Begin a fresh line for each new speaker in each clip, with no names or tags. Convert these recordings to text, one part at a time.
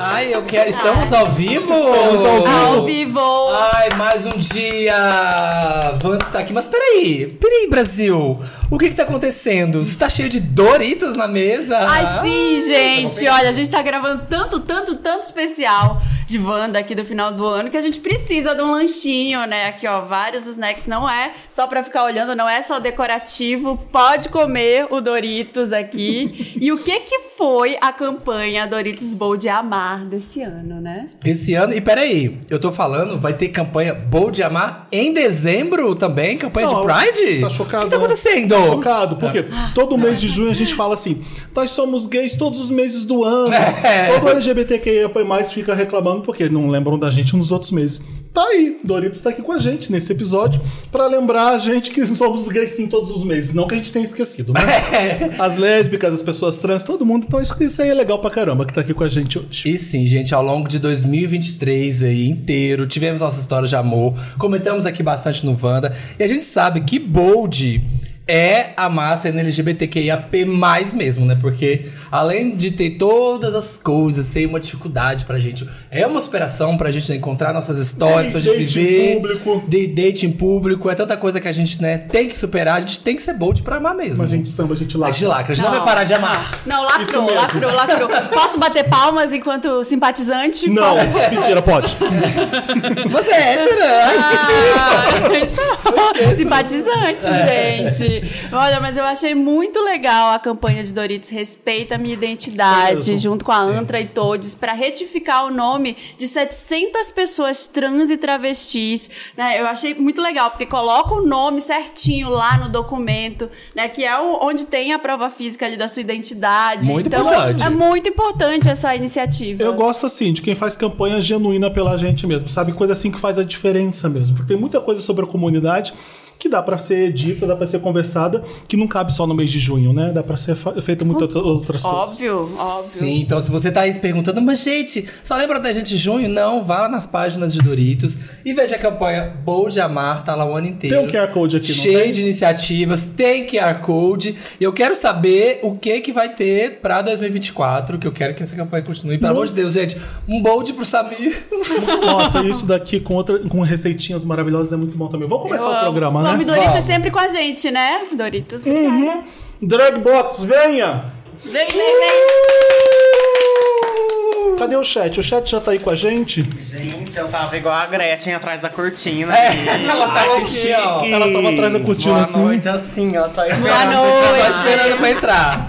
Ai, eu quero. Estamos ao vivo?
Estamos ao vivo.
Ao vivo!
Ai, mais um dia! Vans está aqui, mas peraí! Peraí, Brasil! O que que tá acontecendo? Está cheio de Doritos na mesa?
Ai, sim, gente! Olha, a gente tá gravando tanto, tanto, tanto especial de Wanda aqui do final do ano que a gente precisa de um lanchinho, né? Aqui, ó, vários snacks. Não é só pra ficar olhando, não é só decorativo. Pode comer o Doritos aqui. e o que que foi a campanha Doritos Bowl de Amar desse ano, né?
Esse ano, e peraí, eu tô falando, vai ter campanha Bold de Amar em dezembro também? Campanha
Não,
É de Pride?
Tá chocado.
O que tá
né?
acontecendo? Ah. é
Tá chocado, porque todo mês de junho a gente fala assim: nós somos gays todos os meses do ano.
É.
Todo LGBTQIA mais fica reclamando porque não lembram da gente nos outros meses. Tá aí, Doritos tá aqui com a gente nesse episódio pra lembrar a gente que somos gays sim todos os meses. Não que a gente tenha esquecido, né?
É.
As lésbicas, as pessoas trans, todo mundo. Então isso, isso aí é legal pra caramba que tá aqui com a gente hoje.
E sim, gente, ao longo de 2023 aí inteiro, tivemos nossa história de amor, comentamos aqui bastante no Wanda, e a gente sabe que Bold é a massa LGBTQIAP+, mesmo, né? Porque além de ter todas as coisas, ser uma dificuldade pra gente, é uma superação pra gente né, encontrar nossas histórias, pra gente
Date em
viver...
É, público.
De date em público, é tanta coisa que a gente, né, tem que superar, a gente tem que ser bold pra amar mesmo.
A gente samba, a gente lá.
A gente lacra, a gente não, vai parar é de amar.
Não,
Isso
lacrou,
mesmo.
lacrou, lacrou. Posso bater palmas enquanto simpatizante?
Não,
Posso?
mentira, pode.
Você é hétera! Ai,
Ah, isso é simpatizante, gente. Olha, mas eu achei muito legal a campanha de Doritos Respeita a Minha Identidade,
Mesmo.
junto com a Antra e Todes, para retificar o nome de 700 pessoas trans e travestis. Né? Eu achei muito legal, porque coloca o nome certinho lá no documento, né? que é o- onde tem a prova física ali da sua identidade.
Muito
então,
importante.
é muito importante essa iniciativa.
Eu gosto assim de quem faz campanha genuína pela gente mesmo, sabe? Coisa assim que faz a diferença mesmo. Porque tem muita coisa sobre a comunidade que dá pra ser dita, dá pra ser conversada, que não cabe só no mês de junho, né? Dá pra ser fa- feita muitas outras coisas.
Óbvio, óbvio.
Sim, então se você tá aí se perguntando, mas gente, só lembra da gente em junho? Não, vá lá nas páginas de Doritos e veja a campanha Bold Amar, tá lá o ano inteiro.
Tem um QR Code aqui, não
Cheio
tem?
de iniciativas, tem QR Code. E eu quero saber o que que vai ter pra 2024, que eu quero que essa campanha continue. Pelo amor de Deus, gente, um bold pro Samir.
Nossa, isso daqui com, outra, com receitinhas maravilhosas é muito bom também. Vamos começar
Eu
o
amo.
programa,
Nome
né?
Doritos é
Vamos.
sempre com a gente, né? Doritos, obrigada.
Dragbox, venha!
Vem, vem, vem.
Cadê o chat? O chat já tá aí com a gente?
Gente, eu tava igual a Gretchen atrás da cortina.
É,
aqui.
ela tava
Ai, que
aqui, ó. Tá
chique.
Ela tava atrás da cortina,
Boa
assim.
noite, tá assim, ó. Só esperando.
Boa
Só
noite.
esperando pra entrar.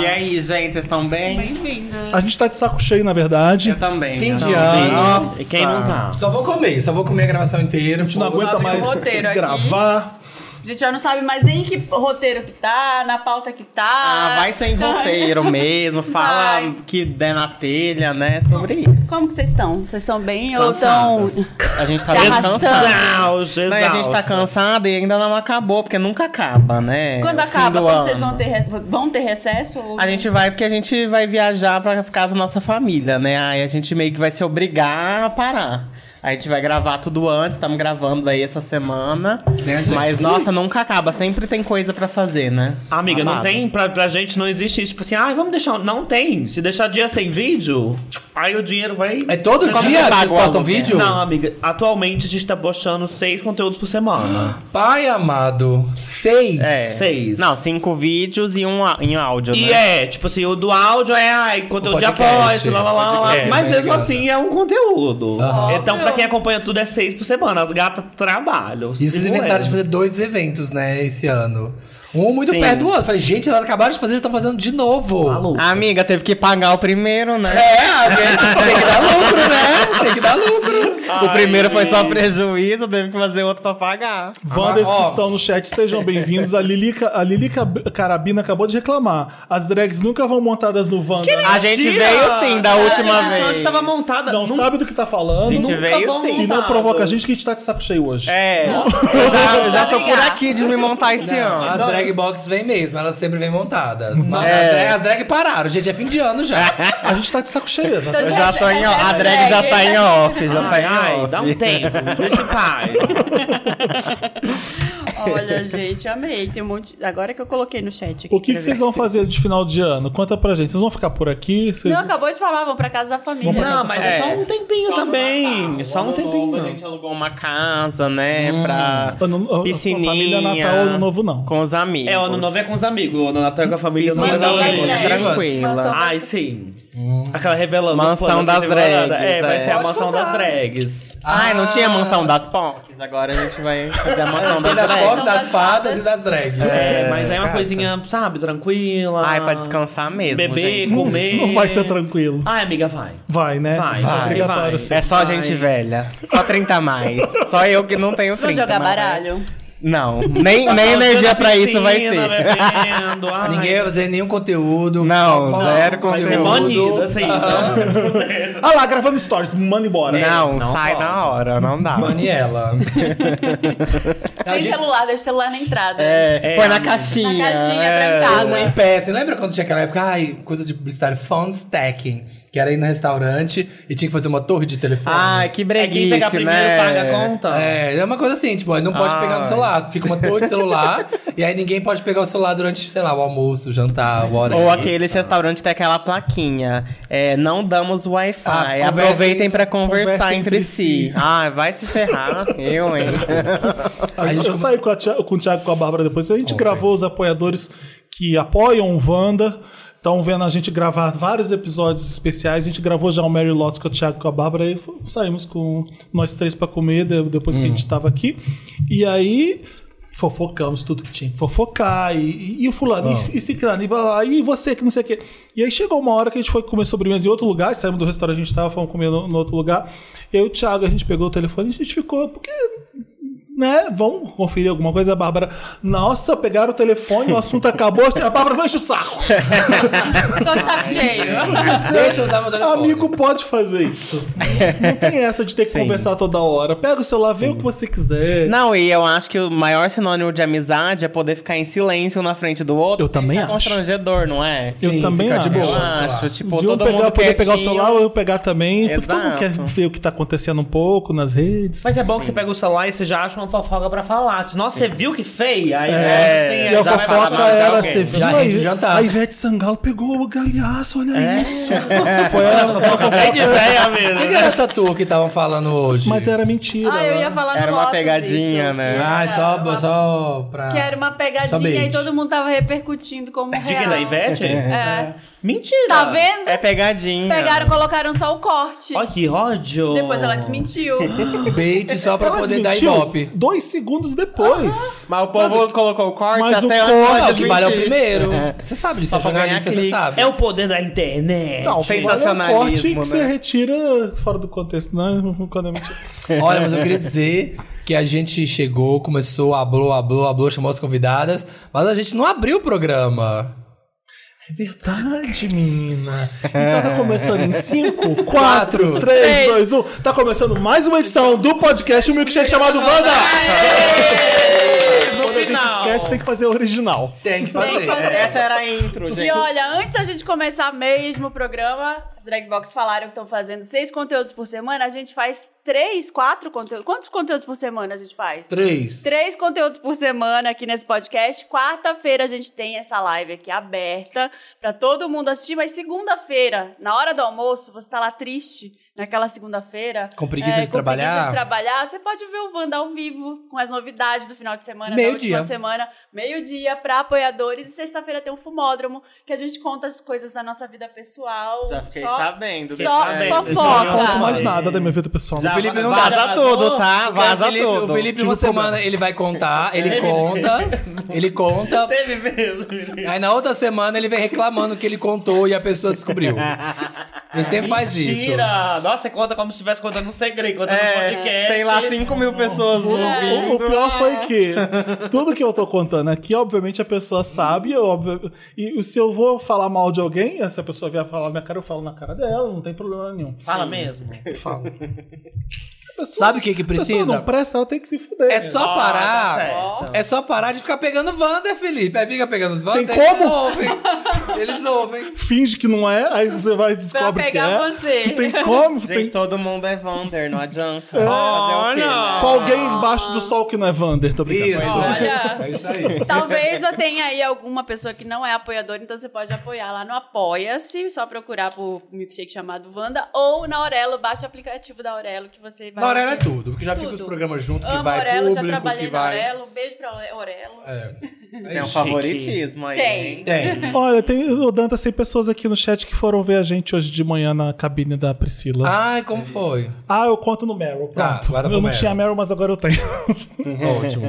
E é aí, gente, vocês estão bem?
Bem-vinda.
A gente tá de saco cheio, na verdade. Ah,
Eu também.
Fim
né?
de
Não,
ano.
Nossa. E quem não tá?
Só vou comer, só vou comer a gravação inteira.
A gente não aguenta
abrir o
mais
roteiro aqui.
gravar.
A gente já não sabe mais nem em que roteiro que tá, na pauta que tá.
Ah, vai sem roteiro mesmo. Fala
Vai.
que der na telha, né? Sobre isso.
Como que vocês estão? Vocês estão bem ou
Cansadas.
estão...
A gente tá
Se
bem
arrastando.
cansado.
Exausto,
Não, e a gente tá cansada e ainda não acabou, porque nunca acaba, né?
Quando
O fim
acaba,
do
quando
ano.
vocês vão ter, re- vão ter recesso? Ou...
A gente vai porque a gente vai viajar pra casa da nossa família, né? Aí a gente meio que vai se obrigar a parar. A gente vai gravar tudo antes, estamos gravando daí essa semana.
Né, gente?
Mas nossa, nunca acaba, sempre tem coisa pra fazer, né?
Amiga, não
Amado.
tem, pra, pra gente não existe isso. Tipo assim, ah, vamos deixar. Não tem. Se deixar dia sem vídeo, aí o dinheiro vai.
É todo
Como
dia
que
que
paga
vocês
o
postam
aluguel?
vídeo?
né? Não, amiga, atualmente a gente tá postando seis conteúdos por semana.
Pai amado, seis.
É.
Seis.
Não, cinco vídeos e um á- em áudio,
E
né?
é, tipo assim, o do áudio é ai, conteúdo
O
de
podcast,
apoio, lá, lá, lá, lá.
podcast,
Mas
né,
mesmo
gata?
assim é um conteúdo.
Aham.
Então, pra quem acompanha tudo, é seis por semana. As gatas trabalham.
E vocês
se
inventaram tá de
moeram.
fazer dois eventos, né, esse ano. Um muito
Sim. Tá
perto do outro. Falei, gente, elas acabaram de fazer, estão fazendo de novo.
Maluco.
Amiga, teve que pagar o primeiro, né?
É, alguém tem que dar lucro, né? Tem que dar lucro.
O primeiro foi só
É. Ai.
prejuízo, teve que fazer outro pra pagar.
Wanders que
ó.
estão no chat, sejam bem-vindos. A Lilica, a Lilica Carabina acabou de reclamar. As drags nunca vão montadas no Wanda.
A gente veio sim da última
A gente
vez.
tava montada.
não sabe do que tá falando.
A gente
nunca
veio
vão
sim.
E não
montadas.
provoca a gente que a gente tá de saco cheio hoje.
É, eu já, eu já tô por
Obrigada.
aqui de me montar esse ano.
As drag box vêm mesmo, elas sempre vêm montadas. Mas
é.
as, drag, as drag pararam, gente, é fim de ano já.
A gente tá de saco
Então
cheio, exatamente.
Eu já tô em ó- A
É,
drag já tá em off, já tá em
Ai,
off.
um
dá um tempo, deixa em paz.
Olha, gente, amei. Tem um monte. Agora que eu coloquei no chat aqui.
O que, que
pra
vocês
ver.
vão fazer de final de ano? Conta pra gente. Vocês vão ficar por aqui? Vocês-
Não, acabou de falar, vão pra casa da família.
Não, mas é,
É.
só um tempinho
Só no
também.
Natal.
só um
Ano
tempinho.
novo, a gente alugou uma casa, né? Pra
Ano- a- a
piscininha.
família Natal, Ano Novo, não.
Com os amigos.
É, o ano novo é com os amigos, o ano natal é com a família.
Piscina
o ano
Mansão
novo é com os
das
amigos.
Drags. Mansão-
tranquila.
Ai, sim. Aquela revelando.
Mansão
os planos
das
essa temporada.
drags,
É, vai
é.
ser a
Pode
mansão
contar.
das drags.
Ah.
Ai, não tinha mansão das POCs. Agora a gente vai fazer a mansão
Tem das
das drags.
pop, das fadas e das drag.
É, mas aí é uma
gata.
coisinha, sabe, tranquila.
Ai, pra descansar mesmo,
Beber,
gente.
comer.
Não vai ser tranquilo.
Ai, amiga, vai.
Vai, né?
Vai,
É
vai,
obrigatório.
vai.
sim.
É só gente velha. Só 30 a mais. Só eu que não tenho 30.
Vão jogar
mas- é.
baralho?
Não. Nem, nem
Passando
energia
na
pra isso vai
Tá piscina, né,
ter.
bebendo, ai.
Ninguém vai fazer nenhum conteúdo.
Não,
Bom,
zero
Vai ser
conteúdo.
banida, assim. É
Ah lá, gravando stories. Manda embora.
É, Não,
não
sai
pode.
na hora, não dá.
Maniela.
assim.
A
Sem
gente-
celular, deixa o celular na entrada.
É,
É,
põe na
amiga.
caixinha.
Na caixinha,
é.
trancada.
Ou em pé. Você lembra quando tinha aquela época, ai, coisa de publicitário, phone stacking? Que era ir no restaurante e tinha que fazer uma torre de telefone.
Ai, que
É
breguice,
quem pegar primeiro
né?
paga a conta.
É, é uma coisa assim, tipo, não pode
Ai.
pegar no celular. Fica uma torre de celular e aí ninguém pode pegar o celular durante, sei lá, o almoço, o jantar, o hora. é
Ou aqueles restaurantes que tem aquela plaquinha. É, não damos
Ah,
Wi-Fi.
conversem-
Aproveitem pra conversar
conversem
entre
entre
si.
si.
Ah, vai se ferrar. eu, hein?
Aí eu saí com, a Thi- com o Thiago e com a Bárbara depois. A gente gravou os apoiadores que apoiam o Wanda. Estão vendo a gente gravar vários episódios especiais. A gente gravou já o Mary Lots com o Thiago e com a Bárbara. E fo- saímos com nós três pra comer de- depois que a gente tava aqui. E aí fofocamos tudo que tinha que fofocar. E, e- e o fulano, e, e ciclano, e, blá, blá, e você que não sei o quê. E aí chegou uma hora que a gente foi comer sobremesa em outro lugar. Saímos do restaurante, que a gente tava, fomos comer no, no outro lugar. Eu e o Thiago, a gente pegou o telefone e a gente ficou... Porque né? Vamos conferir alguma coisa, Bárbara. Nossa, pegaram o telefone, o assunto acabou. A Bárbara vai encher o saco.
Tô de saco cheio.
Deixa eu usar meu telefone.
Amigo pode fazer isso. Não tem essa de ter que conversar toda hora. Pega o celular, vê o que você quiser.
Não, e eu acho que o maior sinônimo de amizade é poder ficar em silêncio na frente do outro.
Eu
sem
também
ficar
acho.
constrangedor, não é?
eu também
fica de
acho.
boa.
Eu
sei lá.
acho, tipo,
De um
todo
pegar,
mundo
poder pegar o
quietinho.
celular, eu pegar também. Porque todo mundo
Exato.
quer ver o que tá acontecendo um pouco nas redes.
Mas é bom que você pega o celular e você já acha uma fofoca pra falar. Diz, Nossa, você viu que feia? Aí,
É,
assim,
E a
já vai falar,
fofoca
não, já
era,
alguém.
você viu
Já rende o
aí,
jantar.
a Ivete Sangalo pegou o galhaço, olha isso. Foi a-
É de véia
O que
mesmo.
que era essa tour que estavam falando hoje?
Mas era mentira.
Ah, eu
né?
ia falar no
Era uma
Lotus
pegadinha,
isso.
né?
Ah,
Era uma-
só, só pra.
Que era uma
Só bait.
pegadinha e todo mundo tava repercutindo como
De quem?
real.
Da Ivete?
É.
Mentira.
Tá vendo?
É pegadinha.
Pegaram, colocaram só o corte.
Olha que ódio.
Depois ela desmentiu.
Bait só pra
Ela
poder dar
desmentiu
ibope.
Dois segundos
Ah.
depois.
Mas o povo colocou o corte
mas
até
o
antes
corte-
dela
Não, o que vale é o
desmentir.
primeiro. Você sabe disso,
Só
é
pra ganhar
jornalista, você
cliques.
sabe.
É o poder da internet.
Não,
sensacionalismo,
olha o corte que
né?
você retira fora do contexto, né? Quando é mentira.
Olha, mas eu queria dizer que a gente chegou, começou, ablou, ablou, ablou, chamou as convidadas, mas a gente não abriu o programa.
É verdade, menina. Então tá começando em 5,
Quatro,
4, 3, 2, 1. Tá começando mais uma edição do podcast O Milkshake chamado Wanda. Quando a gente
final.
esquece, tem que fazer o original.
Tem que fazer.
Tem que fazer.
Essa era a intro, gente.
E olha, antes da gente começar mesmo o programa, as Dragbox falaram que estão fazendo seis conteúdos por semana. A gente faz três, quatro conteúdos. Quantos conteúdos por semana a gente faz?
Três.
Três conteúdos por semana aqui nesse podcast. Quarta-feira a gente tem essa live aqui aberta pra todo mundo assistir, mas segunda-feira, na hora do almoço, você tá lá triste naquela segunda-feira. é,
Com preguiça de
com
trabalhar.
preguiça de trabalhar. Você pode ver o Wanda ao vivo com as novidades do final de semana, da
Meio-dia.
última semana, meio-dia pra apoiadores e sexta-feira tem um fumódromo que a gente conta as coisas da nossa vida pessoal.
Já fiquei
Só-
sabendo.
só
fiquei sabendo.
fofoca.
Não
Foca.
conto mais nada da minha vida pessoal.
Já
O Felipe não
vaza
dá.
tudo, tá? Vaza
o é Felipe,
tudo.
O Felipe,
Tipo,
uma
é?
semana, ele vai contar, ele conta, ele conta.
Teve mesmo.
Aí na outra semana ele vem reclamando que ele contou e a pessoa descobriu. Ele sempre faz isso.
Mentira. Nossa, você conta como se estivesse contando um segredo, contando um
É,
podcast.
tem lá 5 mil pessoas
O,
ouvindo.
o pior foi que tudo que eu tô contando aqui, obviamente a pessoa sabe, eu, obvi- e se eu vou falar mal de alguém, essa pessoa vier falar na minha cara, eu falo na cara dela, não tem problema nenhum.
Fala mesmo.
A pessoa-
Sabe o que que
A pessoa
precisa?
não presta, ela tem que se fuder.
É só
Ah, tá
parar.
certo.
é só parar de ficar pegando Wander, Felipe. Aí fica pegando os Wander,
Tem como?
eles ouvem. Eles ouvem.
finge que não é, aí você vai e descobre que
pegar
é.
você.
Não tem como,
Gente,
tem
todo mundo é Wander, não adianta. Fazer o quê,
Olha!
né?
com alguém embaixo do sol que não é Vander, tô brincando.
Isso.
Olha.
É isso aí.
Talvez eu tenha aí alguma pessoa que não é apoiadora, então você pode apoiar lá no Apoia-se, só procurar por milkshake chamado Wanda, ou na Aurelo, baixa o aplicativo da Aurelo que você
Na
vai.
Aurela é tudo, porque já fica os
Tudo.
programas junto, que
Amo
vai
Aurelo, já
público,
trabalhei
que
na
vai.
Aurelo, beijo pra Aurelo.
É.
Tem um
Ixi,
favoritismo aí.
Tem.
hein?
Tem.
Olha, tem, o Dantas tem pessoas aqui no chat que foram ver a gente hoje de manhã na cabine da Priscila. Ah,
Ai, como foi?
eu conto no Meryl,
Tá,
pronto.
guarda
eu
pro
não
Meryl.
tinha Meryl, mas agora eu tenho.
Ótimo.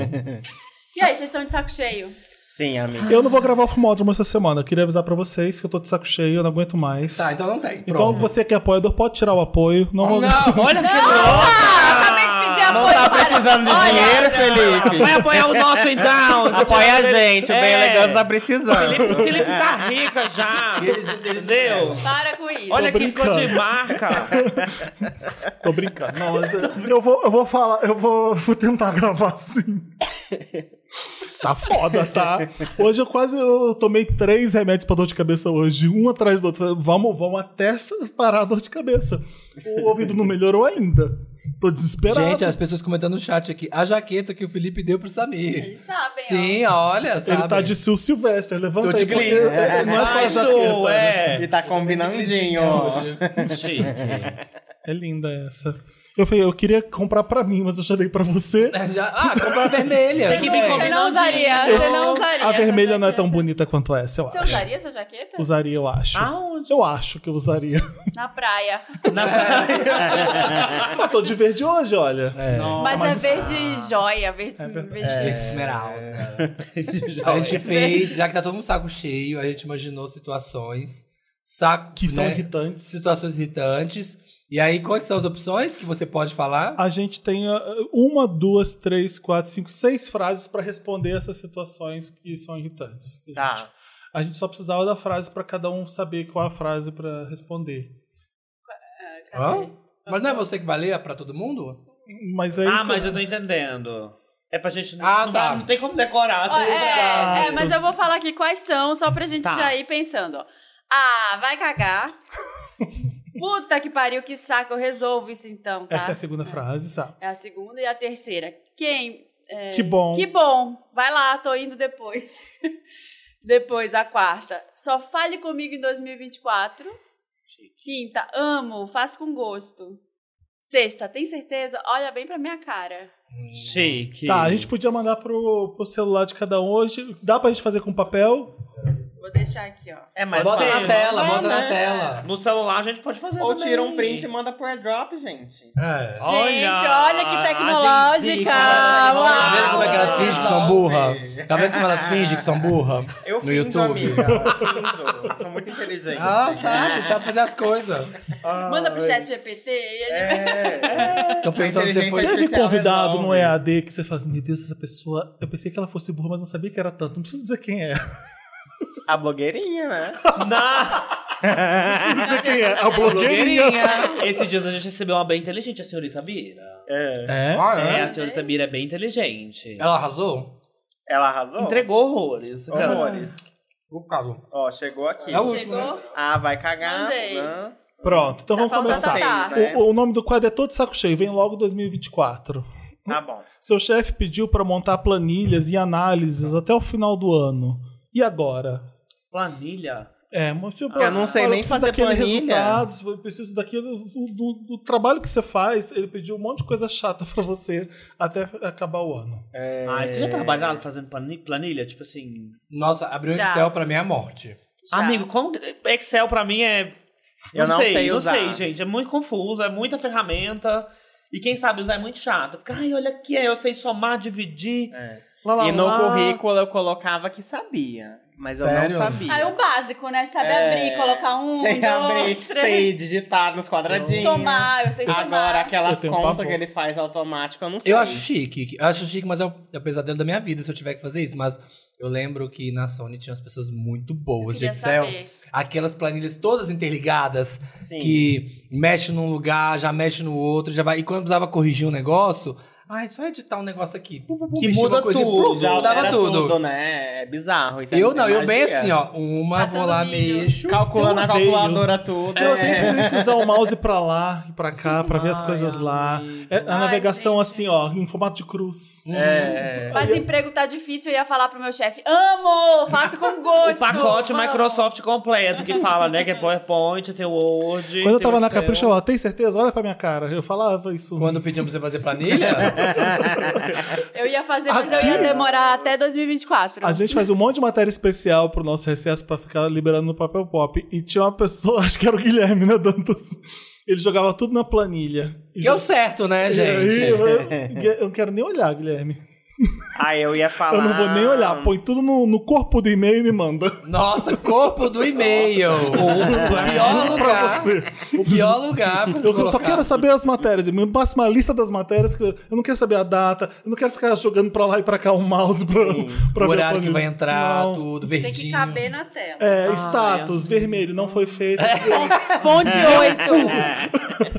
E aí, vocês estão de saco cheio?
Sim, amiga.
eu não vou gravar o Fumódromo essa semana. Eu queria avisar pra vocês que eu tô de saco cheio, eu não aguento mais.
Tá, então não tem.
então
Pronto.
você que é apoiador pode tirar o apoio. Não, vou-
Não,
Olha que
Ah, acabei de pedir apoio.
Não tá
para-
precisando de
Olha,
dinheiro, Felipe?
Vai apoiar o nosso então!
Apoia a gente, o bem
É.
elegante tá precisando.
Felipe, Felipe tá rica já!
É. Eles- é. eles-
Entendeu?
Para com isso.
Olha que
brincando.
cor de marca!
Tô brincando. Não, mas
é-
eu, eu vou, eu vou falar, eu vou, vou tentar gravar assim. Tá foda, tá? Hoje eu quase eu tomei três remédios pra dor de cabeça hoje, um atrás do outro. Falei, Vamos, vamos até parar a dor de cabeça. O ouvido não melhorou ainda. Tô desesperado.
Gente, as pessoas comentando no chat aqui. A jaqueta que o Felipe deu pro Samir.
Eles sabem, tá ó.
Sim, olha,
Ele
sabe?
tá de Sil Silvestre, levanta
Tô de
aí, porque
clean.
é, Não é só a
Ai,
jaqueta.
show,
né?
é!
E tá combinandinho.
Chique.
É linda essa. Eu falei, eu queria comprar pra mim, mas eu já dei pra você.
Já, ah, comprou a vermelha.
Tem que vir
É.
com-
Você não usaria, você não usaria.
A
essa
vermelha não é tão
jaqueta.
bonita quanto essa, eu
Você
acho.
usaria essa jaqueta?
Usaria, eu acho.
Aonde?
Eu acho que eu usaria.
Na praia.
Na praia.
Mas Ah, tô de verde hoje, olha.
Mas é verde joia, verde,
É
verde
É. Esmeralda. A gente fez, já que tá todo mundo saco cheio, a gente imaginou situações saco,
Que são
né?
irritantes.
situações irritantes. E aí, quais são as opções que você pode falar?
A gente tem ah, uma, duas, três, quatro, cinco, seis frases pra responder essas situações que são irritantes.
Tá.
A gente só precisava da frase pra cada um saber qual a frase pra responder.
Hã? Mas não é você que vai ler pra todo mundo?
Mas aí.
Ah, mas eu tô entendendo. É pra gente. Não,
Ah,
não,
tá.
vai- não tem como decorar.
Ó,
Assim,
é, é, mas eu vou falar aqui quais são, só pra gente
Tá.
já ir pensando. ó. Ah, vai cagar. Puta que pariu, que saco, eu resolvo isso então, tá?
Essa é a segunda frase, sabe?
É a segunda e a terceira. Quem? é,
Que bom.
Que bom. Vai lá, tô indo depois. depois, a quarta. Só fale comigo em 2024. Quinta, amo, faço com gosto. Sexta, tem certeza? Olha bem pra minha cara.
Chique.
Tá, a gente podia mandar pro, pro celular de cada um hoje. Dá pra gente fazer com papel?
Vou deixar aqui, ó.
É mais
bota
sim,
na tela,
não é,
bota na
né?
tela.
No celular a gente pode fazer
Ou
também.
tira um print e manda pro airdrop, gente.
É.
Gente,
Olha,
olha que
a Gen Z,
tecnológica!
cara,
Tá vendo como é que elas
Ah,
fingem que são burra? Tá vendo como elas fingem que são burra?
Eu
no
finjo,
YouTube?
amiga. Eu finjo. Sou muito inteligente.
Ah, sabe, sabe fazer as coisas.
Manda pro chat GPT e ele
É.
Estão perguntando se você
Inteligência
foi.
Teve
artificial
convidado
resolve.
no EAD que você faz, meu Deus, essa pessoa. Eu pensei que ela fosse burra, mas não sabia que era tanto. Não precisa dizer quem é.
A blogueirinha, né?
Não precisa dizer quem é. A blogueirinha.
Blogueirinha. Esses dias a gente recebeu uma bem inteligente, a senhorita Bira.
É.
Ah,
É,
é?
a senhorita Bira é bem inteligente.
Ela arrasou?
Ela arrasou?
Entregou horrores.
Horrores.
Vou ficar louco.
Ó, chegou aqui.
É o último, né?
chegou.
Ah, vai cagar.
Mandei.
né?
Pronto, então
Tá
vamos
faltando
começar.
essa
parte.
O, o nome do quadro é Todo Saco Cheio, vem logo 2024.
Tá bom.
Seu chefe pediu pra montar planilhas e análises até o final do ano. E agora?
Planilha.
É, mas, tipo,
Eu não sei
olha, eu
nem
preciso
fazer
daquele
planilha.
resultados, eu preciso daquilo do, do- do trabalho que você faz. Ele pediu um monte de coisa chata pra você até acabar o ano.
Ah, você já trabalhava fazendo plani- planilha? Tipo assim.
Nossa, abriu o
Já.
Excel pra minha morte.
já.
Amigo, como. que- Excel pra mim é.
Eu não sei
não
usar.
sei, gente. É muito confuso, é muita ferramenta. E quem sabe usar é muito chato. Fica, ai, olha aqui, é, eu sei somar, dividir.
É.
Lá, lá,
E no
lá.
currículo eu colocava que sabia. Mas eu
Sério?
não sabia.
Ah, é o básico, né? Saber
É.
abrir, colocar um,
Sem
dois,
abrir,
três,
sem digitar nos quadradinhos.
somar, eu sei somar.
Agora,
Eu
aquelas
tenho
contas
pavor.
que ele faz automático, eu não sei.
um Eu acho chique. Eu acho chique, mas é o, é o pesadelo da minha vida se eu tiver que fazer isso. Mas eu lembro que na Sony tinha umas pessoas muito boas de
é
Queria
Excel.
saber.
Aquelas planilhas todas interligadas,
Sim.
que mexe num lugar, já mexe no outro, já vai. E quando precisava corrigir um negócio, Ai, só editar um negócio aqui. Pum, pum, pum,
Que
mexia uma
muda
coisa e
tudo,
plum,
já
mudava
altera
tudo.
né? É bizarro. isso é
Eu não, eu
magia.
bem assim, ó.
Tá
Uma,
Catando
vou lá,
milho.
mexo.
Calculando
Eu
na
odeio.
calculadora tudo. é.
Eu tenho que sempre usar o mouse pra lá e pra cá, pra ver as coisas lá. É, a
Ai,
navegação
gente.
assim, ó, em formato de cruz.
É.
Mas emprego tá difícil, eu ia falar pro meu chefe: amo, faça com gosto.
O pacote
vamos."
Microsoft completo que fala, né? Que é PowerPoint, tem o Word.
Quando eu
tem
tava
o
é
na
Excel.
capricha,
um
ó, tem certeza? Olha pra minha cara. Eu falava isso.
Quando pedimos pra você fazer planilha,
Eu ia fazer, mas eu
Aqui?
ia demorar até 2024.
A gente fazia um monte de matéria especial pro nosso recesso pra ficar liberando no papel pop. E tinha uma pessoa, acho que era o Guilherme, né, Dantas? Ele jogava tudo na planilha. E
deu
jo-
certo, né,
E aí,
gente?
eu, eu não quero nem olhar, Guilherme.
Aí eu ia falar.
Eu não vou nem
Ah.
olhar. Põe tudo no, no corpo do e-mail e me manda.
Nossa, corpo do e-mail. o pior
pra
lugar.
você.
O pior lugar pra você
Eu só
colocar.
quero saber as matérias. Me passa uma lista das matérias. Que eu eu não quero saber a data. Eu não quero ficar jogando pra lá e pra cá o mouse pra, pra
o
ver a
horário que
planilha.
vai entrar,
Não.
tudo,
Tem
verdinho.
que caber na tela.
É, status, vermelho, não foi feito.
É.
Fonte 8.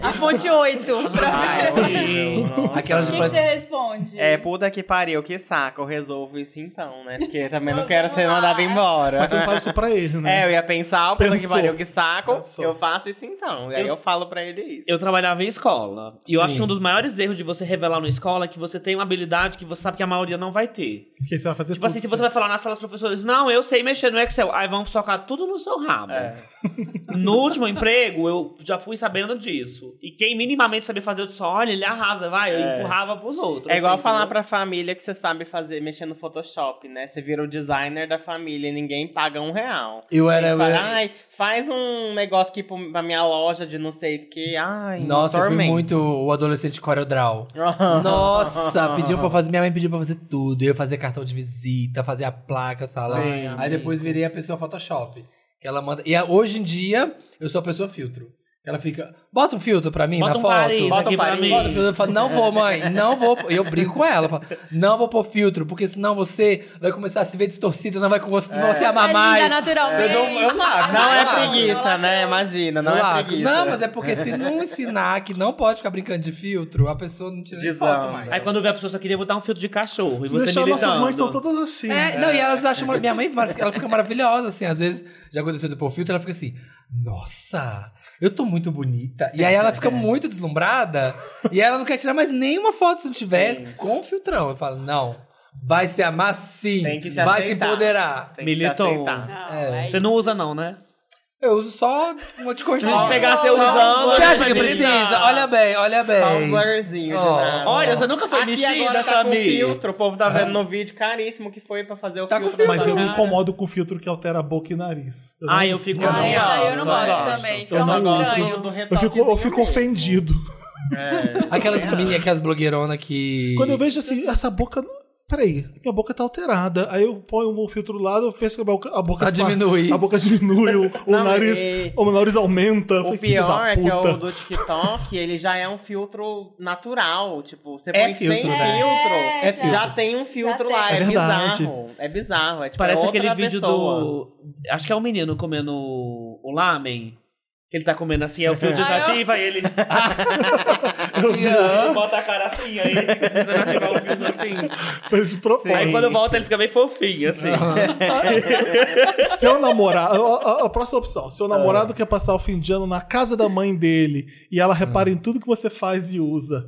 A fonte 8.
Ai, horrível. nossa.
Aquelas
O
de
que, que
plan-
você responde?
É, puta que pariu, que saco. Eu resolvo isso então, né? Porque também não
Vamos
quero ser
lá.
mandado embora.
Mas você não fala isso pra ele, né?
É, eu ia pensar, puta que
Pensou.
pariu, que saco.
Pensou.
Eu faço isso então. E aí eu, falo pra ele isso.
Eu trabalhava em escola. E eu
Sim.
acho que um dos maiores erros de você revelar na escola é que você tem uma habilidade que você sabe que a maioria não vai ter.
Porque você vai fazer
Tipo assim, se
tudo.
você vai falar na sala dos professores, não, eu sei mexer no Excel, aí vão socar tudo no seu rabo.
É.
No último emprego, eu já fui sabendo disso. E quem minimamente sabia fazer, eu disse, olha, ele arrasa, vai. Eu
É.
empurrava pros outros.
É igual
assim,
falar
entendeu?
pra família que você sabe fazer, mexer no Photoshop, né? Você vira o designer da família e ninguém paga um real.
Eu era.
Aí fala, ai, faz um negócio aqui pro- pra minha loja de não sei o que. Ai,
Nossa, eu fui
tormento.
muito o adolescente Coreodral. Nossa, pediam pra eu fazer. Minha mãe pediu pra eu fazer tudo. Eu ia fazer cartão de visita, fazer a placa, salão.
Sim,
Aí
amigo.
depois virei a pessoa Photoshop. Que ela manda. E a- hoje em dia, eu sou a pessoa filtro. Ela fica. Bota um filtro pra mim
Bota
na
um
foto.
Paris
Bota
Bota um
aqui pra
Paris.
mim.
Bota filtro. Eu falo, não vou, mãe, não vou. Eu brigo com ela. eu falo, não vou pôr filtro, porque senão você vai começar a se ver distorcida, não vai, com você, não vai se amar
Você é linda
mais.
naturalmente.
Eu, dou, eu largo.
Não é
eu largo.
preguiça, né? Imagina, não
Eu
é
largo.
preguiça.
Não, mas é porque se não ensinar que não pode ficar brincando de filtro, a pessoa não tira nem foto
Desanda.
mais.
Aí quando vê a pessoa só queria botar um filtro de cachorro. E
Se
você
deixar, nossas
militando.
mães estão todas assim.
É,
né?
não, e elas acham. mara- Minha mãe, mara- ela fica maravilhosa, assim. Às vezes, já aconteceu do Paul Filtro, ela fica assim: Nossa, eu tô muito bonita. E aí ela fica muito deslumbrada e ela não quer tirar mais nenhuma foto se não tiver com o filtrão. Eu falo: Não, vai se amar sim.
Tem que se
vai
aceitar.
se empoderar.
Tem que se
Militou.
aceitar.
Não,
É.
é
Você
isso.
não usa não, né?
Eu uso só uma de
Se a gente
cortina.
pegar
não,
você
não,
usando...
Você acha que
vai
precisa?
militar.
Olha bem, olha
Só um
bem.
blurzinho de
Ó.
nada.
Olha, você nunca foi
Aqui
mexida,
agora tá com
Samir.
filtro. O povo tá vendo no vídeo caríssimo que foi pra fazer o
Tá com
filtro. da
Mas eu me
cara.
incomodo com o filtro que altera a boca e nariz. Eu não-
Ah, eu fico...
Ah, essa aí eu não
Não
gosto,
gosto.
também. Fica
Eu não
muito
gosto
estranho.
do
Eu
retoque.
fico, eu fico ofendido.
Aquelas menininhas, aquelas blogueironas que.
Quando eu vejo assim, essa boca. não- Peraí, minha boca tá alterada. Aí eu ponho o filtro do lado, eu penso que a boca. A boca
Tá
sa-
diminui.
A boca diminui, o, o
Não,
nariz.
e-
O nariz aumenta. Eu
O
falei, "Filho
pior
da
é que é
puta."
o do TikTok, ele já é um filtro natural. Tipo, você
É
põe sem
filtro, né?
filtro,
É, É
já
filtro.
tem um filtro
Já
lá.
tem.
É,
É verdade.
bizarro. É bizarro. É tipo,
Parece
é outra
aquele vídeo
pessoa.
do... Acho que é um menino comendo o lamen. Que ele tá comendo assim, é o filtro
Ah, eu-
desativa e ele...
Se ama.
bota a cara assim, aí ele fica tentando ativar o filtro assim.
Fez de propósito.
Aí quando volta ele fica bem fofinho, assim.
Seu namorado. A, a- a próxima opção. Seu
É.
namorado quer passar o fim de ano na casa da mãe dele e ela repara
É.
em tudo que você faz e usa.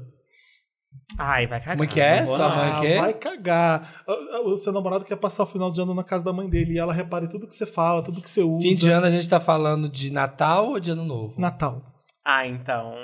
Ai, vai cagar.
Como é que é?
não vou
Sua
não.
mãe
Ah,
quer?
vai cagar. O- O seu namorado quer passar o final de ano na casa da mãe dele e ela repara em tudo que você fala, tudo que você usa.
Fim de ano a gente tá falando de Natal ou de Ano Novo?
Natal.
Ah, então.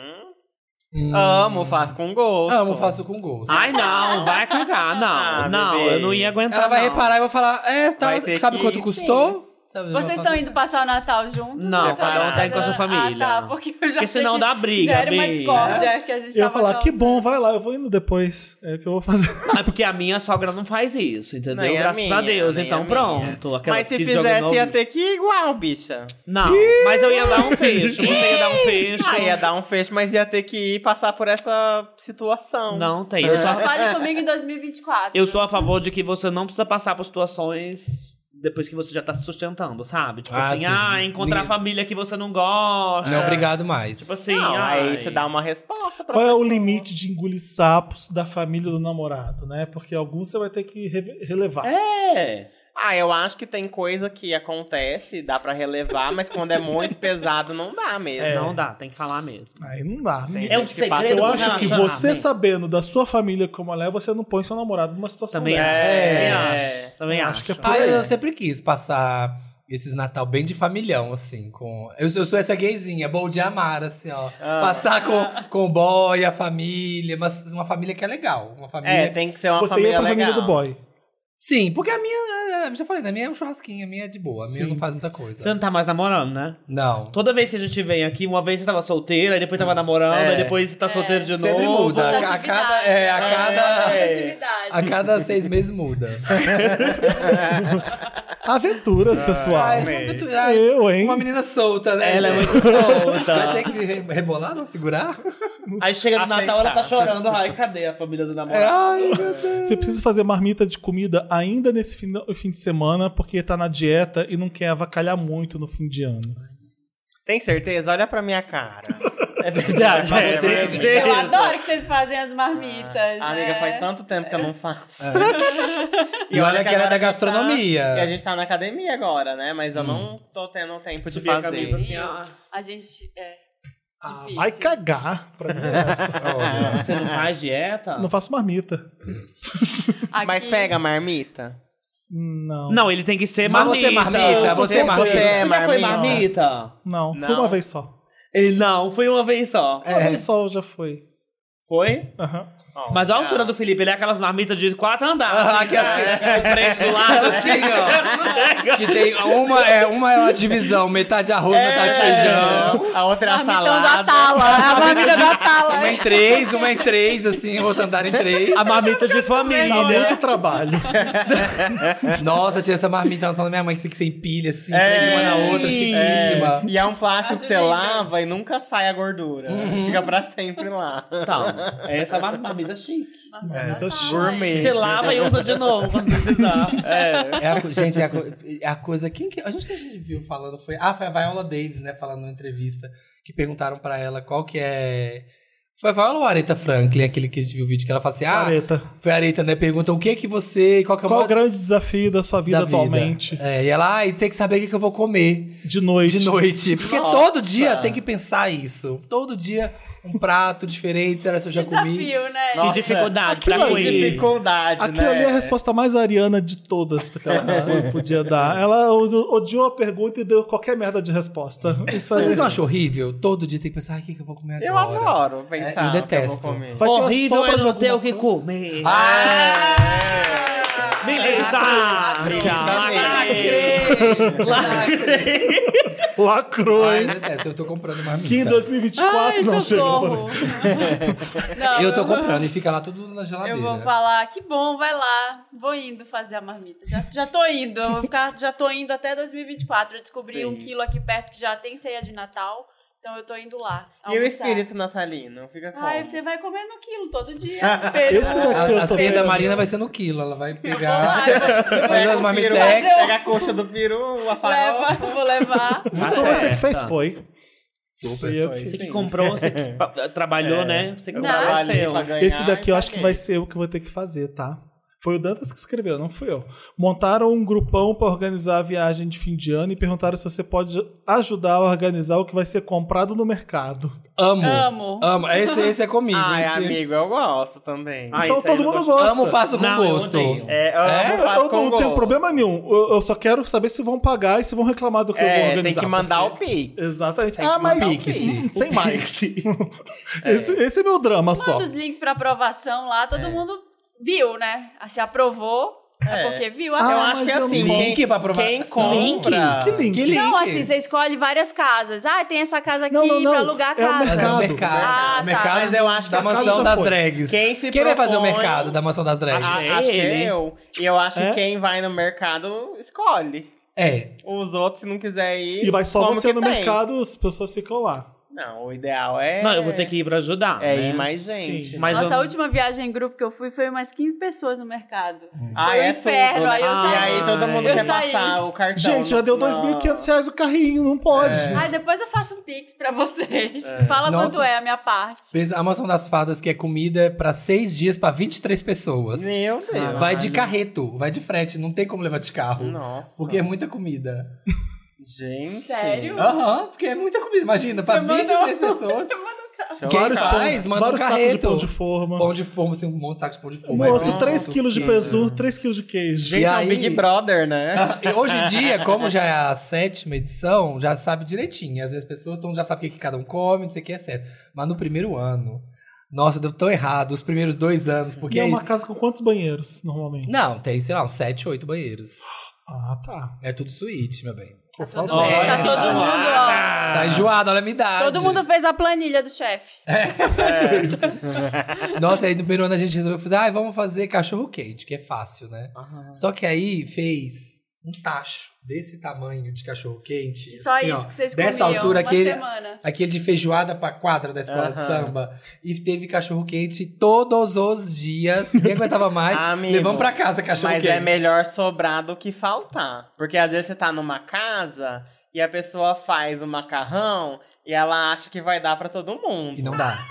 Hum.
Amo, faço com gosto.
Amo, Ah, faço com gosto.
Ai, não, vai cagar, não.
Ah,
não,
bebê.
eu não ia aguentar.
Ela vai
não.
reparar e vai falar, é, tá,
Vai ter
sabe
que-
quanto
Sim.
custou? Sabe, vai
Vocês estão
fazer-
indo passar o Natal juntos?
Não,
Então,
cada um tá aí com a sua família.
Ah, tá, porque eu já
Porque
achei
senão
que
dá briga,
Gera uma
Bi.
discórdia que a gente
Eu ia
tava
falar, que
causando.
bom, vai lá, eu vou indo depois. É o que eu vou fazer.
Não, é porque a minha sogra não faz isso, entendeu?
Nem a
Graças
minha,
a Deus.
nem a
Então
minha.
pronto. Aquela
Mas se
que joga
fizesse,
no-
ia ter que ir igual, bicha.
Não, mas eu ia dar um fecho. Você ia dar um fecho.
Ah, ia dar um fecho, mas ia ter que ir passar por essa situação.
Não tem.
Mas eu só fale comigo em 2024.
Eu sou a favor de que você não precisa passar por situações depois que você já tá se sustentando, sabe? Tipo
Ah,
assim,
sim.
ah, encontrar a
Ninguém-
família que você não gosta.
Não, obrigado mais.
Tipo assim,
Não,
ai.
aí você dá uma resposta pra
Qual é o
pessoa.
limite de engolir sapos da família do namorado, né? Porque alguns você vai ter que reve- relevar.
É.
Ah, eu acho que tem coisa que acontece, dá pra relevar, mas quando é muito pesado, não dá mesmo.
Não dá, tem que falar mesmo.
Aí não dá. né?
Tem
É um
gente que passa-
segredo
Eu
do
acho que
relacionamento.
você sabendo da sua família como ela é, você não põe seu namorado numa situação
Também
dessa.
acho.
É.
Também acho. Também
Acho que é
Ah, eu sempre quis passar esses Natal bem de familhão, assim, com... Eu, sou- eu sou essa gayzinha, bom de amar, assim, ó. Passar com, com o boy, a família, mas uma família que é legal. Uma família...
É, tem que ser uma
Você
família
ia pra
legal.
família do boy.
Sim, porque a minha... é, Já falei, né? a minha é um churrasquinho, a minha é de boa. A minha não faz muita coisa.
Você não tá mais namorando, né?
Não.
Toda vez que a gente vem aqui, uma vez você tava solteira, aí depois tava namorando,
É.
aí depois tá solteiro de
Sempre
novo.
muda. A, a cada... É, a cada... A cada seis meses muda.
Aventuras, pessoal.
Ah, isso é uma aventura- ah,
Eu, hein?
Uma menina solta, né?
Ela é
gente?
muito
Vai
solta.
ter que re- rebolar, não segurar?
Aí chega no
Aceitar.
Natal, ela tá chorando. Ai, cadê a família do namorado?
É, Ai, meu Deus.
Você precisa fazer marmita de comida ainda nesse fim, fim de semana, porque tá na dieta e não quer avacalhar muito no fim de ano.
Tem certeza? Olha pra minha cara.
É, verdade,
É,
é
mas-
certeza.
Eu adoro que vocês fazem as marmitas.
Ah, amiga,
né?
faz tanto tempo que eu não faço.
E olha que ela é
agora
da
É.
a gente tá- E a
gastronomia.
gente tá na academia agora, né? Mas
Hum.
eu não tô tendo tempo de
Subir a
fazer.
camisa assim, ó.
A gente. É. Difícil.
Ah, Vai cagar pra mim. essa.
Olha.
Você não faz dieta?
não faço marmita.
Aqui-
Mas pega a marmita.
Não.
Não, ele tem que ser
Mas você
marmita.
é marmita, você é marmita.
Você é
Você já foi
marmita?
marmita?
Não,
Não.
foi uma vez só.
Ele não, foi uma vez só.
Uma vez só já foi.
Foi?
Aham.
Ó,
Mas olha a
já.
altura do Felipe, ele é aquelas marmitas de quatro andares. é.
Ah, que assim, com o frente do lado, assim, ó. Que tem uma, é, uma é uma divisão, metade arroz, metade feijão.
É. A outra é a
Marmitão da
salada.
tala. A marmita da tala.
Uma em três, uma em três, assim, outro andar em três.
A marmita de
Dá
família.
é muito trabalho.
Nossa, tinha essa marmita na sala da minha mãe que você empilha, assim, prende uma na outra, chiquíssima.
E é um plástico que você
Ajuda. né?
lava e nunca sai a gordura.
Uhum.
Fica pra sempre lá.
Então, é essa mar- marmita chique.
Marmita é
Gourmet.
Você lava e usa de novo quando precisar.
É a co- gente, é a, co- é a coisa. Quem que, a gente que a gente viu falando foi. Ah, foi a Viola Davis, né? Falando numa entrevista. Que perguntaram pra ela qual que é. Foi a Viola ou a Aretha Franklin, aquele que a gente viu o vídeo que ela fala assim: Ah,
Careta.
foi a Aretha, né? Pergunta o que que você. Qual que é o
Qual o
maior
grande desafio da sua vida,
da
atualmente?
É, e ela, ai, tem que saber o que, que eu vou comer
De noite.
É. de noite. Porque
Nossa.
todo dia tem que pensar isso. Todo dia um prato diferente, será que eu já comi?
Desafio, né?
Nossa,
que dificuldade pra
aquilo
Que
ali-
comer.
dificuldade,
Aquilo
né?
ali é a resposta mais ariana de todas que ela podia dar. Ela od- odiou a pergunta e deu qualquer merda de resposta. Isso aí.
Vocês não acham horrível? Todo dia tem que pensar, ai, o que, que eu vou comer agora?
Eu adoro pensar.
É, eu
o que
detesto.
vou comer.
Vai ter uma
Horrível
sombra
é
de
não
alguma
ter o que
coisa.
comer.
Ah!
Beleza!
Lacrei! Lacrei!
Lacrou,
Ai,
hein?
detesto, eu tô comprando marmita.
Que em 2024
Ai,
não chegou.
socorro. Não,
Eu tô
vou-
comprando e fica lá tudo na
Eu
geladeira.
vou falar, que bom, vai lá. Vou indo fazer a marmita. Já, já tô indo, eu vou ficar, já tô indo até 2024. Eu descobri
Sim.
um quilo aqui perto que já tem ceia de Natal, então eu tô indo lá.
E o
almoçar.
espírito natalino? Fica com.
Ai, você vai comer no quilo todo dia. Pedro.
Esse
A,
daqui
a
eu tô
ceia da
vendo.
Marina vai ser no quilo, ela vai pegar. Vai
Vai,
Pega
as
o peru,
marmitex.
um-
pega a coxa do peru, a
vou
farofa.
levar, vou levar.
Muito
Tá
Então, você que
certa.
fez foi.
Super.
E eu
foi.
fiz.
Você que comprou, você que pa-
É.
trabalhou, né? Você que
Não. é assim,
trabalhou
Trabalhei
seu.
pra ganhar
Esse daqui
e
eu acho que
paguei.
vai ser o que eu vou ter que fazer, tá? Foi o Dantas que escreveu, não fui eu. Montaram um grupão pra organizar a viagem de fim de ano e perguntaram se você pode ajudar a organizar o que vai ser comprado no mercado.
Amo.
Amo.
Amo. Esse, esse é comigo.
Ai,
esse-
amigo, eu gosto também.
Ai,
então
Ah, isso aí
todo
eu não
mundo
gosto.
gosta.
Amo, faço com
Não, eu
gosto.
odeio.
É, eu
É?
amo,
Eu,
faço
eu
com
não tenho
gosto.
problema nenhum. Eu, eu só quero saber se vão pagar e se vão reclamar do que eu vou
É,
organizar.
tem que mandar
porque-
o pique.
Exatamente.
Tem que
Ah, mas.
mandar o Pix.
Hum, sem mais. esse, esse é meu drama só.
Manda os links pra aprovação lá, todo mundo viu, né? Se aprovou, é,
É.
porque viu.
eu
Ah,
aprovou.
acho que é
mas eu
assim.
não-
Quem,
Link pra provar-
quem
Link?
compra...
Que link.
Que link.
Não, assim, você escolhe várias casas. Ah, tem essa casa aqui
Não, não, não.
pra alugar a
É o
casa.
Fazer o
Mercado.
um mercado.
Ah, tá.
o mercado
Mas eu acho
da
que é
a casa
mansão das
foi.
drags.
Quem se
vai fazer o
propõe-
mercado da mansão das drags?
Ah,
É
acho que
ele.
é eu. E eu acho
É?
que quem vai no mercado escolhe.
É.
Os outros, se não quiser ir.
E vai só
como
você
que
no
tem.
mercado, as pessoas ficam lá.
Não, o ideal é.
Não, eu vou ter que ir pra ajudar.
É
né?
ir mais gente.
Mas
Nossa,
eu-
a última viagem em grupo que eu fui foi umas 15 pessoas no mercado.
Ah,
Foi um
é
inferno,
tudo, né?
aí eu
E
saí.
aí todo mundo
Eu
quer
saí.
passar o cartão.
Gente, já deu
Não.
2.500 reais o carrinho, não pode.
Ai, depois eu faço um pix pra vocês. Fala
Nossa.
quanto é a minha parte.
Fez A mansão das fadas, que é comida pra seis dias pra 23 pessoas.
Meu Deus.
Vai de carreto, vai de frete, não tem como levar de carro.
Nossa.
Porque é muita comida.
Gente.
Sério?
Aham, porque é muita comida. Imagina, pra 23 pessoas.
Show.
Quem
Cara,
faz, manda um
vários sacos de
carreto.
pão de forma. é
Pão de forma, assim, um monte de saco de pão de
O
forma.
moço,
Aí,
3
pronto,
quilos de
queijo.
pesu, 3 quilos de queijo.
E
Gente, é
aí-
um Big Brother, né?
E Hoje em dia, como já é a sétima edição, já sabe direitinho. Às vezes as pessoas tão, já sabem o que que cada um come, não sei o que é certo. Mas no primeiro ano, nossa, deu tão errado os primeiros dois anos,
E
porque.
é uma casa com quantos banheiros, normalmente?
Não, tem, sei lá, uns sete, oito banheiros.
Ah, tá.
É tudo suíte, meu bem.
Pô,
Tá todo
Nossa,
mundo, tá
essa-
todo mundo, ó.
Tá enjoado, olha a minha idade. É.
Todo mundo fez a planilha do chefe.
Nossa, aí no primeiro ano a gente resolveu fazer, ah, vamos fazer cachorro quente, que é fácil, né? Só que aí fez um tacho desse tamanho de cachorro quente.
Só
assim,
isso
ó,
que vocês comiam.
Dessa altura,
uma
aquele,
semana.
aquele de feijoada pra quadra da escola de
Aham.
samba. E teve cachorro quente todos os dias. Ninguém aguentava mais.
Ah, Amigo,
Levamos pra casa cachorro
Mas
quente.
é melhor sobrar do que faltar. Porque às vezes você tá numa casa e a pessoa faz o macarrão e ela acha que vai dar pra todo
E
mundo.
não dá.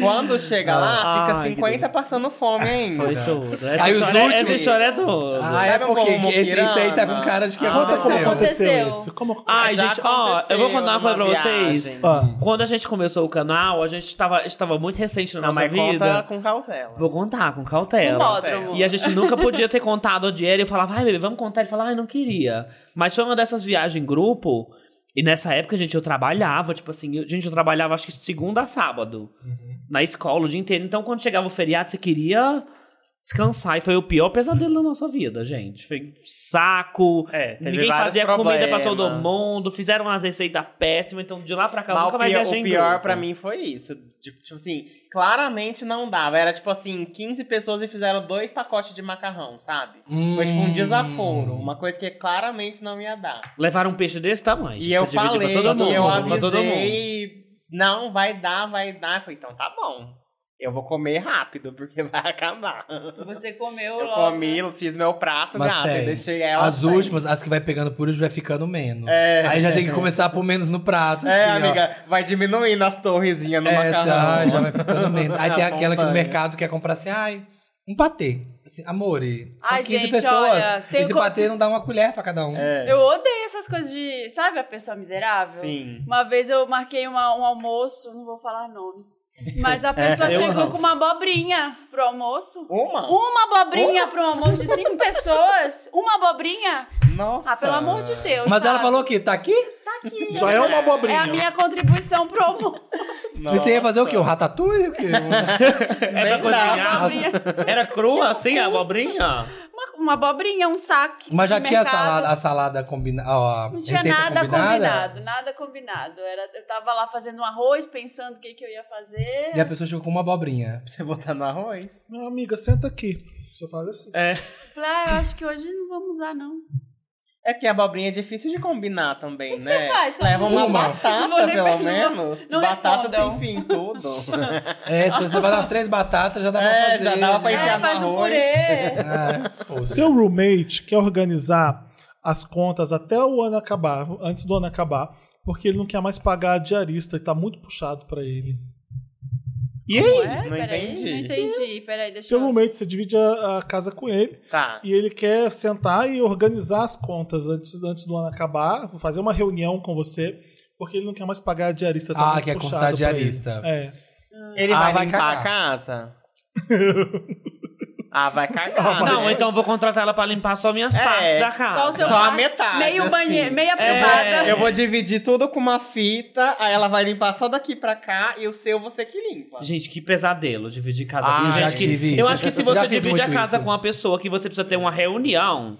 Quando chega lá,
Ah,
fica
ai, que
50 passando fome ainda.
Foi tudo.
Tá.
Essa,
Aí os
história,
últimos-
essa história é tudo.
Ah, é
Sabe
porque
como
esse, esse aí tá com
pirana?
cara de que
Ah,
Conta como
aconteceu.
aconteceu,
Aconteceu.
isso. Como aconteceu?
Ai,
Já
gente, ó, eu vou contar uma coisa pra
aconteceu
vocês.
viagem.
Ah,
Quando a gente começou o canal, a gente tava, estava muito recente na
Não,
nossa
mas conta
vida.
com cautela.
Vou contar, com
Um
cautela.
módromo.
é, E a gente nunca podia ter contado o dinheiro. Eu falava, ai, bebê, vamos contar. Ele falava, ai, não queria. Mas foi uma dessas viagens em grupo. E nessa época, gente, eu trabalhava, tipo assim, eu- gente, eu trabalhava acho que segunda a sábado.
Uhum.
Na escola o dia inteiro. Então, quando chegava o feriado, você queria descansar. E foi o pior pesadelo da nossa vida, gente. Foi um saco.
É, teve
Ninguém
vários
fazia comida pra todo
problemas.
mundo. Fizeram umas receitas péssimas. Então, de lá pra cá, eu
Mas
nunca
o
mais
pior,
viajei
o
em
pior
grupo.
pra mim foi isso. Tipo, tipo assim, claramente não dava. Era tipo assim, 15 pessoas e fizeram dois pacotes de macarrão, sabe? Foi
Hum.
tipo um desaforo. Uma coisa que claramente não ia dar.
Levaram um peixe desse tamanho.
E eu
pra dividir
falei,
pra todo mundo,
e eu
pra todo mundo.
avisei. Não, vai dar, vai dar. Eu falei, então tá bom. Eu vou comer rápido, porque vai acabar.
Você comeu
Eu
logo.
comi, né? fiz meu prato,
Mas
gata.
tem.
Eu deixei ela.
As últimas, as que vai pegando por último, vai ficando menos.
É.
Aí já tem que começar a pôr menos no prato.
É,
assim, ó. É,
amiga, vai diminuindo as torrezinhas no macarrão.
Essa, ah, já vai ficando menos. Aí tem
A
aquela que no
montanha.
mercado quer comprar assim, ai, um patê. Assim, amore, são
Ai,
15
gente,
pessoas.
olha, tem
Esse
co-
patê não dá uma colher pra cada um.
É.
Eu odeio essas coisas de. Sabe a pessoa miserável?
Sim.
Uma vez eu marquei uma- um almoço, não vou falar nomes, mas a pessoa
eu
chegou
amo.
com uma abobrinha pro almoço.
Uma?
Uma abobrinha pro almoço de cinco pessoas? Uma abobrinha?
Nossa.
Ah, pelo amor de Deus.
Mas ela
sabe?
falou que tá aqui?
já é uma
É
abobrinha.
a minha contribuição pro almoço.
Você ia fazer o quê? Um ratatouille? O quê? Um-
Era
Nem
cozinhada.
dá.
Era
Tipo,
crua,
é.
assim, a abobrinha?
Uma, uma abobrinha, um saque.
Mas já
de
tinha a
mercado.
salada, a salada combinada.
Não tinha nada combinado, nada combinado. Era, eu tava lá fazendo um arroz, pensando o que, que eu ia fazer.
E a pessoa chegou com uma abobrinha.
Você botar no arroz?
Não, amiga, senta aqui. Você faz assim.
Falei, ah, eu acho que hoje não vamos usar, não.
É que a abobrinha é difícil de combinar também,
que
né?
você faz com a
Leva uma,
abobrinha?
Não vou
batata,
nem
pelo
perguntar.
menos.
Não
batata
respondam.
sem fim, tudo.
É, se você fazer umas três batatas, já dá pra
É,
fazer.
já dava pra
né?
enfiar
É,
no
faz um
arroz.
purê.
Ah, pô,
Seu roommate quer organizar as contas até o ano acabar, antes do ano acabar, porque ele não quer mais pagar a diarista e tá muito puxado pra ele.
E aí?
Ué,
não
É, peraí,
entendi.
Não entendi. Peraí, deixa
Seu
eu.
roommate, você divide a, a casa com ele
Tá.
e ele quer sentar e organizar as contas antes, antes do ano acabar, vou fazer uma reunião com você, porque ele não quer mais pagar a diarista. Tá
Ah,
muito
quer
puxado
cortar a
pra ele.
diarista.
É.
Ele
Ah,
vai,
vai
limpar
cagar.
a casa? ah, vai cagar.
Ah, vai.
né?
Não, então eu vou contratar ela pra limpar só minhas
É.
partes da casa.
Só o seu
Só a
quarto,
metade,
Meio
assim.
banheiro, meia
É,
privada.
Eu vou dividir tudo com uma fita, aí ela vai limpar só daqui pra cá e o seu você que limpa.
Gente, que pesadelo dividir casa
Ah,
com
já
gente que-
tive isso.
Eu acho que se você
Já fiz
dividir a
muito
casa
isso.
com uma pessoa que você precisa ter uma reunião,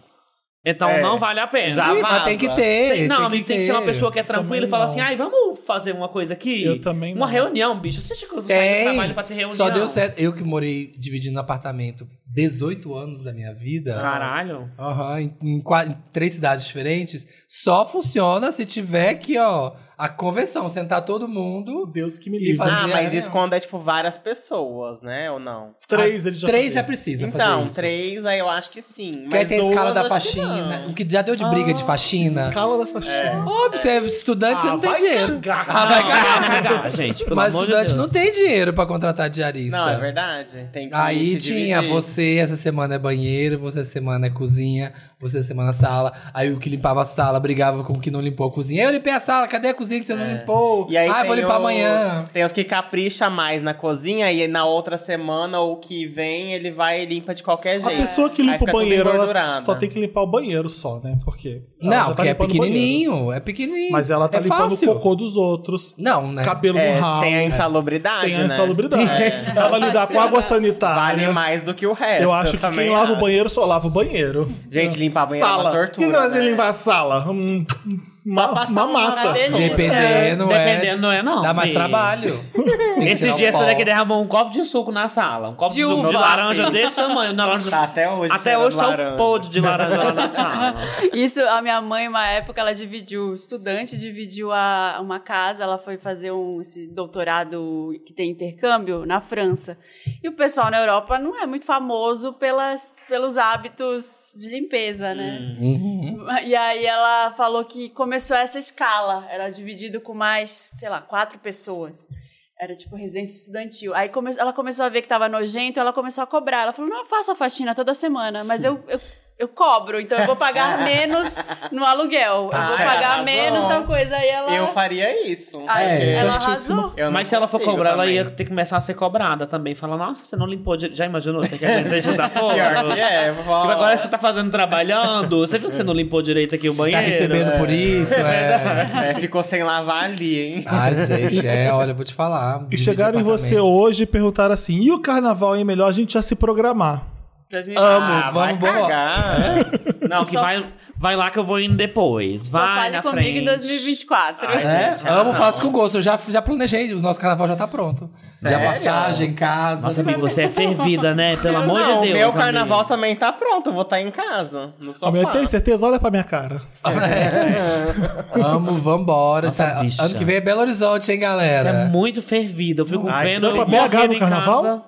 então
É.
não vale a pena.
Já
Ih, mas
vaza.
tem que ter.
Tem- não, amigo, tem que ser uma
ter.
pessoa que é tranquila e
Também
fala
não.
assim: ai, vamos fazer uma coisa aqui?
Eu também
Uma
não.
reunião, bicho. Você acha que eu vou sair do
Tem.
trabalho pra ter reunião?
Só deu certo. Eu que morei dividindo apartamento 18 anos da minha vida.
Caralho.
Aham, em, em qua- em três cidades diferentes. Só funciona se tiver que, ó, a convenção, sentar todo mundo.
Deus que me
E
livre.
fazer-
Ah, mas
é.
isso quando é, tipo, várias pessoas, né? Ou não?
Três é ele já
Três
fazia.
já precisa fazer
Então,
isso.
três, aí eu acho que sim.
Porque aí
Mas
tem a escala
duas,
da
acho que não.
faxina. O que já deu de briga
Ah,
de faxina.
Escala da faxina.
Óbvio, você é estudante, você
Ah,
não tem
vai
dinheiro.
cagar.
Ah, vai cagar.
Ah, cagar, gente, pelo
Mas
amor de
estudante
Deus.
não tem dinheiro pra contratar diarista.
Não, é verdade. Tem que
Aí
se
tinha
dividir.
você, essa semana é banheiro, você essa semana é cozinha, você essa semana é sala. Aí o que limpava a sala brigava com o que não limpou a cozinha. Eu limpei a sala, cadê a cozinha que você não limpou?
E aí
ah,
tem
vou limpar
os-
amanhã.
Tem os que capricha mais na cozinha e na outra semana ou que vem ele vai e limpa de qualquer
A
jeito.
pessoa que
Aí
limpa
fica
o
tudo
banheiro, ela
engordurado.
só tem que limpar o banheiro só, né? Porque ela já
não,
tá
porque é
limpando o banheiro.
pequenininho, é pequenininho.
Mas ela tá
é
limpando
fácil.
o cocô dos outros.
Não, né?
Cabelo
É,
no ralo.
tem a
Tem
insalubridade,
a
né?
insalubridade. Ela vai lidar com água sanitária.
Vale mais do que o resto.
Eu acho que
também
quem lava o
acho.
banheiro só lava o banheiro.
Gente, limpar banheiro é
sala.
uma tortura.
Quem vai
né?
limpar a sala? Hum, uma,
passar um
uma
uma
mata.
vaselina.
Dependendo, é,
Dependendo, não é não.
Dá mais
E-
trabalho. Tem que
Esse
tirar o
dia essa
pó.
daqui derramou um copo de suco na sala. Um copo de,
De
suco de
uva.
laranja desse tamanho. na laranja-
Tá, até hoje.
Até
cheirando
hoje tá
laranja.
um podre de laranja lá na sala.
Isso, a minha mãe, uma época, ela dividiu, estudante dividiu a, uma casa, ela foi fazer um esse doutorado que tem intercâmbio na França. E o pessoal na Europa não é muito famoso pelas, pelos hábitos de limpeza, né?
Uhum.
E aí ela falou que começou essa escala, era dividido com mais, sei lá, quatro pessoas. Era tipo residência estudantil. Aí come- ela começou a ver que tava nojento, ela começou a cobrar. Ela falou: não, eu faço a faxina toda semana, mas eu, eu, eu cobro, então eu vou pagar menos no aluguel.
Tá
eu vou
certo,
pagar
arrasou.
menos tal coisa. Aí ela.
Eu faria isso.
Aí
É,
ela
certíssimo.
arrasou.
Eu não
Ah, Mas se ela for
consigo
cobrar,
também.
ela ia ter que começar a ser cobrada também. Falar, nossa, você não limpou. direito." Já imaginou? Tem que deixar fogo.
Pior que é, vovó.
Tipo, agora que você tá fazendo trabalhando, você viu que você não limpou direito aqui o
Tá
banheiro?
recebendo por isso, é.
É, ficou sem lavar ali, hein?
Ai, gente, é, olha, eu vou te falar.
E
dividir
chegaram em você
apartamento.
hoje e perguntaram assim: e o carnaval é melhor a gente já se programar?
2000.
Amo,
Ah, vai
vamos, vamos.
cagar.
Não, que vai, vai lá que eu vou indo depois.
Só
Vai
fale
na
comigo
frente.
em 2024.
Ai,
É,
gente,
amo,
ah,
faço com gosto. Eu já, já planejei, o nosso carnaval já tá pronto.
Sério?
Já passagem, casa.
Nossa, amigo, você é fervida, né? Pelo amor
não,
de Deus.
meu carnaval
amigo.
também tá pronto. Eu vou estar em casa, no
A minha,
sofá.
tem certeza? Olha pra minha cara.
É. amo, vambora.
é Nossa,
Tá-
bicha.
ano que vem é Belo Horizonte, hein,
Você é
galera?
muito fervida. Eu fico
Ai,
vendo.
você vai pra
eu
BH
morrendo
no
em
carnaval?
casa.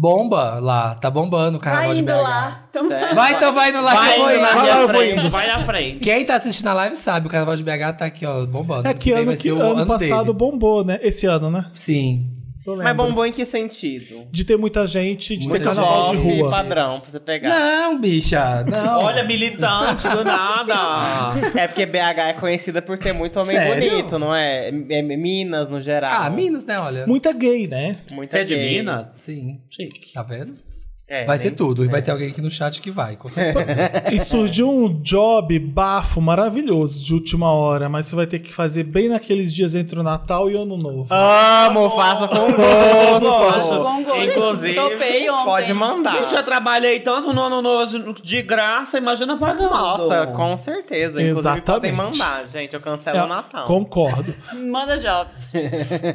Bomba lá, tá bombando o carnaval
Vai
de
indo
BH.
lá. Então,
Sério?
Vai então, vai indo lá que
Vai, tá
eu vou
indo
indo.
na
Vai
minha
lá, eu vou
frente,
indo.
Vai na frente.
Quem tá assistindo a live sabe, o carnaval de BH tá aqui, ó, bombando.
É que
Daí
ano,
vai
que,
ser o
ano
dele.
passado bombou, né? Esse ano, né?
Sim.
Eu lembro.
Mas bombou em que sentido? Tipo,
De ter muita gente, de
Muita
ter carnaval
gente.
de
Golpe
rua.
padrão, pra você pegar.
Não, bicha, não.
Olha, militante do nada.
É porque BH é conhecida por ter muito homem
Sério?
bonito, não é? É Minas, no geral.
Ah, Minas, né, olha.
Muita gay, né?
Muita
Você é de
gay.
Minas?
Sim.
Chique.
Tá vendo?
É,
Vai
né?
ser tudo. E vai ter alguém aqui no chat que vai, com certeza.
E surgiu um job bafo maravilhoso de última hora, mas você vai ter que fazer bem naqueles dias entre o Natal e o Ano Novo.
Ah, Amo, faça com gosto.
Faço com gosto.
Inclusive,
Topei ontem.
pode mandar.
Gente, eu trabalhei tanto no ano novo de graça, imagina pagando.
Nossa, com certeza. Inclusive, podem
Exatamente.
mandar, gente. Eu cancelo
É,
o Natal.
Concordo.
manda jobs.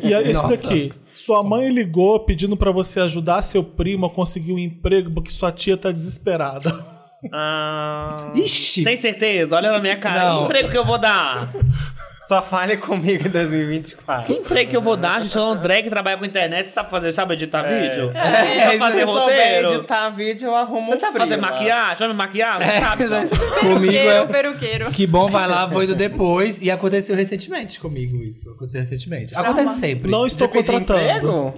E aí, esse
Nossa.
daqui. Sua mãe ligou pedindo pra você ajudar seu primo a conseguir um emprego porque sua tia tá desesperada.
Ah,
Ixi,
Tem certeza? Olha na minha cara.
Não.
Que emprego que eu vou dar?
só fale comigo em 2024.
Que emprego que eu vou dar? Gente, eu sou o André que trabalha com internet. Você sabe fazer, sabe editar vídeo?
É,
Sabe
isso
fazer
Se eu souber
roteiro?
editar vídeo, eu arrumo
Você
um
sabe fazer
freela.
maquiagem? Sabe maquiar?
É,
Não sabe? não.
comigo
Peruqueiro,
é...
peruqueiro.
Que bom, vai lá, vou indo depois. E aconteceu recentemente comigo isso. Aconteceu recentemente. Acontece sempre.
Não
Você
estou
pedir
contratando.
emprego?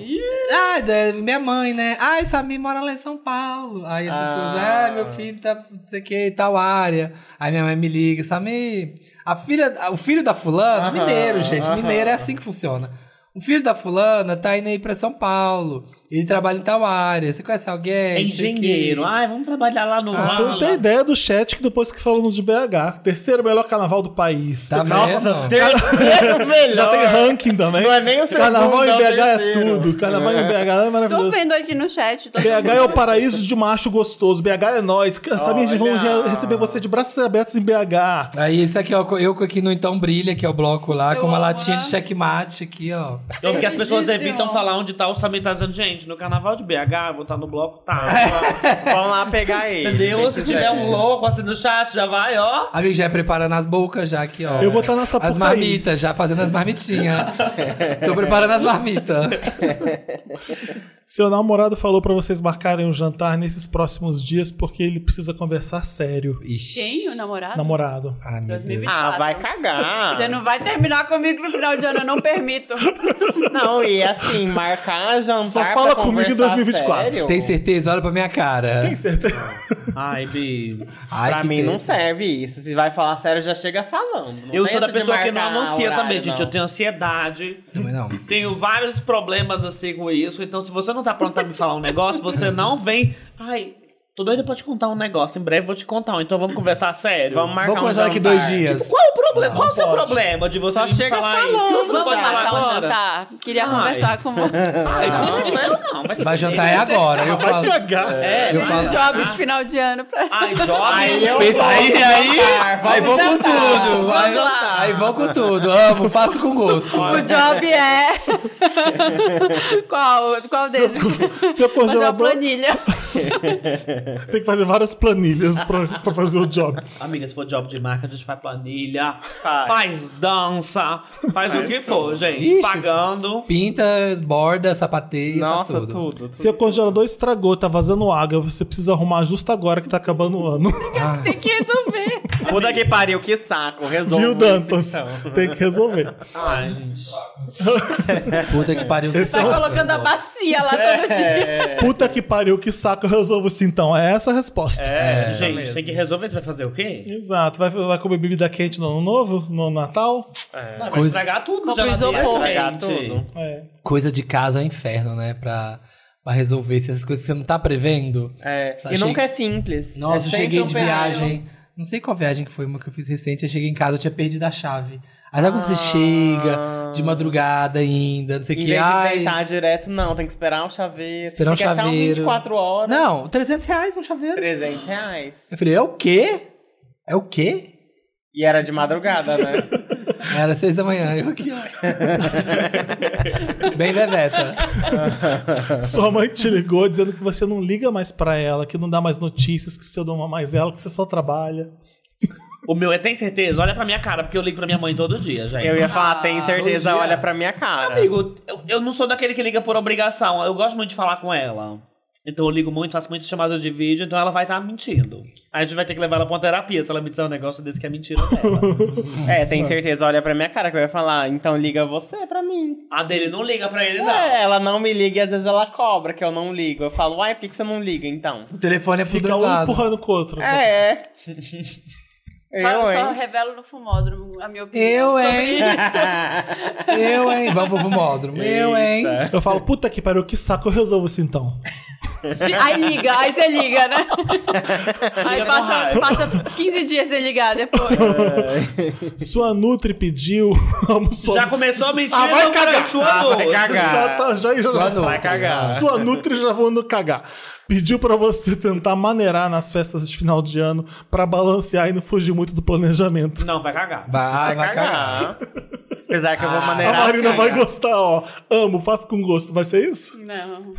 Ah, da- minha mãe, né? Ah, essa mim mora lá em São Paulo. Aí as
Ah.
pessoas, ah, meu filho tá, não sei o que, tal área. Aí minha mãe me liga, Samir, a filha, o filho da fulana,
Aham,
mineiro, gente,
aham.
mineiro é assim que funciona. O filho da fulana tá indo aí pra São Paulo. Ele trabalha em tal área. Você conhece
É
alguém? Não sei o quê.
engenheiro. Ai, vamos trabalhar lá no
Você não
Ala.
Ah.
tem ideia do chat que depois que falamos de BH. Terceiro melhor carnaval do país.
Tá
Nossa,
vendo?
Terceiro melhor.
já tem ranking também.
Não é nem o segundo,
Carnaval
é
em
o
BH é
terceiro.
tudo. Carnaval em BH é
Tô
maravilhoso.
vendo aqui no chat. Tô...
BH é o paraíso de macho gostoso. BH é nós. Sabe, a gente
Olha.
vamos re- receber você de braços abertos em BH.
Aí, isso aqui, ó, eu aqui no Então Brilha, que é o bloco lá,
Eu
com uma
amo,
latinha
né?
de checkmate aqui, ó.
Então, porque as pessoas
Eles dizem,
evitam
ó.
falar onde tá o Samir tá dizendo, gente, no carnaval de BH, vou tá no bloco, tá. tá.
Vão lá pegar ele.
Entendeu?
quem
Se
quiser.
tiver um louco assim no chat, já vai, ó.
Amigo, já é preparando as bocas já aqui, ó.
Eu vou tá na Sapucaí.
As marmitas, já fazendo as marmitinhas. Tô preparando as marmitas.
Seu namorado falou pra vocês marcarem um jantar nesses próximos dias porque ele precisa conversar sério.
Ixi.
Quem? O namorado?
Namorado.
Ai, meu Deus.
2020.
Ah, vai cagar.
Você não vai terminar comigo no final de ano, eu não permito.
Não, e assim, marcar jantar.
Só fala
pra
comigo em
conversar
2024.
sério?
Tem certeza? Olha pra minha cara.
Tem certeza?
Ai, Bi.
Ai,
Pra
que
mim não
pena.
serve isso. Se vai falar sério, já chega falando. Não
Eu
tem
sou
essa
da
de
pessoa que não
marcar
anuncia
horário,
também, gente.
não.
Eu tenho ansiedade.
Também não.
Tenho vários problemas assim com isso. Então, se você não tá pronto pra me falar um negócio, você não vem. Ai, tô doida pra te contar um negócio. Em breve vou te contar. um, Então vamos conversar sério.
Vamos marcar
Vou conversar
um
daqui dois
jantar.
dias.
Qual o problema? Qual o seu problema de você
Só
vir me
chega
falar isso?
falando,
Se você não
Vamos
pode falar
marcar
um
agora.
jantar. Queria
Ai.
conversar com você.
Ai, não, é tipo, não, mas
Vai jantar é agora. Eu
Vai
falo.
cagar.
É,
Eu
né?
falo-
um Job de final de ano pra.
Ai, jovem.
Aí eu
Pensa-
vou,
Aí,
vamos
aí,
jantar,
aí vou
vamos
com
jantar.
tudo. Vai,
Vamos lá.
aí vou com tudo. Amo, faço com gosto.
O job é. qual qual deles?
Seu
Fazer uma
congelador
planilha.
tem que fazer várias planilhas pra, pra fazer o job.
Amiga, se for job de marca, a gente faz planilha,
Faz.
faz dança, faz o que for, gente.
Ixi.
Pagando.
Pinta, borda, sapateia,
Nossa,
faz
tudo.
tudo.
tudo,
Seu congelador estragou, tá vazando água. Você precisa arrumar justo agora que tá acabando o ano.
Tem que resolver.
Puta que pariu, que saco. Resolve.
Viu, Dantas? Tem que resolver.
Ai, gente.
Puta que pariu.
Esse
Vai
Então,
colocando a bacia lá todo dia.
Puta que pariu, que saco, eu resolvo isso então. É essa a resposta.
gente, tem que resolver. Você vai fazer o quê?
Exato. Vai, vai comer bebida quente no ano novo? No Natal?
Vai
Coisa-
estragar tudo,
Compra
já
isopor.
Estragar tudo.
É.
Coisa de casa é um inferno, né? Pra, pra resolver essas coisas que você não tá prevendo.
É,
Só
e
achei-
nunca é simples. é
Nossa, eu
sempre
cheguei
um
de
perrengue.
viagem. Não sei qual viagem que foi, uma que eu fiz recente. Eu cheguei em casa, eu tinha perdido a chave. Aí sabe quando você chega de madrugada ainda, não sei o
Ah. Em
que.
vez de
Ai,
deitar direto, não. Tem que esperar um chaveiro.
Esperar um
tem que achar um
chaveiro.
24 horas.
não, 300 reais um chaveiro.
300 reais.
Eu falei, é o quê? É o quê?
E era de madrugada, né?
Era seis da manhã, eu aqui, ó. Bem beveta.
Sua mãe te ligou dizendo que você não liga mais pra ela, que não dá mais notícias, que você não ama mais ela, que você só trabalha.
O meu é, tem certeza? Olha pra minha cara, porque eu ligo pra minha mãe todo dia, gente.
Eu ia falar, tem
Ah,
certeza,
bom dia.
olha pra minha cara.
Amigo, eu, eu não sou daquele que liga por obrigação. Eu gosto muito de falar com ela. Então eu ligo muito, faço muitas chamadas de vídeo, então ela vai estar mentindo. Aí a gente vai ter que levar ela pra uma terapia se ela me disser um negócio desse que é mentira dela.
É, tem certeza, olha pra minha cara que eu ia falar, então liga você pra mim.
a dele não liga pra ele, não.
É, ela não me liga e às vezes ela cobra que eu não ligo. Eu falo, uai, por que, que você não liga então?
O telefone é pro
Fica
dois
um
lados.
empurrando com o outro.
É, é.
Só,
eu,
só
hein?
revelo no fumódromo a minha
Eu,
opinião. sobre
hein?
isso.
Eu, hein? Vamos pro Vumódromo. Eu, hein?
Eu falo, puta que pariu, que saco, eu resolvo isso então.
De- Aí liga, aí você liga, né? Aí
Liga
passa,
com raiva.
passa 15 dias sem ligar depois.
Sua Nutri pediu. almoçou.
Já começou a mentir,
Ah, vai
não, cara,
cagar.
sua
Ah,
dor.
vai cagar.
Já tá, já, já,
Sua Nutri. Vai
cagar.
Sua Nutri já vou no cagar. Pediu pra você tentar maneirar nas festas de final de ano pra balancear e não fugir muito do planejamento.
Não, vai cagar.
Vai, vai
Vai
cagar.
cagar. Apesar que eu vou
A
maneirar.
Marina
assim,
vai
ó.
gostar, ó. Amo, faço com gosto. Vai ser isso?
Não.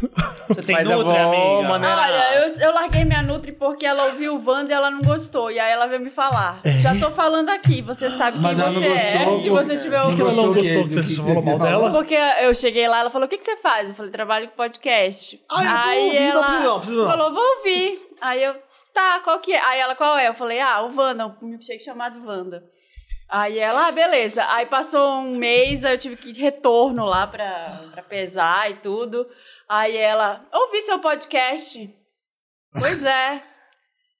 Você tem
Mas eu
nutre,
vou
amiga.
É.
mandar-
Olha, eu, eu larguei minha Nutri porque ela ouviu o Wanda e ela não gostou. E aí ela veio me falar. Já tô falando aqui, você sabe
Mas
quem
ela não
você é.
gostou,
Se
por-
você tiver
Que
que ela
ouvido.
Gostou
não
que-
gostou que você
que- que-
falou mal
que-
dela?
Porque eu cheguei lá, ela falou: o que, que você faz? Eu falei: trabalho com podcast.
Ai, Ah, eu vou ouvir, não precisa não, precisa não.
falou: vou ouvir. Aí eu, tá, qual que é? Aí ela, qual é? Eu falei: ah, o Wanda, um milkshake chamado Wanda. Aí ela, ah, beleza. Aí passou um mês, aí eu tive que ir de retorno lá pra, pra pesar e tudo. Aí ela, ouvi seu podcast. Pois é.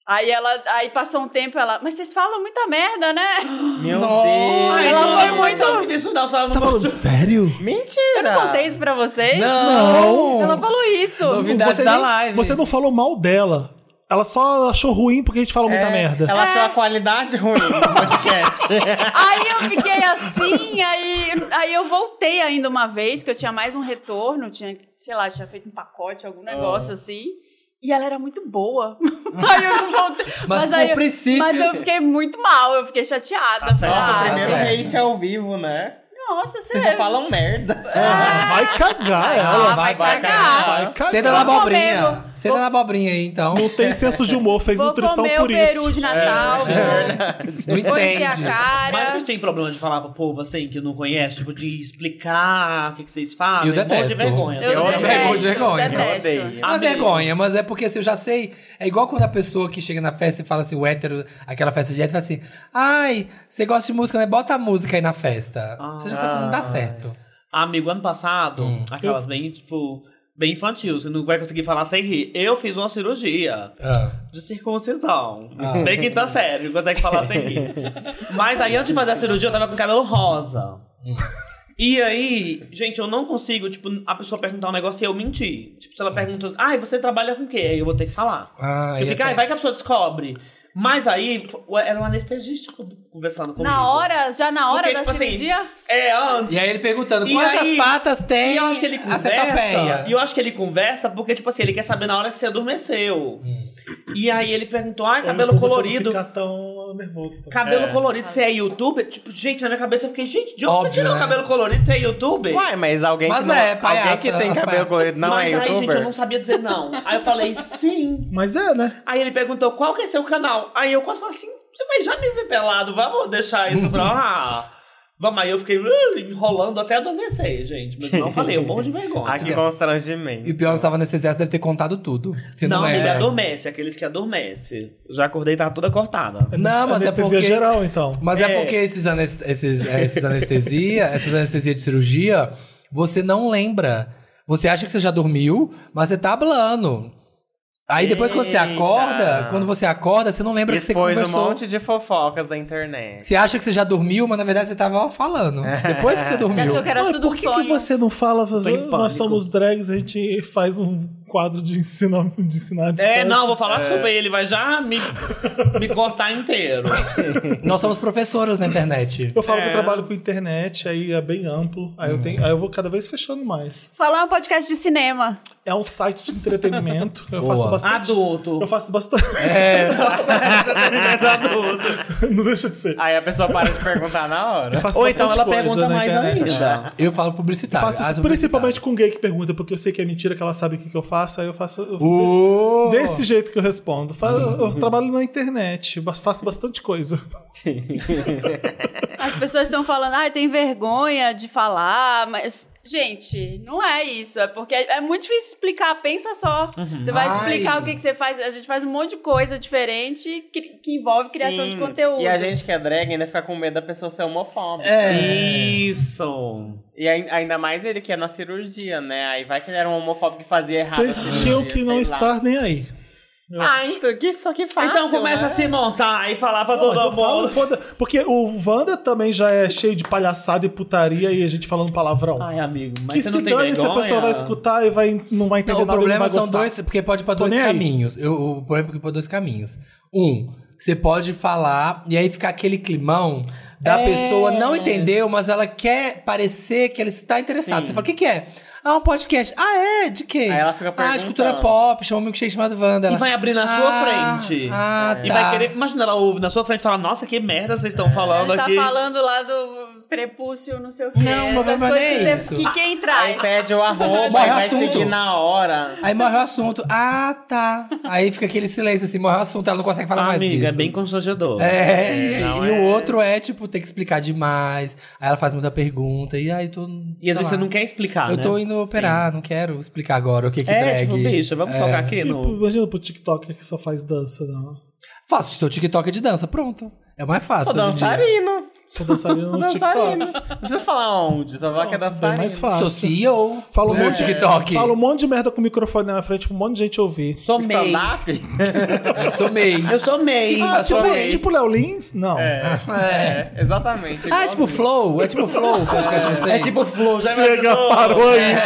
Aí ela, aí passou um tempo, ela, mas vocês falam muita merda, né?
Meu
Nossa.
Deus.
Ela foi muito-
Não, não, isso não, se ela não
Tá falando sério?
Mentira.
Eu não contei isso pra vocês.
Não!
Ela falou isso.
Novidade da
nem-
live.
Você não falou mal dela. Ela só achou ruim porque a gente falou muita
É,
merda.
Ela achou a qualidade ruim do podcast.
Aí eu fiquei assim, aí, aí eu voltei ainda uma vez, que eu tinha mais um retorno, tinha, sei lá, tinha feito um pacote, algum negócio assim. E ela era muito boa. aí eu não voltei. Mas,
por
aí eu-
princípio-
Mas eu fiquei muito mal, eu fiquei chateada.
Tá certo.
Falei,
Nossa,
ah,
primeiro-
Primeiro
certo.
hate um ao vivo, né?
não, Nossa, você
Vocês só falam merda.
Ah, Vai cagar
Ah,
ela.
Ela Ah, vai,
vai
vai
cagar.
Vai cagar.
Senta na
Vou
abobrinha.
comer,
Senta na abobrinha aí, então.
Não tem senso de humor, fez
Vou
nutrição
comer
por
o peru
isso.
de Natal.
Não
Vou encher é a
entende.
cara.
Mas assim, vocês têm problema de falar pro povo assim que não conhece, tipo, de explicar o que, que vocês fazem?
Eu
Morro de
detesto.
vergonha.
Eu,
Eu é
odeio
também.
vergonha,
detesto,
vergonha.
detesto.
Eu odeio.
Não é
Amigo.
vergonha, mas é porque assim, eu já sei. É igual quando a pessoa que chega na festa e fala assim, o hétero, aquela festa de hétero, fala assim: ai, você gosta de música, né? Bota a música aí na festa. você já sabe que não dá certo.
Amigo, ano passado,
Hum.
aquelas bem, tipo, bem infantil, você não vai conseguir falar sem rir. Eu fiz uma cirurgia
Ah.
de circuncisão. Bem quinta série, não consegue falar sem rir. Mas aí, antes de fazer a cirurgia, eu tava com cabelo rosa.
Hum.
E aí, gente, eu não consigo, tipo, a pessoa perguntar um negócio e eu mentir. Tipo, se ela pergunta, ai, você trabalha com o quê? Aí eu vou ter que falar.
É. Ah,
eu
e
fico,
até-
ai, vai que a pessoa descobre. Mas aí, f- era um anestesista conversando comigo.
Na hora, já na hora
Porque,
da
tipo assim,
cirurgia?
É, antes.
E aí ele perguntando:
E
quantas
aí-
patas tem
E eu acho que ele
a centopeia?
conversa. E eu acho que ele conversa porque, tipo assim, ele quer saber na hora que você adormeceu.
Hum.
E aí ele perguntou: ai, cabelo
Pra você não
colorido.
ficar tão nervoso. também.
Cabelo colorido, você é youtuber? Tipo, gente, na minha cabeça eu fiquei, gente, de onde
Óbvio,
você tirou
né?
cabelo colorido? Você é youtuber?
Uai, mas alguém
Mas
que, não-
é, palhaça,
alguém que tem
as
cabelo
palhaças.
colorido não
Mas
é
aí,
youtuber.
gente, eu não sabia dizer não. Aí eu falei, sim.
Mas é, né?
Aí ele perguntou, qual que é seu canal? Aí eu quase falei assim, você vai já me ver pelado, vamos deixar isso pra lá. Vamos, aí eu fiquei uh, enrolando até adormecer, gente. Mas não falei, eu morro de vergonha.
Ah, que constrangimento.
E o pior é que estava anestesiado, você deve ter contado tudo. Se não,
não, amiga,
é.
adormece, aqueles que adormece. Eu Já acordei e tava toda cortada.
Não, mas é
Anestesia
porque.
geral, então.
Mas é,
É.
porque esses, anes- esses, é, esses anestesia, essas anestesia de cirurgia, você não lembra. Você acha que você já dormiu, mas você tá hablando. Aí depois quando você
Eita.
acorda, quando você acorda, você não lembra que você
Expôs um
conversou.
monte de fofocas da internet.
Você acha que você já dormiu, mas na verdade você tava ó, falando. Depois que você
Você
dormiu.
achou que era
Mas
tudo
por
um
que,
sonho?
que você não fala? "Ah,
Tô em
Nós
pânico.
somos drags, a gente faz um quadro de, ensino, de ensinar a
É,
distância.
não, vou falar sobre ele, vai já me, me cortar inteiro.
Nós somos professoras na internet.
Eu falo que
É.
eu trabalho com internet, aí é bem amplo. Aí, eu tenho, aí eu vou cada vez fechando mais.
Falar um podcast de cinema.
É um site de entretenimento. eu
Boa.
faço
Ah,
bastante.
Adulto.
Eu faço bastante.
É.
adulto.
não deixa de
Ah,
ser.
Aí a pessoa para de perguntar na hora.
Eu faço
Ou então
bastante
ela
coisa
pergunta
na
mais
internet.
ainda.
Eu falo publicitário.
Faço
Ah,
isso
sou
principalmente com um gay que pergunta, porque eu sei que é mentira, que ela sabe o que, que eu faço, aí eu faço. eu-
publicitário. Ô!
Desse jeito que eu respondo. Fa- Eu trabalho na internet, bas- faço bastante coisa.
As pessoas estão falando, ai, tem vergonha de falar, mas. Gente, não é isso. É porque é, é muito difícil explicar. Pensa só.
Uhum.
Você vai
Ai.
explicar o que, que você faz. A gente faz um monte de coisa diferente que, que envolve criação
Sim,
de conteúdo.
E a gente que é drag ainda fica com medo da pessoa ser homofóbica.
É. Isso.
E ai- ainda mais ele que é na cirurgia, né? Aí vai que ele era um homofóbico que fazia errado. a
Vocês
cirurgia,
tinham que não
sei lá.
estar nem aí.
Ah, então, que isso aqui fácil,
Então começa
né?
a se montar e falar pra
Não, mas
todo
eu falo,
mundo.
foda- porque o Wanda também já é cheio de palhaçada e putaria e a gente falando palavrão.
Ai, amigo, mas
que
você
se
não tem
dane se
vergonha?
a pessoa vai escutar e vai, não vai entender
Não, o
nada e
problema
não vai
são
gostar.
dois, porque pode ir pra dois
nem aí.
caminhos. Eu, o problema é que pode dois caminhos. Um, você pode falar e aí fica aquele climão da pessoa não entendeu, mas ela quer parecer que ela está interessada. Você fala, o que, que é? Ah, um podcast. Ah, é? De quê?
Aí ela fica
Ah, de cultura
perguntando.
pop, chama um milkshake chamado Wanda.
E
Ela,
vai abrir na sua
"Ah,
frente.
Ah, tá.
E vai querer. Imagina, ela ouve na sua frente e fala: Nossa, que merda vocês estão
A
falando
gente tá
aqui.
falando lá do prepúcio, não sei o quê.
Não, mas
essas
não é
coisas que,
nem isso.
você- que quem
Aí
traz.
pede o arroba,
Morre
aí vai
assunto.
seguir na hora.
Aí morre o assunto. Ah, tá. Aí fica aquele silêncio assim, morre o assunto, ela não consegue falar mais disso.
Amiga, é bem constrangedor.
É,
não
e
é.
o outro é, tipo, ter que explicar demais. Aí ela faz muita pergunta, e aí tô.
E às
sei
vezes
lá.
você não quer explicar.
Eu
né?
tô indo operar, não quero explicar agora o que que
É,
drag.
tipo, bicho, vamos focar aqui
E, pô,
no.
imagina pro TikTok que só faz dança, não.
Faço seu TikTok de dança, pronto. É mais fácil.
Sou
hoje em dia.
dançarino.
Só dançarina no
Dançarino.
TikTok.
Não precisa falar onde, só fala que é
Bem
dançarino.
mais fácil.
Sou CEO.
Falo
Né?
meu
muito-
um TikTok.
Fala um monte de merda com o microfone na minha frente pra um monte de gente ouvir.
Sou MEI.
Stand-up?
Eu sou MEI.
Eu sou MEI.
Ah,
só
tipo,
aí.
tipo Léo Lins? Não.
É.
É, exatamente.
Ah, é tipo
igualzinho.
Flow? É tipo Flow o podcast de vocês?
É tipo Flow, já
Chega,
imaginou?
parou
É,
aí.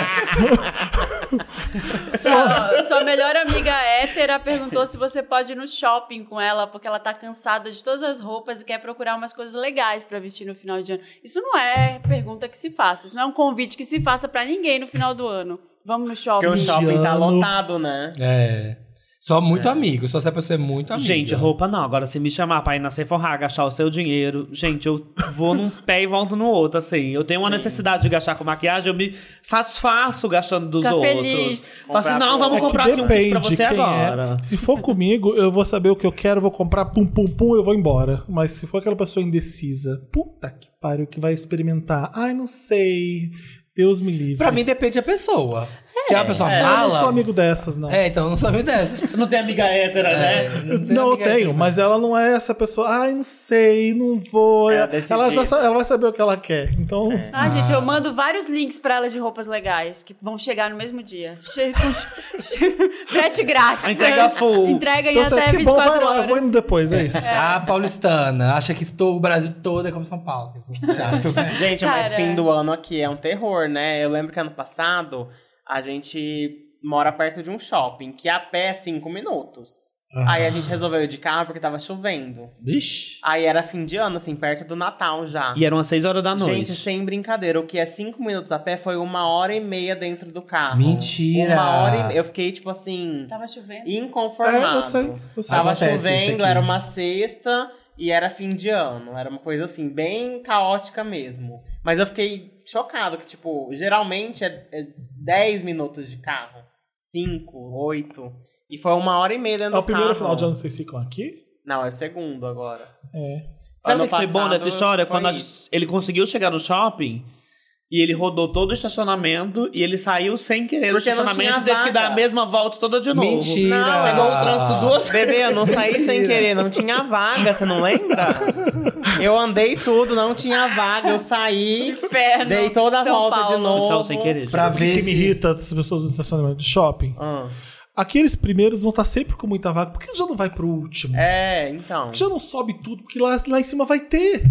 Sua, sua melhor amiga hétera perguntou se você pode ir no shopping com ela, porque ela tá cansada de todas as roupas e quer procurar umas coisas legais pra vestir no final de ano. Isso não é pergunta que se faça, isso não é um convite que se faça pra ninguém no final do ano. Vamos no shopping.
Porque o shopping tá
Indiano.
lotado, né?
É. Só muito amigo, só se a pessoa é muito amiga.
Gente, roupa não. Agora, se me chamar pra ir na Sephora gastar o seu dinheiro, gente, eu vou num pé e volto no outro, assim. Eu tenho uma necessidade de gastar com maquiagem, eu me satisfaço gastando dos
Fica
outros.
feliz.
Falo assim,
Comprar
não,
pra-
vamos
É
comprar aqui um kit pra você
quem
agora.
É. Se for comigo, eu vou saber o que eu quero, vou comprar, pum, pum, pum, eu vou embora. Mas se for aquela pessoa indecisa, puta que pariu, que vai experimentar. Ai, não sei. Deus me livre.
Pra mim depende da pessoa. se é uma pessoa
eu não sou
mala.
amigo dessas, não.
É, então eu não sou amigo dessa.
Você não tem amiga hétera, né?
Não, tem
Não, eu
amiga
tenho, mas ela não é essa pessoa. Ai, não sei, não
É,
vou.
Ela
Ela, já
decidiu.
sa- ela vai saber o que ela quer. Então,
Ah, gente, eu mando vários links pra ela de roupas legais que vão chegar no mesmo dia. Che- com- che- Frete grátis.
Entrega full.
Entrega em
então assim,
até
que bom,
24
vai lá, eu
horas.
vou indo depois, é isso.
A Ah, paulistana acha que estou o Brasil todo é como São Paulo. assim, chato.
Gente, mas
Cara.
fim do ano aqui é um terror, né? Eu lembro que ano passado a gente mora perto de um shopping, que a pé é cinco minutos.
Ah.
Aí a gente resolveu ir de carro porque tava chovendo.
Vixe.
Aí era fim de ano, assim, perto do Natal já.
E eram às 6 horas da noite.
Gente, sem brincadeira, o que é cinco minutos a pé foi uma hora e meia dentro do carro.
Mentira.
Uma hora e meia. Eu fiquei, tipo assim,
Tava chovendo.
inconformado.
É, eu sei, eu sei.
Tava
Acontece isso
chovendo,
aqui.
era uma sexta e era fim de ano. Era uma coisa assim, bem caótica mesmo. Mas eu fiquei chocado que, tipo, geralmente é, é 10 minutos de carro. 5, 8. E foi uma hora e meia dentro
É o
do
primeiro
carro.
final de ano que vocês ficam aqui?
Não, é o segundo agora.
É.
Sabe
Ano
o que foi bom
passado
dessa história?
foi
Quando a-
isso.
ele conseguiu chegar no shopping e ele rodou todo o estacionamento e ele saiu sem querer
Porque
do
não tinha
estacionamento e teve que
vaga.
dar a mesma volta toda de novo.
Mentira. Ah.
Não, é
Pegou o trânsito duas vezes.
Bebê, eu não saí sem
Mentira.
querer, não tinha vaga, você não lembra? Eu andei tudo, não tinha vaga, eu saí,
Inferno.
dei toda a
São
volta
Paulo.
de novo.
Saiu sem querer. gente.
Pra
O que,
ver
que me
se...
irrita das pessoas no estacionamento do shopping?
Ah.
Aqueles primeiros vão estar sempre com muita vaga. Por que já não vai pro último?
É, então.
Por que já não sobe tudo? Porque lá, lá em cima vai ter.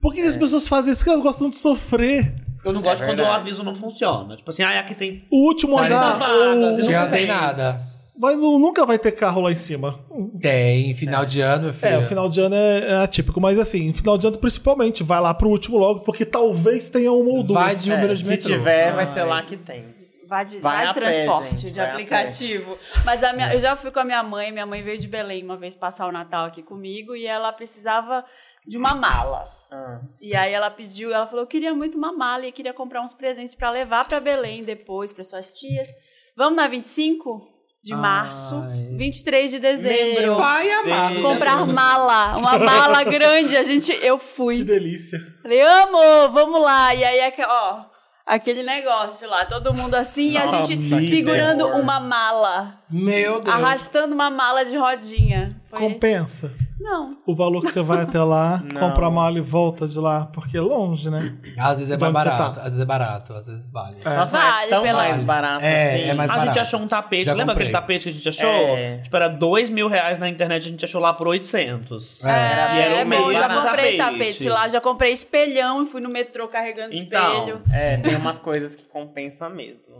Por que as pessoas fazem isso? Porque elas gostam de sofrer.
Eu não gosto quando o
É verdade.
aviso não funciona. Tipo assim, ah, aqui tem.
O último
Vai
andar.
dar vaga,
ou-
você
Já
Nunca
não tem
tem.
nada.
vai- nu- nunca vai ter carro lá em cima.
Tem, final de ano, filho.
É, o final de ano é, é atípico, mas assim, final de ano principalmente, vai lá pro último logo, porque talvez tenha uma ou duas.
Vai de
É,
número de
se
metrô.
tiver, vai
Ah,
ser
é.
lá que tem.
Vai de,
Vai
vai
a
de
pé,
transporte,
gente,
de
vai a
aplicativo. Mas a minha- eu já fui com a minha mãe, minha mãe veio de Belém uma vez passar o Natal aqui comigo e ela precisava de uma mala.
Ah.
E aí ela pediu, ela falou: "Eu queria muito uma mala e queria comprar uns presentes pra levar pra Belém depois para suas tias. Vamos na 25 de março, 23 de dezembro.
Pai amado.
Comprar mala, uma mala grande. A gente, eu fui.
Que delícia.
Falei, amo, vamos lá. E aí, aque- ó, aquele negócio lá, todo mundo assim, e a
Nossa,
gente
que
segurando
terror.
uma mala,
Meu Deus.
arrastando uma mala de rodinha. Foi-
Compensa
Não.
o valor que você vai até lá,
Não.
compra a mala e volta de lá, porque é longe, né?
Às vezes é mais
Onde você
barato.
tá?
Às vezes é barato, às vezes vale.
É.
Nossa,
Vale
é tão
pela-
mais barato
É,
assim.
é mais
a
barato.
gente achou um tapete.
Já
Lembra
comprei.
aquele tapete que a gente achou?
É.
Tipo, era dois mil reais na internet, a gente achou lá por 800.
É.
E era
É,
um
o
bom,
mesmo
já comprei tapete.
tapete
lá, já comprei espelhão e fui no metrô carregando espelho.
Então,
É, tem umas coisas que compensa mesmo.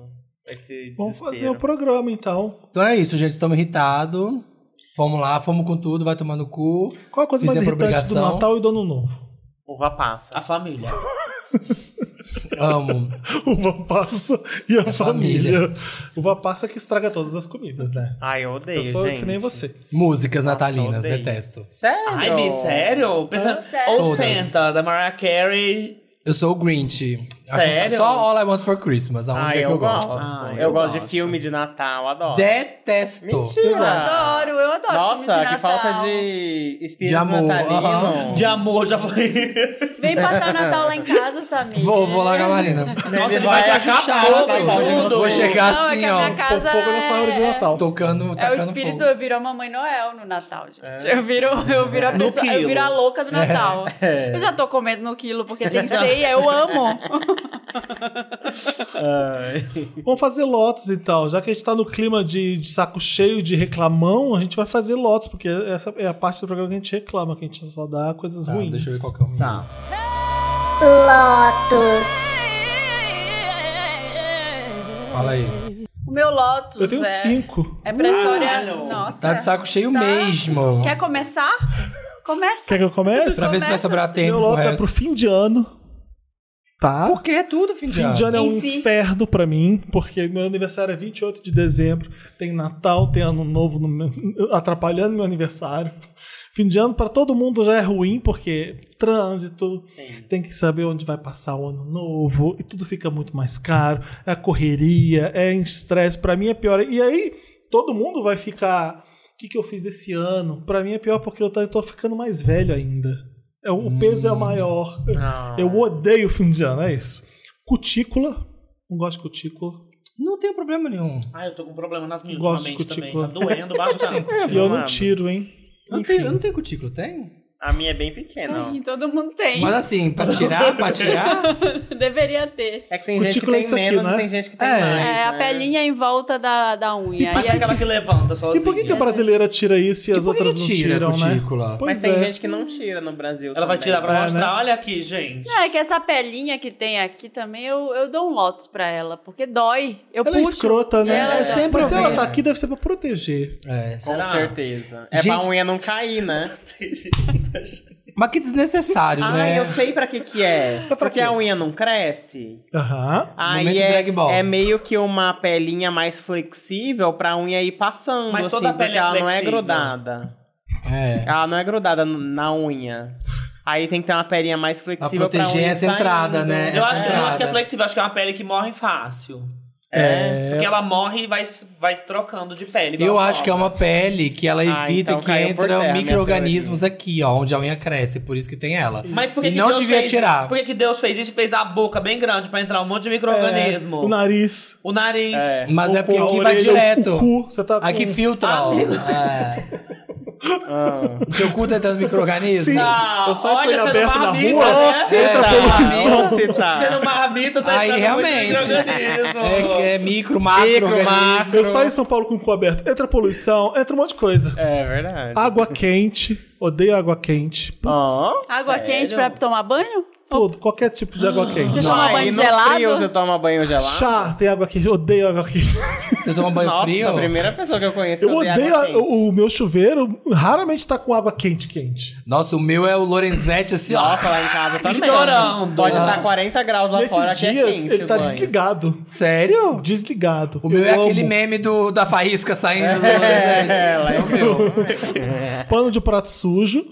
Esse
Vamos fazer o
desespero.
programa então.
Então é isso, gente. Estamos irritados. Fomos lá, fomos com tudo, vai tomar no cu.
Qual a coisa mais
Fizer
irritante
por
do
obrigação.
Natal e do Ano Novo?
Uva passa.
a família.
Amo.
Uva passa e a família.
família.
Uva passa que estraga todas as comidas, né?
Ai, eu odeio,
Eu sou
gente.
que nem você.
Músicas natalinas,
odeio.
detesto.
Sério?
Ai, me,
é?
sério? Pensa,
Sério.
Todas.
Ou senta, da Mariah Carey.
Eu sou o Grinch. Acho
Sério?
Só All I Want For Christmas, a única
Ai,
é que
eu,
eu
gosto.
gosto.
Ah,
eu,
eu
gosto de
gosto.
filme de Natal, adoro.
Detesto.
Eu
Mentira!
gosto.
Adoro, eu adoro.
Nossa,
filme de
que
Natal.
falta de espírito
De amor,
natalino.
aham.
De amor, já falei.
Vem passar o Natal lá em casa, Samir.
Vou, vou lá com a Marina.
Nossa, ele vai tacar fogo em tudo.
Vou chegar
Não, é
assim,
que a minha
ó.
O
casa
fogo nessa hora de
é-
Natal.
Tocando,
É o
tacando
espírito,
fogo.
eu viro a Mamãe Noel no Natal, gente. Eu viro, eu viro a
No
pessoa, eu
quilo.
viro a louca do Natal. Eu já tô comendo no quilo porque tem ceia, eu amo.
Vamos fazer lotes então. Já que a gente tá no clima de, de saco cheio, de reclamão, a gente vai fazer lotes, porque essa é a parte do programa que a gente reclama, que a gente só dá coisas
Tá,
ruins.
deixa eu ver qual que é o meu.
Tá.
Fala aí.
O meu Lotus
Eu tenho
é,
cinco.
é pra história.
Caralho.
Nossa.
Tá de saco cheio mesmo.
Quer começar? Começa.
Quer que eu comece?
Pra ver se vai
Começa.
sobrar tempo.
Meu
pro
Lotus é
resto.
pro fim de ano. tá?
Porque é tudo fim de
Fim de
ano.
ano é um
Em si.
inferno pra mim, porque meu aniversário é 28 de dezembro, tem Natal, tem Ano Novo no meu- atrapalhando meu aniversário. Fim de ano pra todo mundo já é ruim, porque trânsito, tem que saber onde vai passar o Ano Novo, e tudo fica muito mais caro, é a correria, é em estresse, pra mim é pior. E aí todo mundo vai ficar, o que, que eu fiz desse ano? Pra mim é pior porque eu tô, eu tô ficando mais velho ainda. É, o peso é maior.
Ah.
Eu odeio fim de ano, é isso. Cutícula. Não gosto de cutícula.
Não tem problema nenhum.
Ai, Ah, eu tô com problema nas minhas
Gosto
ultimamente
de
também. Tá
cutícula.
doendo bastante.
E eu não
amado.
tiro, hein?
Eu não, tenho, eu não tenho cutícula, tem?
A minha é bem pequena. ó.
Tem, todo mundo tem.
Mas assim, pra tirar, pra tirar.
Deveria ter.
É que tem
O
gente que
título é
tem
isso aqui,
menos
né?
e tem gente que tem
É.
É,
mais.
a
né?
pelinha em volta da, da unha.
Mas
E a-
aquela que levanta
E
sozinha.
por que, que a brasileira tira isso e
E
as
por que
outras
que
não
tira
tiram,
a cutícula? Mas
né?
Mas
Pois
tem
é.
gente que não tira no Brasil.
Ela
também.
vai tirar pra
É,
mostrar.
né?
Olha aqui, gente.
Não, é que essa pelinha que tem aqui também, eu, eu dou um lotus pra ela, porque dói. Eu
Ela é
puxo.
escrota, né?
Ela
É dá. sempre
Mas se ela
horrível.
tá aqui, deve ser pra proteger.
É,
Com
Será?
certeza. É
Gente-
pra unha não cair, né?
mas que desnecessário,
Ah,
né?
eu sei pra que que é.
pra
Porque
quê?
a unha não cresce.
Aham.
Aí
Momento
é,
Drag Balls.
é meio que uma pelinha mais flexível pra unha ir passando,
Mas
assim,
toda a
porque
pele é
ela não é
flexível.
grudada.
É.
Ela não é grudada n- na unha. Aí tem que ter uma pelinha mais
Pra
flexível pra,
proteger
unha tá
essa
ir
entrada,
saindo.
né?
Eu
Essa
acho, que, eu acho que é
entrada.
flexível, acho que é uma pele que morre fácil.
É.
Porque ela morre e vai, vai trocando de pele. igual
Eu
a
acho que é
cobra.
uma pele que ela
Ah,
evita
então
que
caiu por terra,
entram
minha
micro-organismos aqui, ó, onde a unha cresce, por isso que tem ela.
Mas por que
e
que
não
Deus
devia
fez-
tirar.
Por que, que Deus fez isso e fez a boca bem grande pra entrar um monte de
É,
micro-organismo?
É, O nariz.
O nariz.
Mas
o-
é porque
a
aqui
orelha,
vai
o-
direto.
O cu, você tá com-
Aqui filtra, ó. É. Seu cu tá entrando micro-organismo?
Sim.
Ah,
eu saio com
olha,
ele
você
aberto
não
na
barbica,
rua,
né?
você entra
Tá,
pelo
Nossa,
horizonte.
se tá.
Você não marmita, tá
Aí,
entrando muito
realmente.
micro-organismo.
É, que é micro, macro,
Micro,
organismo.
Eu saio em São Paulo com o cu aberto. Entra poluição, entra um monte de coisa.
É verdade.
Ah,
Água quente. Odeio água quente.
Ó.
Água quente pra tomar banho?
Tudo, qualquer tipo de água quente.
Você toma
Aí
banho
no
gelado?
frio você toma banho gelado?
Chá, tem água quente, odeio água quente.
Você toma banho
Nossa,
frio?
a primeira pessoa que eu conheço
Eu
que odeia
odeio
água
a-
quente.
o, o meu chuveiro, raramente tá com água quente, quente.
Nossa, o meu é o Lorenzetti, assim, ó.
Nossa, lá em casa também.
Estourando.
Pode
Ah.
estar 40 graus lá fora,
Nesses
aqui é
dias,
quente
ele tá
o banho.
desligado.
Sério?
Desligado.
O meu
Eu
é
amo.
aquele meme do, da faísca saindo do Lorenzetti.
É, lá
É o meu.
Pano de prato sujo,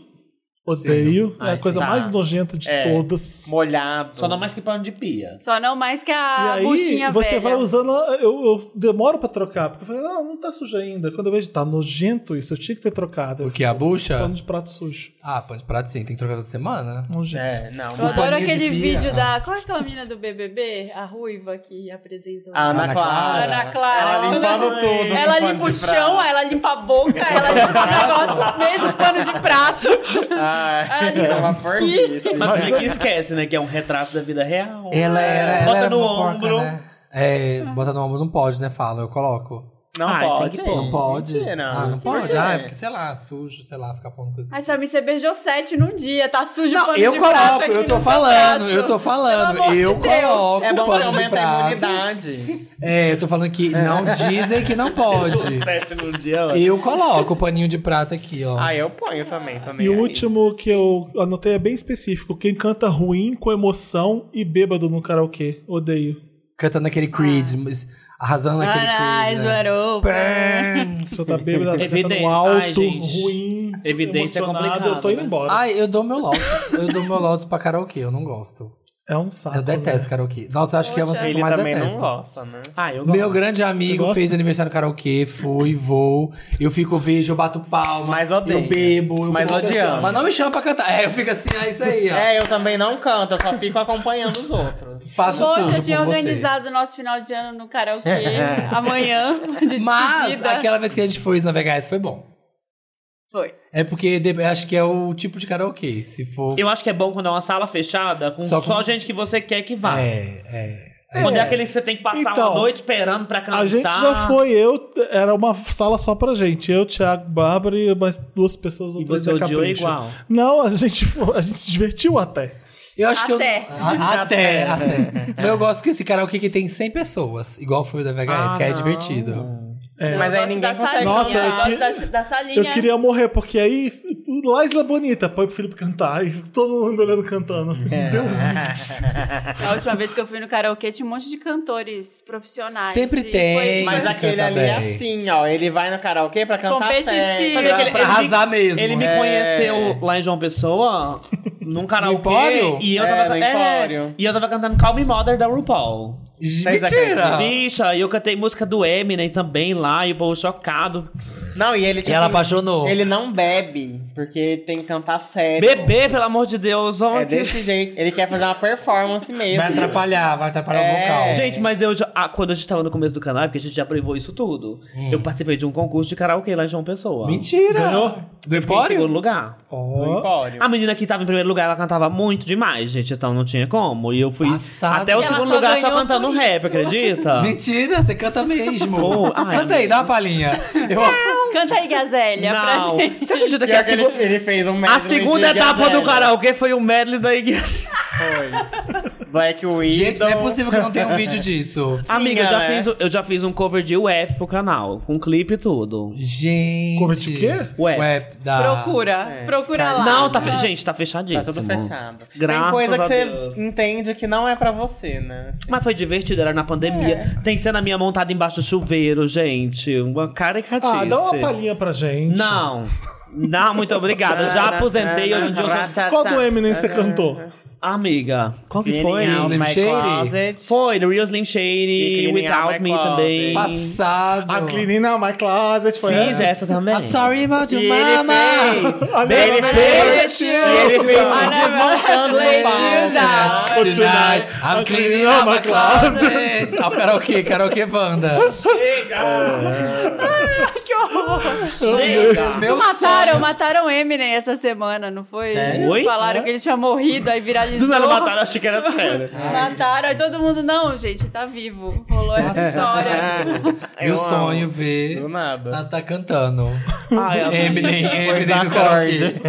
odeio. É a
Ai,
coisa
tá.
mais nojenta de
É.
todas.
molhado.
Só não mais que pano de pia.
Só não mais que
E
a buchinha
aí, você
velha.
vai usando. Eu, eu demoro pra trocar, porque eu falei, ah, não tá sujo ainda. Quando eu vejo, tá nojento isso, eu tinha que ter trocado.
O que, a bucha?
Pano de prato sujo.
Ah, pão de prato sim, tem que trocar toda semana.
Nojento.
É, não.
Eu adoro
Paninho de
aquele
pia.
vídeo da. Qual é aquela menina do BBB? A ruiva que apresentou.
A Ana,
Ana
Clara.
Clara.
Ana Clara.
Ela limpando tudo.
Ela
com
limpa
pano
o
de
chão,
prato.
ela limpa a boca, ela limpa o negócio com o mesmo pano de prato.
Ah,
Ela
é.
limpa
é uma
aqui.
porquice.
Mas você que esquece, né? Que é um retrato da vida real. É.
Ela era. Ela
Bota
era
no
uma porca,
ombro.
né? É, bota no ombro não pode, né? Fala, eu coloco.
Não
Ai, tem
pode.
que pôr.
Não pode?
Mentira.
Ah, não
Por
pode?
quê?
Ah, é porque, sei lá, sujo, sei lá, ficar pondo coisa.
Ai, Samir, você beijou sete num dia, tá sujo o
Não,
pano
eu
de prato
coloco,
aqui
eu
no
tô
seu
falando,
braço.
eu tô falando.
Pelo amor de
Eu
Deus.
coloco
É bom que
pano de
aumenta a
prato.
imunidade.
É, eu tô falando que não dizem que não pode.
Sete no dia. ó.
Eu coloco o paninho de prato aqui, ó.
Ah, eu ponho também.
É,
também
E o último que eu anotei é bem específico. Quem canta ruim, com emoção e bêbado no karaokê. Odeio.
Cantando aquele Creed, mas arrasando aquele
Ah. Ai,
Creed. né?
zoarou.
A pessoa tá bêbada, tá cantando
Evidência.
alto,
Ai, gente.
ruim,
Evidência é
emocionado.
complicado,
eu tô indo
né?
embora.
Ai, eu dou meu lotus. Eu dou meu lotus pra karaokê, eu não gosto.
é um saco.
Eu detesto karaokê. Nossa, eu acho que é uma das que eu
Tá né?
mais
Ele também
detesto.
não gosta, né?
Ah, eu gosto.
Meu grande
Você
amigo
gosta?
fez aniversário no karaokê, fui, vou. Eu fico, vejo, eu bato palma.
Mas odeia.
Eu bebo, eu
Mas
fico
odiando.
assim, Mas não me chama pra cantar. É, eu fico assim, é isso aí, ó.
É, eu também não canto, eu só fico acompanhando os outros.
Faço
Poxa,
tudo
eu tinha
por você.
organizado o nosso final de ano no karaokê amanhã de
Mas
despedida.
aquela vez que a gente foi na VHS foi bom.
Foi.
É porque de- acho que é o tipo de karaokê. Se for.
Eu acho que é bom quando é uma sala fechada com só,
Só com-
gente que você quer que vá.
É, é.
Quando é aquele que você tem que passar
Então,
uma noite esperando pra cantar.
A gente já foi, eu. Era uma sala só pra gente. Eu, Thiago, Bárbara e mais duas pessoas.
E
outras
você
da
odiou
Capricho.
igual?
Não, a gente, a gente se divertiu até.
Eu acho que eu.
Até.
A- Até. até. Mas eu gosto que esse karaokê que tem 100 pessoas, igual foi o da VHS,
Ah,
que é
não.
divertido.
É.
Mas aí
eu gosto
ninguém
da
consegue
salinha.
Nossa,
eu
eu
gosto
que-
da, da
Eu
salinha.
queria morrer, porque aí La Isla Bonita, põe pro Felipe cantar. E todo mundo olhando cantando, assim,
É.
meu Deus.
É.
A última vez que eu fui no karaokê tinha um monte de cantores profissionais.
Sempre
e
tem.
foi-
Mas
Ele
aquele
canta
ali é
bem.
assim, ó. Ele vai no karaokê pra cantar
Competitivo.
certo.
Sabe aquele-
pra arrasar mesmo.
Ele me
É.
conheceu lá em João Pessoa, num karaokê.
Empório?
E eu
É,
tava,
no Empório.
e eu tava cantando Calm Me Mother da RuPaul.
Mentira!
Bicha, e eu cantei música do Eminem também lá, e o povo chocado.
Não, e ele... tipo,
E ela apaixonou.
Ele não bebe, porque tem que cantar sério.
Bebê, pelo amor de Deus, vamos
É
aqui. assim.
desse jeito. Ele quer fazer uma performance mesmo.
Vai atrapalhar, vai atrapalhar
É.
o vocal.
Gente, mas eu já. ah, quando a gente tava no começo do canal, é porque a gente já privou isso tudo. Eu participei de um concurso de karaokê lá em João Pessoa.
Mentira!
Ganhou?
Do
Fiquei em segundo
Empório?
lugar.
Do
Ó.
empório.
A menina que tava em primeiro lugar, ela cantava muito demais, gente. Então não tinha como. E eu fui
Passada.
até o
Ela
segundo
só
lugar só
ganhou
cantando
por
rap,
isso.
Ah.
acredita?
Mentira, você canta mesmo.
Vou. Ai,
canta aí, dá uma palhinha. Eu...
Canta aí, Gazélia, pra
Não.
gente.
Você acredita que
é
Pior
a,
assim
que ele,
segu-
ele fez um medley
a segunda
de É,
etapa do
Gazelle.
karaokê foi o medley da Igreja?
Foi. Black Widow.
Gente, não é possível que eu não tenha um vídeo disso.
Amiga, eu já,
né?
fiz, o- eu já fiz um cover de WAP pro canal, com clipe e tudo.
Gente.
Cover de quê?
Ué.
Ué, da...
Procura, procura lá.
É. Não, tá fe... gente, tá fechadíssimo.
Tá tudo fechado.
Graças
Tem coisa
a
que você
Deus.
entende que não é pra você, né? Assim.
Mas foi divertido, era na
É.
pandemia. Tem cena minha montada embaixo do chuveiro, gente. Uma caricatice.
Ah, dá uma palhinha pra gente.
Não. Não, muito obrigada. Já aposentei, hoje em dia eu sou...
Qual do Eminem você cantou?
Amiga, qual que foi?
Getting out
Slim
my
Shady?
closet.
Foi, The Real Slim
E
Shady,
Cleaning
Without
Out
Me
My Closet.
também.
Passado.
A Cleanina, My Closet, foi
Fiz
essa.
essa também.
I'm sorry about
E
you,
ele
mama.
fez.
A
Ele
Lena
fez-
Beltrão.
E ele fez um
Maravilha.
desmontando
Lady
o balde.
Gaga.
Tonight, I'm cleaning up my closet. Ó, o karaokê, karaokê banda.
Que horror.
Meu
Mataram, mataram Eminem essa semana, não foi?
Sério?
Oi?
Falaram que ele tinha morrido, aí
Do
viralizou.
nada mataram, achei que era sério.
Mataram, aí todo mundo, não, gente, tá vivo. Rolou essa história.
Meu
É. Eu amo.
sonho ver
Do nada.
ela tá cantando.
Ai, eu-
Eminem, Eminem no
acorde.
karaokê.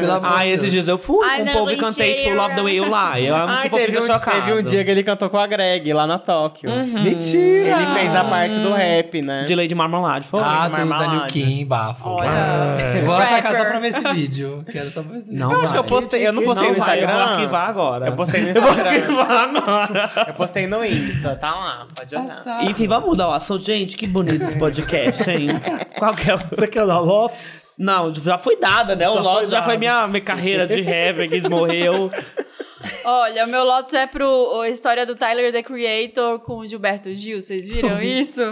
Pelo amor
Ai,
de Deus.
esses dias eu fui
Ai,
com o
não,
povo e cantei, tipo, Love the Way You Lie. Eu amo que
Ai,
o povo
teve
fica
um,
chocado. Uhum.
teve um dia que ele cantou com a Greg lá na Tóquio.
Mentira.
Ele fez a parte
Ah.
do rap, né?
De Lady Marmalade, foi.
Ah, tudo da
Marmalade.
Liu Kim, bafo.
Olha.
Vou lá pra casa só
Rapper.
pra ver esse vídeo. Quero só pra ver esse vídeo.
Não,
Eu acho que eu
vai.
postei, eu não postei
Não
no
vai, eu vou
Instagram.
arquivar agora.
Eu postei no Instagram.
Arquivar agora.
Eu postei no Insta, tá lá, pode olhar.
Passado.
Enfim, vamos mudar o assunto. Gente, que bonito esse podcast, hein? Qual que é o...
Você quer dar Lotus?
Não, já foi dada, né? O
Já
Lotus
foi
já foi
dado.
minha, minha carreira de rap que morreu.
Olha, o meu Lotus é pro o- a história do Tyler The Creator com o Gilberto Gil, vocês viram isso?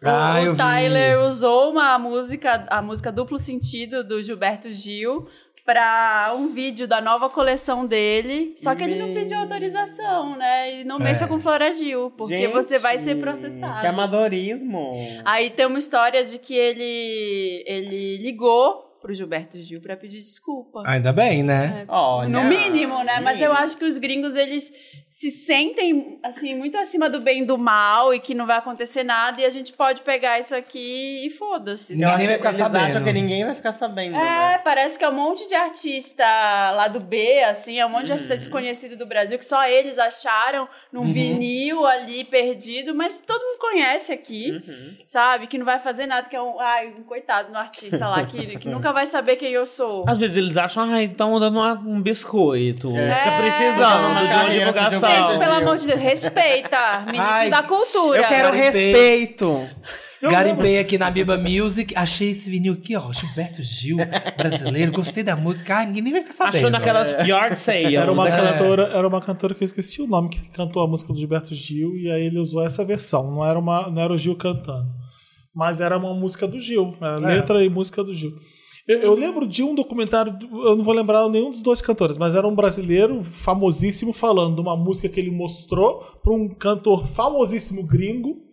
O,
Ah,
o
eu vi.
Tyler usou uma música, a música duplo sentido do Gilberto Gil pra um vídeo da nova coleção dele, só que ele não pediu autorização, né? E
É.
não mexa com Flora Gil, porque
Gente,
você vai ser processado.
Que amadorismo.
Aí tem uma história de que ele ele ligou pro Gilberto Gil pra pedir desculpa.
Ainda bem,
É.
né?
Olha,
No mínimo, né?
no
Mas eu
mínimo.
acho que os gringos, eles se sentem, assim, muito acima do bem e do mal e que não vai acontecer nada e a gente pode pegar isso aqui e foda-se.
Não,
sabe?
Ninguém vai ficar
Eles
sabendo.
acham que ninguém vai ficar sabendo.
É,
né?
parece que é um monte de artista lá do B, assim, é um monte de artista desconhecido do Brasil que só eles acharam num vinil ali perdido, mas todo mundo conhece aqui,
Uhum.
sabe? Que não vai fazer nada, que é um, ai, um coitado no artista lá, que, que nunca vai saber quem eu sou.
Às vezes eles acham, ah, estão dando uma- um biscoito.
É.
Fica precisando de uma
Carreira de Gilberto
divulgação.
Gente, pelo
Gil.
amor de Deus, respeita, ministro
Ai,
da cultura.
Eu quero
Garimpei.
respeito.
Garimpei aqui na Biba Music, achei esse vinil aqui, ó, Gilberto Gil, brasileiro, gostei da música. Ah, ninguém nem vai ficar sabendo.
Achou naquelas yard sales.
Era uma,
né?
cantora, era uma cantora que eu esqueci o nome, que cantou a música do Gilberto Gil, e aí ele usou essa versão. Não era, uma, não era o Gil cantando. Mas era uma música do Gil. Era
É.
letra e música do Gil. Eu, eu lembro de um documentário, do- eu não vou lembrar nenhum dos dois cantores, mas era um brasileiro famosíssimo falando de uma música que ele mostrou para um cantor famosíssimo gringo.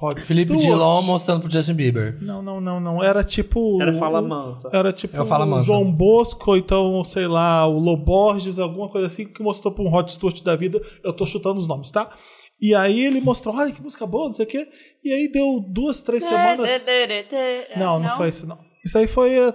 Rod
Felipe
Stewart.
Dilon mostrando pro Justin Bieber.
Não, não, não, não. Era tipo.
Era fala mansa.
Era tipo
É o Fala
o
Mansa.
João Bosco, então, sei lá, o Loborges, alguma coisa assim, que mostrou pra um Hot Stewart da vida. Eu tô chutando os nomes, tá? E aí ele mostrou, ai, que música boa, não sei o quê. E aí deu duas, três semanas.
É, Não,
Não, não foi isso, não. Isso aí foi. eh,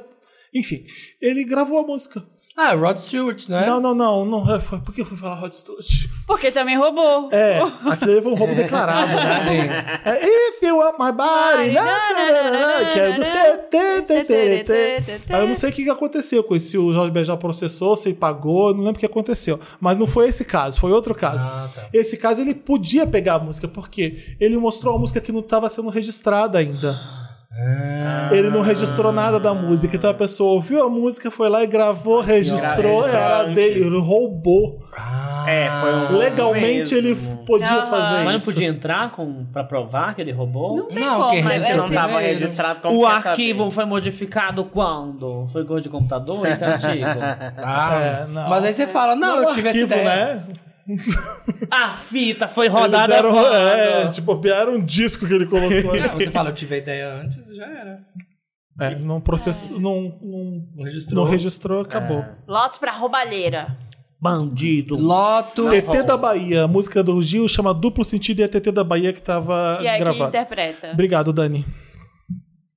Enfim, ele gravou a música.
Ah, Rod Stewart, né?
Não, não, não. não é, foi, por que eu fui falar Rod Stewart?
Porque também roubou.
É, aquele foi um roubo declarado, né?
Sim.
É, If you want my body, na, na, na, na, na, que é do tê, tê, tê, tê, tê, tê. Aí eu não sei o que que aconteceu com isso. Se o Jorge Ben já processou, se ele pagou, eu não lembro o que aconteceu. Mas não foi esse caso, foi outro caso.
Ah, tá.
Esse caso ele podia pegar a música, porque ele mostrou a música que não estava sendo registrada ainda.
Ah.
Ele não registrou nada da música. Então a pessoa ouviu a música, foi lá e gravou, registrou,
registrou
era
antes.
dele, ele roubou.
É, foi um.
Legalmente ele
mesmo.
podia
Aham.
fazer isso.
Mas não podia entrar com, pra provar que ele roubou?
Não tem
Não,
como,
que
mas
esse
é
Se não
Esse
assim.
tava
mesmo.
registrado como
O
que essa-
arquivo foi modificado quando? Foi cor de computador? Esse artigo?
Ah,
É, não. é
Mas aí você fala, não, eu tive
arquivo,
essa ideia.
né?
a fita foi
Eles
rodada
deram-
quando?
é, tipo, vieram um disco que ele colocou.
Não, você fala, eu tive a ideia antes e já era.
é, não processou, não, não,
Não
não
registrou.
registrou, acabou.
Lotes pra roubalheira.
Bandido.
Loto.
TT da Bahia, a música do Gil chama Duplo Sentido e é TT da Bahia que tava
Que é que
gravada.
interpreta.
Obrigado, Dani.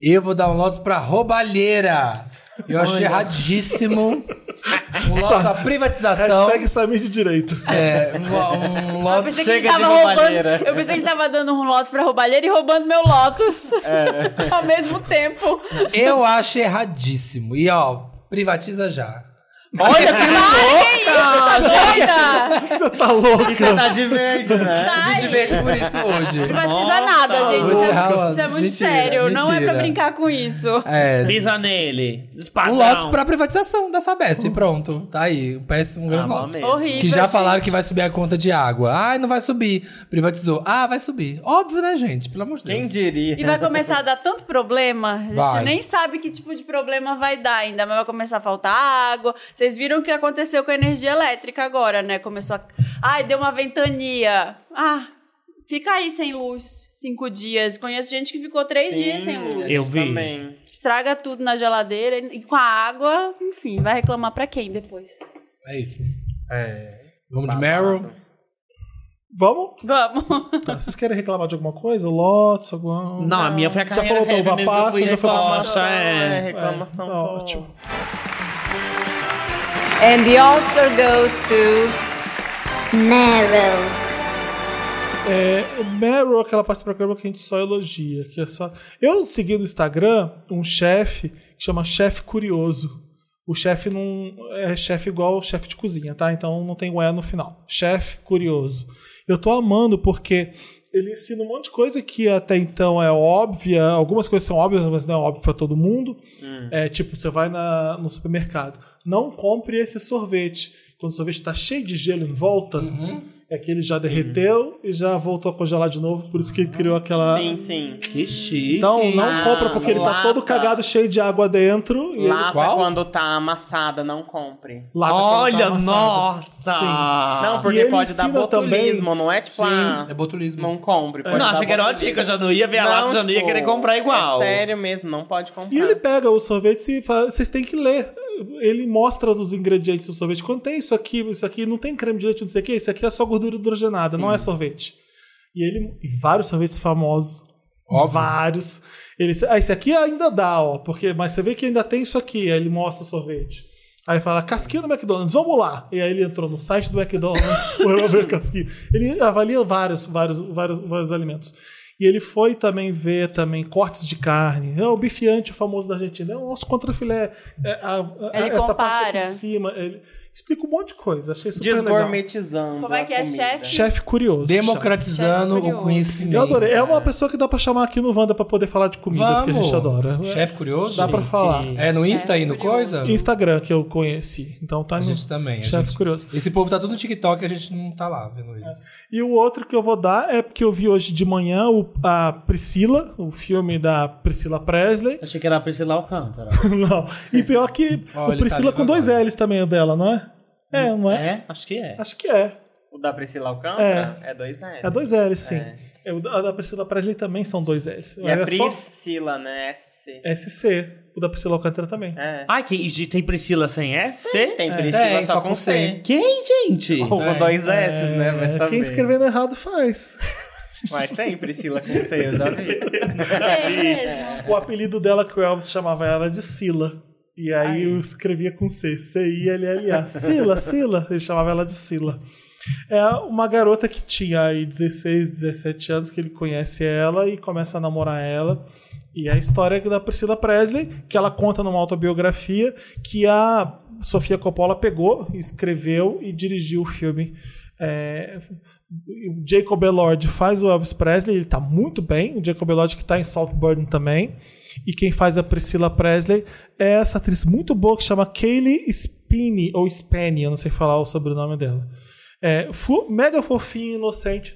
Eu vou dar um Lotus pra roubalheira. Eu achei erradíssimo. Um Lotus pra privatização.
Hashtag Samir de Direito.
É, um, um
Eu
Lotus
pensei, que ele
chega de
tava
roubalheira.
roubando, eu pensei que ele tava dando um Lotus pra roubalheira e roubando meu Lotus ao mesmo tempo.
Eu acho erradíssimo. E ó, privatiza já. é
Olha que louco!
Tá doida?
Você tá louco?
Você tá de verde, né?
Me
Sai!
divirto por isso hoje.
Privatiza
Nossa.
nada, gente. Isso
Você
é,
errou.
isso é muito
Mentira,
sério. Não é pra
mentira.
brincar com isso.
É.
Pisa nele.
Um
Espadão.
Lotus pra privatização da Sabesp. Pronto. Tá aí. Um péssimo um grande
bom
Lotus.
mesmo.
Horrível.
Que já
gente.
falaram que vai subir a conta de água. Ai, não vai subir. Privatizou. Ah, vai subir. Óbvio, né, gente? Pelo amor de Deus.
Quem diria?
E vai começar a dar tanto problema, a gente
Vai.
nem sabe que tipo de problema vai dar ainda, mas vai começar a faltar água. Vocês viram o que aconteceu com a energia elétrica agora, né? Começou a. Ai, deu uma ventania. Ah, fica aí sem luz cinco dias. Conheço gente que ficou três
Sim,
dias sem luz.
Eu vi.
Também.
Estraga tudo na geladeira e com a água, enfim, vai reclamar pra quem depois?
É isso.
É.
Vamos de Meryl?
Vamos?
Vamos.
Tá, vocês querem reclamar de alguma coisa? Lotus, alguma...
Não, a minha foi a
Já
carreira
falou
heavy
Uva
mesmo, que eu
Passa,
fui
já foi pra
reclamação,
Nossa, é,
é.
reclamação.
É,
pô.
ótimo.
And the Oscar goes to Meryl.
É, o Meryl é aquela parte do programa que a gente só elogia. Que é só... Eu segui no Instagram um chefe que chama Chefe Curioso. O chefe não é chefe igual chefe de cozinha, tá? Então não tem o E no final. Chefe Curioso. Eu tô amando porque ele ensina um monte de coisa que até então é óbvia. Algumas coisas são óbvias, mas não é óbvio pra todo mundo. É tipo, você vai na- no supermercado. Não compre esse sorvete. Quando o sorvete tá cheio de gelo em volta, é que ele já derreteu e já voltou a congelar de novo, por isso que ele criou aquela.
Sim, sim.
Que chique.
Então não
Ah,
compra porque ele tá
lata.
todo cagado, cheio de água dentro. E
Lata
Qual?
quando tá amassada, não compre.
lata quando tá
Olha,
amassada.
nossa!
Sim.
Ah.
Não,
E
porque
ele
pode dar
ensina
botulismo,
também-
não é tipo ah,
Sim, é botulismo.
não compre. Pode
Não,
dar
achei que era uma
botulismo.
dica, eu já não ia ver a lata, eu já não ia
tá tipo,
querer comprar igual.
É sério mesmo, não pode comprar.
E ele pega o sorvete e fala: vocês têm que ler. Ele mostra dos ingredientes do sorvete. Quando tem isso aqui, isso aqui, não tem creme de leite, não sei o que, isso aqui é só gordura hidrogenada, não é sorvete. E ele. E vários sorvetes famosos.
Óbvio.
Vários. Ele, ah, esse aqui ainda dá, ó. Porque, mas você vê que ainda tem isso aqui. Aí ele mostra o sorvete. Aí fala, casquinha do McDonald's, vamos lá. E aí ele entrou no site do McDonald's, foi lá ver o casquinha. Ele avalia vários, vários, vários, vários alimentos. E ele foi também ver também cortes de carne. É o bifiante famoso da Argentina. É o nosso contrafilé. É, a- a-
Ele
essa parte aqui
compara.
de cima. Ele explica um monte de coisa. Achei super legal.
Desgourmetizando.
Como é que
a
é,
comida.
chefe?
Chefe curioso.
Democratizando
Chefe
o
é curioso.
conhecimento.
Eu adorei. É uma pessoa que dá pra chamar aqui no Wanda pra poder falar de comida, porque a gente adora.
Chefe curioso?
Dá pra falar.
É no Insta aí, no coisa?
Instagram que eu conheci. Então tá
É. A gente também. a
Chefe
gente-
curioso.
Esse povo tá tudo no TikTok e a gente não tá lá vendo eles.
E o outro que eu vou dar é porque eu vi hoje de manhã o, a Priscila, o filme da Priscila Presley.
Achei que era a Priscila Alcântara.
não. E pior que
Olha,
o
ele
Priscila
tá Hum, vivo
com dois
agora.
L's também o dela, não é? É, não é?
é? Acho que é.
Acho que é.
O da Priscila Alcântara é, dois L's.
É dois L's, sim.
É.
É, o da a da Priscila Presley também são dois L's.
E é
Olha só,
Priscila, né? SC.
SC. O da Priscila Alcântara também.
É.
Ai, que, e tem Priscila sem S?
Tem
É.
Priscila
Tem,
só, com C.
Quem, gente?
Ou com dois S, né? Vai
É,
saber.
quem escrevendo errado faz.
Mas tem Priscila com C, eu já vi.
É mesmo.
O apelido dela que o Elvis chamava ela de Sila. E aí, eu escrevia com C, C-I-L-L-A. Sila, Sila. Ele chamava ela de Sila. É uma garota que tinha aí 16, 17 anos, que ele conhece ela e começa a namorar ela. E a história da Priscila Presley, que ela conta numa autobiografia, que a Sofia Coppola pegou, escreveu e dirigiu o filme. É, o Jacob Elord faz o Elvis Presley, ele tá muito bem. O Jacob Elord que tá em Saltburn também. E quem faz a Priscila Presley é essa atriz muito boa que chama Kaylee Spinney, ou Spenny, eu não sei falar o sobrenome dela. É, fo- mega fofinha, inocente.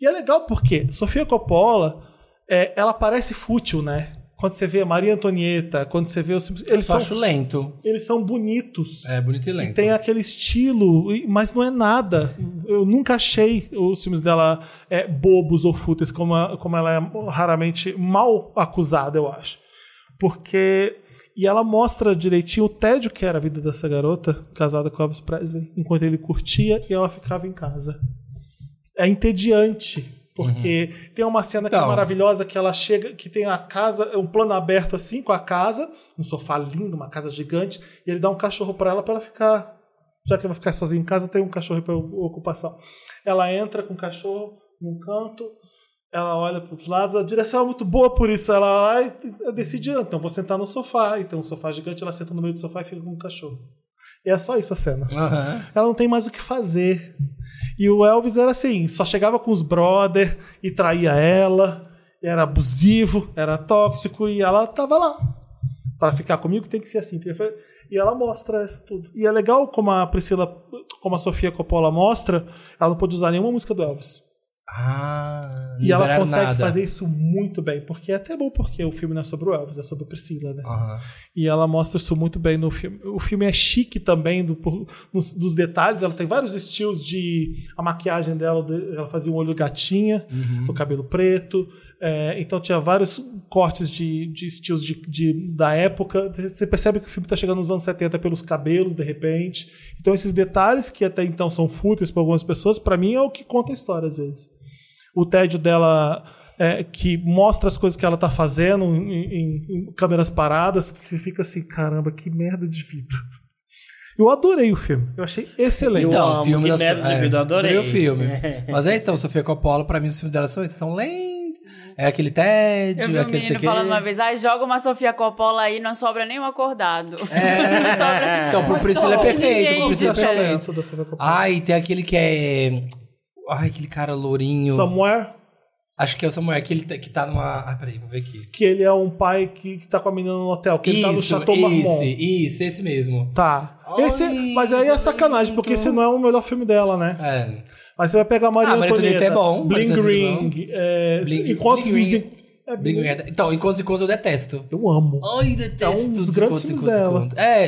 E é legal porque Sofia Coppola, é, ela parece fútil, né? Quando você vê Maria Antonieta, quando você vê os Simpsons, eles,
Só
são,
acho lento.
eles são bonitos.
É bonito e lento.
Tem aquele estilo, e- mas não é nada. Eu nunca achei os filmes dela é, bobos ou fúteis, como, a- como ela é raramente mal acusada, eu acho. Porque. E ela mostra direitinho o tédio que era a vida dessa garota, casada com Elvis Presley, enquanto ele curtia e ela ficava em casa. É entediante. Porque tem uma cena que é
Então.
maravilhosa que ela chega, que tem a casa, um plano aberto assim, com a casa, um sofá lindo, uma casa gigante, e ele dá um cachorro pra ela pra ela ficar. Já que ela vai ficar sozinha em casa, tem um cachorro para ocupação. Ela entra com o cachorro num canto, ela olha para os lados, a direção é muito boa por isso. Ela lá e decide, "Ah, então vou sentar no sofá. E tem um sofá gigante, ela senta no meio do sofá e fica com o cachorro. E é só isso a cena.
Aham.
Ela não tem mais o que fazer. E o Elvis era assim, só chegava com os brother e traía ela, era abusivo, era tóxico e ela tava lá. Pra ficar comigo tem que ser assim. Tem- E ela mostra isso tudo. E é legal como a Priscila, como a Sofia Coppola mostra, ela não pôde usar nenhuma música do Elvis.
Ah,
E ela
liberaram
consegue
nada.
fazer isso muito bem, porque é até bom porque o filme não é sobre o Elvis, é sobre a Priscila, né?
Aham.
E ela mostra isso muito bem no filme. O filme é chique também do, por- nos- dos detalhes. Ela tem vários estilos de. A maquiagem dela, do- ela fazia um olho gatinha, o cabelo preto. É, então tinha vários cortes de, de estilos de, de- da época. Você percebe que o filme está chegando nos anos 70 pelos cabelos, de repente. Então esses detalhes que até então são fúteis para algumas pessoas, para mim é o que conta a história às vezes o tédio dela é, que mostra as coisas que ela tá fazendo em, em- em câmeras paradas, que você fica assim, caramba, que merda de vida. Eu adorei o filme, eu achei excelente.
Então,
amo,
filme
que
da
merda de vida, eu adorei.
o filme. Mas é então, Sofia Coppola, pra mim, os filmes dela são esses, são lentos. É aquele tédio,
Eu vi um
aquele sei
menino
o quê.
falando uma vez, ai, joga uma Sofia Coppola aí, não sobra nenhum acordado. Não sobra-
Então, pro
Mas
Priscila é
só
perfeito, pro
ninguém
Priscila é
diferente.
perfeito.
da Sofia Coppola.
Ai, tem aquele que é... Ai, aquele cara lourinho.
Somewhere,
Acho que é o Samuel, aquele que tá numa... Ah, peraí, vou ver aqui.
que ele é um pai que, que tá com a menina no hotel, que ele tá no
isso,
Chateau Marmont.
esse, isso, esse mesmo.
Tá. Esse,
Ai,
mas aí é sacanagem,
lindo.
porque esse não é o melhor filme dela, né?
É.
Mas você vai pegar Maria
Ah, Maria
Antonieta,
Antonieta é bom, Maria
Bling
Antonieta
Ring, é,
Bling-
Encontros
Bling Ring.
em- é,
Big Red. Então, Encontros e Contos eu detesto.
Eu amo.
Ai, detesto
É um dos
os Encontros
grandes
e
filmes
Contos e
dela.
Contos. É,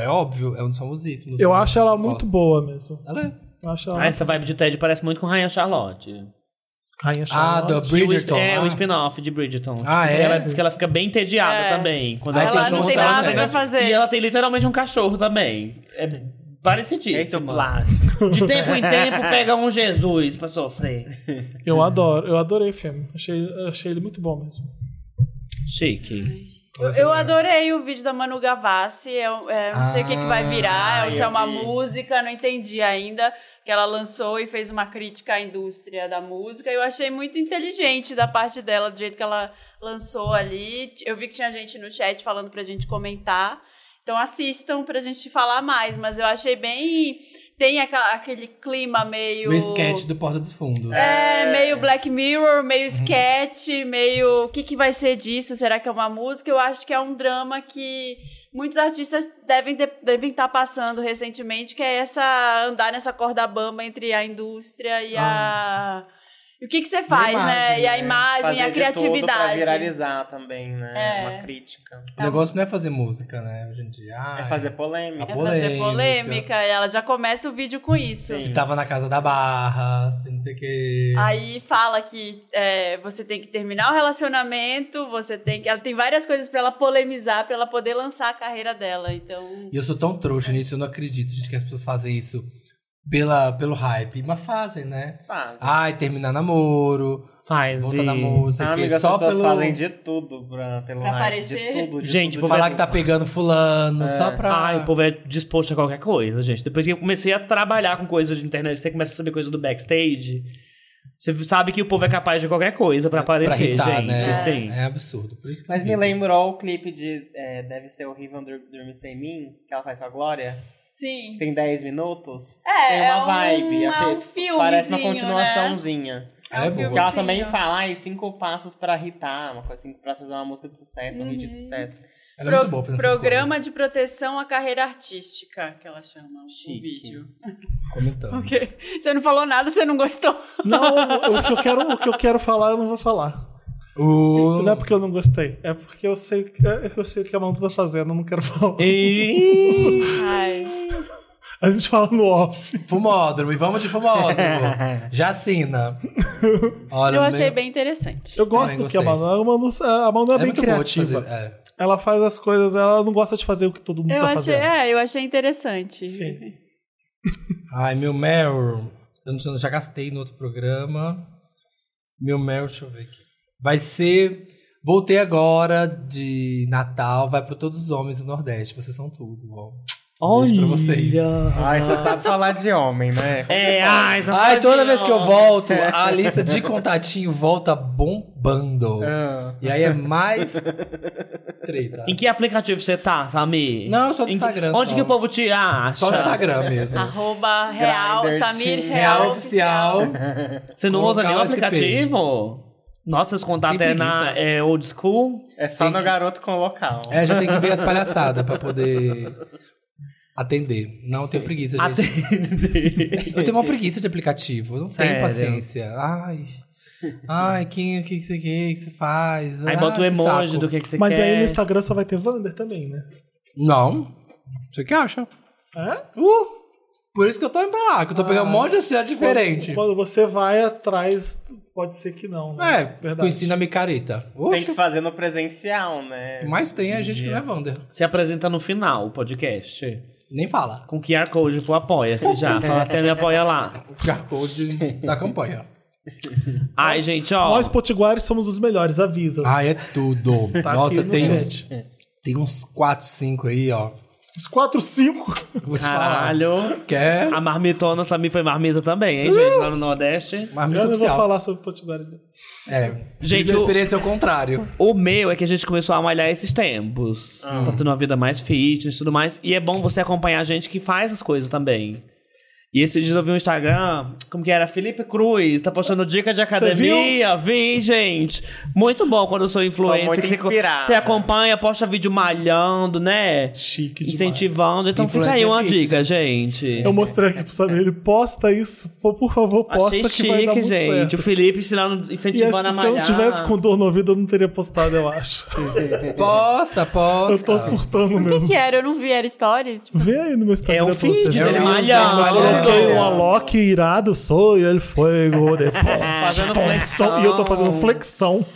é, é óbvio, é um dos famosíssimos.
Eu acho ela muito boa mesmo.
Ela é.
Eu acho ela
Ah, essa vibe de Ted parece muito com Rainha Charlotte.
rainha
Ah,
Charlotte.
do
Que o
Bridgerton.
es- é, o
ah.
spin-off de Bridgerton.
Ah,
Tipo,
é?
Ela diz que ela fica bem entediada
É.
também. Quando
Aí
ela,
ela
tá
não
junto,
tem um
ela
nada
não-
pra
fazer.
E ela tem literalmente um cachorro também. É parecidíssimo.
Eita, plágio.
De tempo em tempo pega um Jesus pra sofrer.
Eu adoro, eu adorei o filme. Achei, achei ele muito bom mesmo.
Chique.
Eu,
é
eu adorei o vídeo da Manu Gavassi. Eu, é, não sei o que, que vai virar,
Ah,
se é
eu
uma
vi.
música, não entendi ainda. Que ela lançou e fez uma crítica à indústria da música. Eu achei muito inteligente da parte dela, do jeito que ela lançou ali. T- Eu vi que tinha gente no chat falando pra gente comentar. Então assistam pra gente falar mais. Mas eu achei bem. Tem aquela- aquele clima meio.
O sketch do Porta dos Fundos.
É, meio Black Mirror, meio sketch, meio o que, que vai ser disso? Será que é uma música? Eu acho que é um drama que muitos artistas devem de- devem estar passando recentemente, que é essa andar nessa corda bamba entre a indústria e a e o que que você faz,
imagem,
né? E a
né?
imagem, e
Ah. Fazer
a
de Tudo pra
criatividade.
viralizar também, né?
É.
Uma crítica.
O negócio não é fazer música, né? Hoje em dia. Ah,
É fazer polêmica.
É fazer polêmica,
polêmica.
ela já começa o vídeo com isso.
Se tava na casa da barra, se não sei o quê.
Aí fala que é, você tem que terminar o relacionamento, você tem que. Ela tem várias coisas pra ela polemizar, pra ela poder lançar a carreira dela. Então.
E eu sou tão trouxa nisso, eu não acredito, gente, que as pessoas fazem isso pela, pelo hype. Mas fazem, né?
Faz.
Ai, terminar namoro.
Faz,
Volta da
Vi.
música. aqui,
Ah, Amiga, as
só
pessoas
pelo.
fazem de tudo pra ter like.
aparecer.
De tudo, de
Gente,
tudo,
vou
de
Falar que tá
tudo.
pegando fulano, só pra.
Ai, o povo é disposto a qualquer coisa, gente. Depois que eu comecei a trabalhar com coisas de internet, você começa a saber coisa do backstage. Você sabe que o povo é capaz de qualquer coisa pra
pra
aparecer,
irritar,
gente.
né?
Sim.
É absurdo. Por isso que
Mas
eu
me
digo.
lembrou o clipe de é, Deve Ser Horrível Dur- Dormir Sem Mim, que ela faz com a Glória, que
Sim.
tem 10 minutos.
É,
tem
é
uma
um-
vibe.
é
achei-
um filmezinho,
Parece uma
né?
continuaçãozinha.
É boa.
um
Porque ela
filmezinho.
também fala, ai, cinco passos pra hitar, uma coisa assim, pra fazer uma música de sucesso, um
Uhum.
hit de sucesso.
Ela é
Pro-
muito boa fazendo essas
programa de proteção à carreira artística, que ela chama o
Chique.
vídeo.
coisas. Comentando.
Porque você não falou nada, você não gostou.
Não, o que, eu quero, o que eu quero falar, eu não vou falar.
O-
Não é porque eu não gostei, é porque eu sei, o que- eu sei o que a Amanda tá fazendo, eu não quero
É.
falar.
E...
Ai.
A gente fala no off.
Fumódromo, e vamos de fumódromo. Jacina. Olha, é meu-
Eu achei bem interessante.
Eu gosto
Também
do que a
gostei.
Amanda. A Amanda, a Amanda é,
É
bem
muito boa de
criativa.
fazer. É.
Ela faz as coisas, ela não gosta de fazer o que todo mundo
Eu
tá
achei,
fazendo.
é, eu achei
é.
interessante.
Sim.
Ai, meu Meryl. Eu não sei, eu já gastei no outro programa. Meu Meryl, deixa eu ver aqui. Vai ser. Voltei agora de Natal, vai para todos os homens do Nordeste. Vocês são tudo, ó. Um beijo pra vocês.
Ai, você Ah, sabe falar de homem, né?
É, ai, só
Ai,
pode-
toda vez que eu volto, a lista de contatinho volta bombando.
Ah.
E aí é mais treta.
Em que aplicativo você tá, Samir?
Não, eu sou do
Em que-
Instagram
Onde
só.
que o povo te acha? Ah,
Só no Instagram mesmo.
Arroba real,
Grindr,
Samir
Tinder.
real,
Real oficial.
Você não
Com
usa nenhum
KSP.
aplicativo? Nossa, os contatos
Tem
é na
preguiça.
é old school.
É só no garoto com local.
É, já tem que ver as palhaçadas pra poder atender. Não tenho preguiça, gente. Eu tenho uma preguiça de aplicativo. Eu não
Sério?
tenho paciência. Ai. Ai, quem, o que que você quer, o que você faz?
Aí
Ai,
bota o
Ah, que
emoji
saco.
do que, que você
Mas
quer.
aí no Instagram só vai ter Wander também, né?
Não. Você que acha?
É?
Uh! Por isso que eu tô indo pra lá, que eu tô pegando um monte de cidade diferente.
Quando, quando você vai atrás, pode ser que não. né?
É, conheci na micareta.
Tem
Oxe,
que
o
fazer no presencial, né?
que mais tem é gente que não é Wander.
Se apresenta no final o podcast.
Nem fala.
Com QR Code pro Apoia-se
É.
já. Fala você me apoia lá.
O QR Code da campanha.
Ai, gente, ó.
Nós, potiguares, somos os melhores, avisa.
Ah, é tudo.
Tá
Nossa,
aqui no
tem uns,
chat.
tem uns 4, 5 aí, ó.
Os 4, 5.
Vou te
Caralho.
falar. Que é
A marmitona, Samir foi marmita também, hein, gente? Lá no Nordeste.
marmita
Eu não vou
oficial.
falar sobre potiguares. não.
É.
Gente,
Gente, minha
o-
experiência é o contrário.
O meu é que a gente começou a malhar esses tempos.
Ah.
Tá tendo uma vida mais fitness e tudo mais. E é bom você acompanhar gente que faz as coisas também. E esses dias eu vi um Instagram, como que era? Felipe Cruz, tá postando dica de academia. Vi, gente. Muito bom quando eu sou influencer.
muito
que você co-
inspirada.
você acompanha, posta vídeo malhando, né?
Chique demais.
Incentivando. Então fica aí
Influencer
uma
fitness.
dica, gente.
Eu mostrei aqui pro Samir, ele posta isso. Pô, por favor, posta
Achei
que vai dar
chique,
muito
gente.
certo.
O Felipe ensinando,
E esse,
incentivando a
se eu
malhar.
não tivesse com dor no ouvido, eu não teria postado, eu acho.
Posta, posta.
Eu tô surtando
O que,
mesmo.
que era? Eu não vi, era stories?
Vê aí no meu Instagram
É um
pra você
feed
ver.
dele
Eu vi uns
malhando. é
dele malhando.
Coloquei um Alok irado, sou ele fogo de
Fazendo flexão.
flexão. E eu tô fazendo flexão,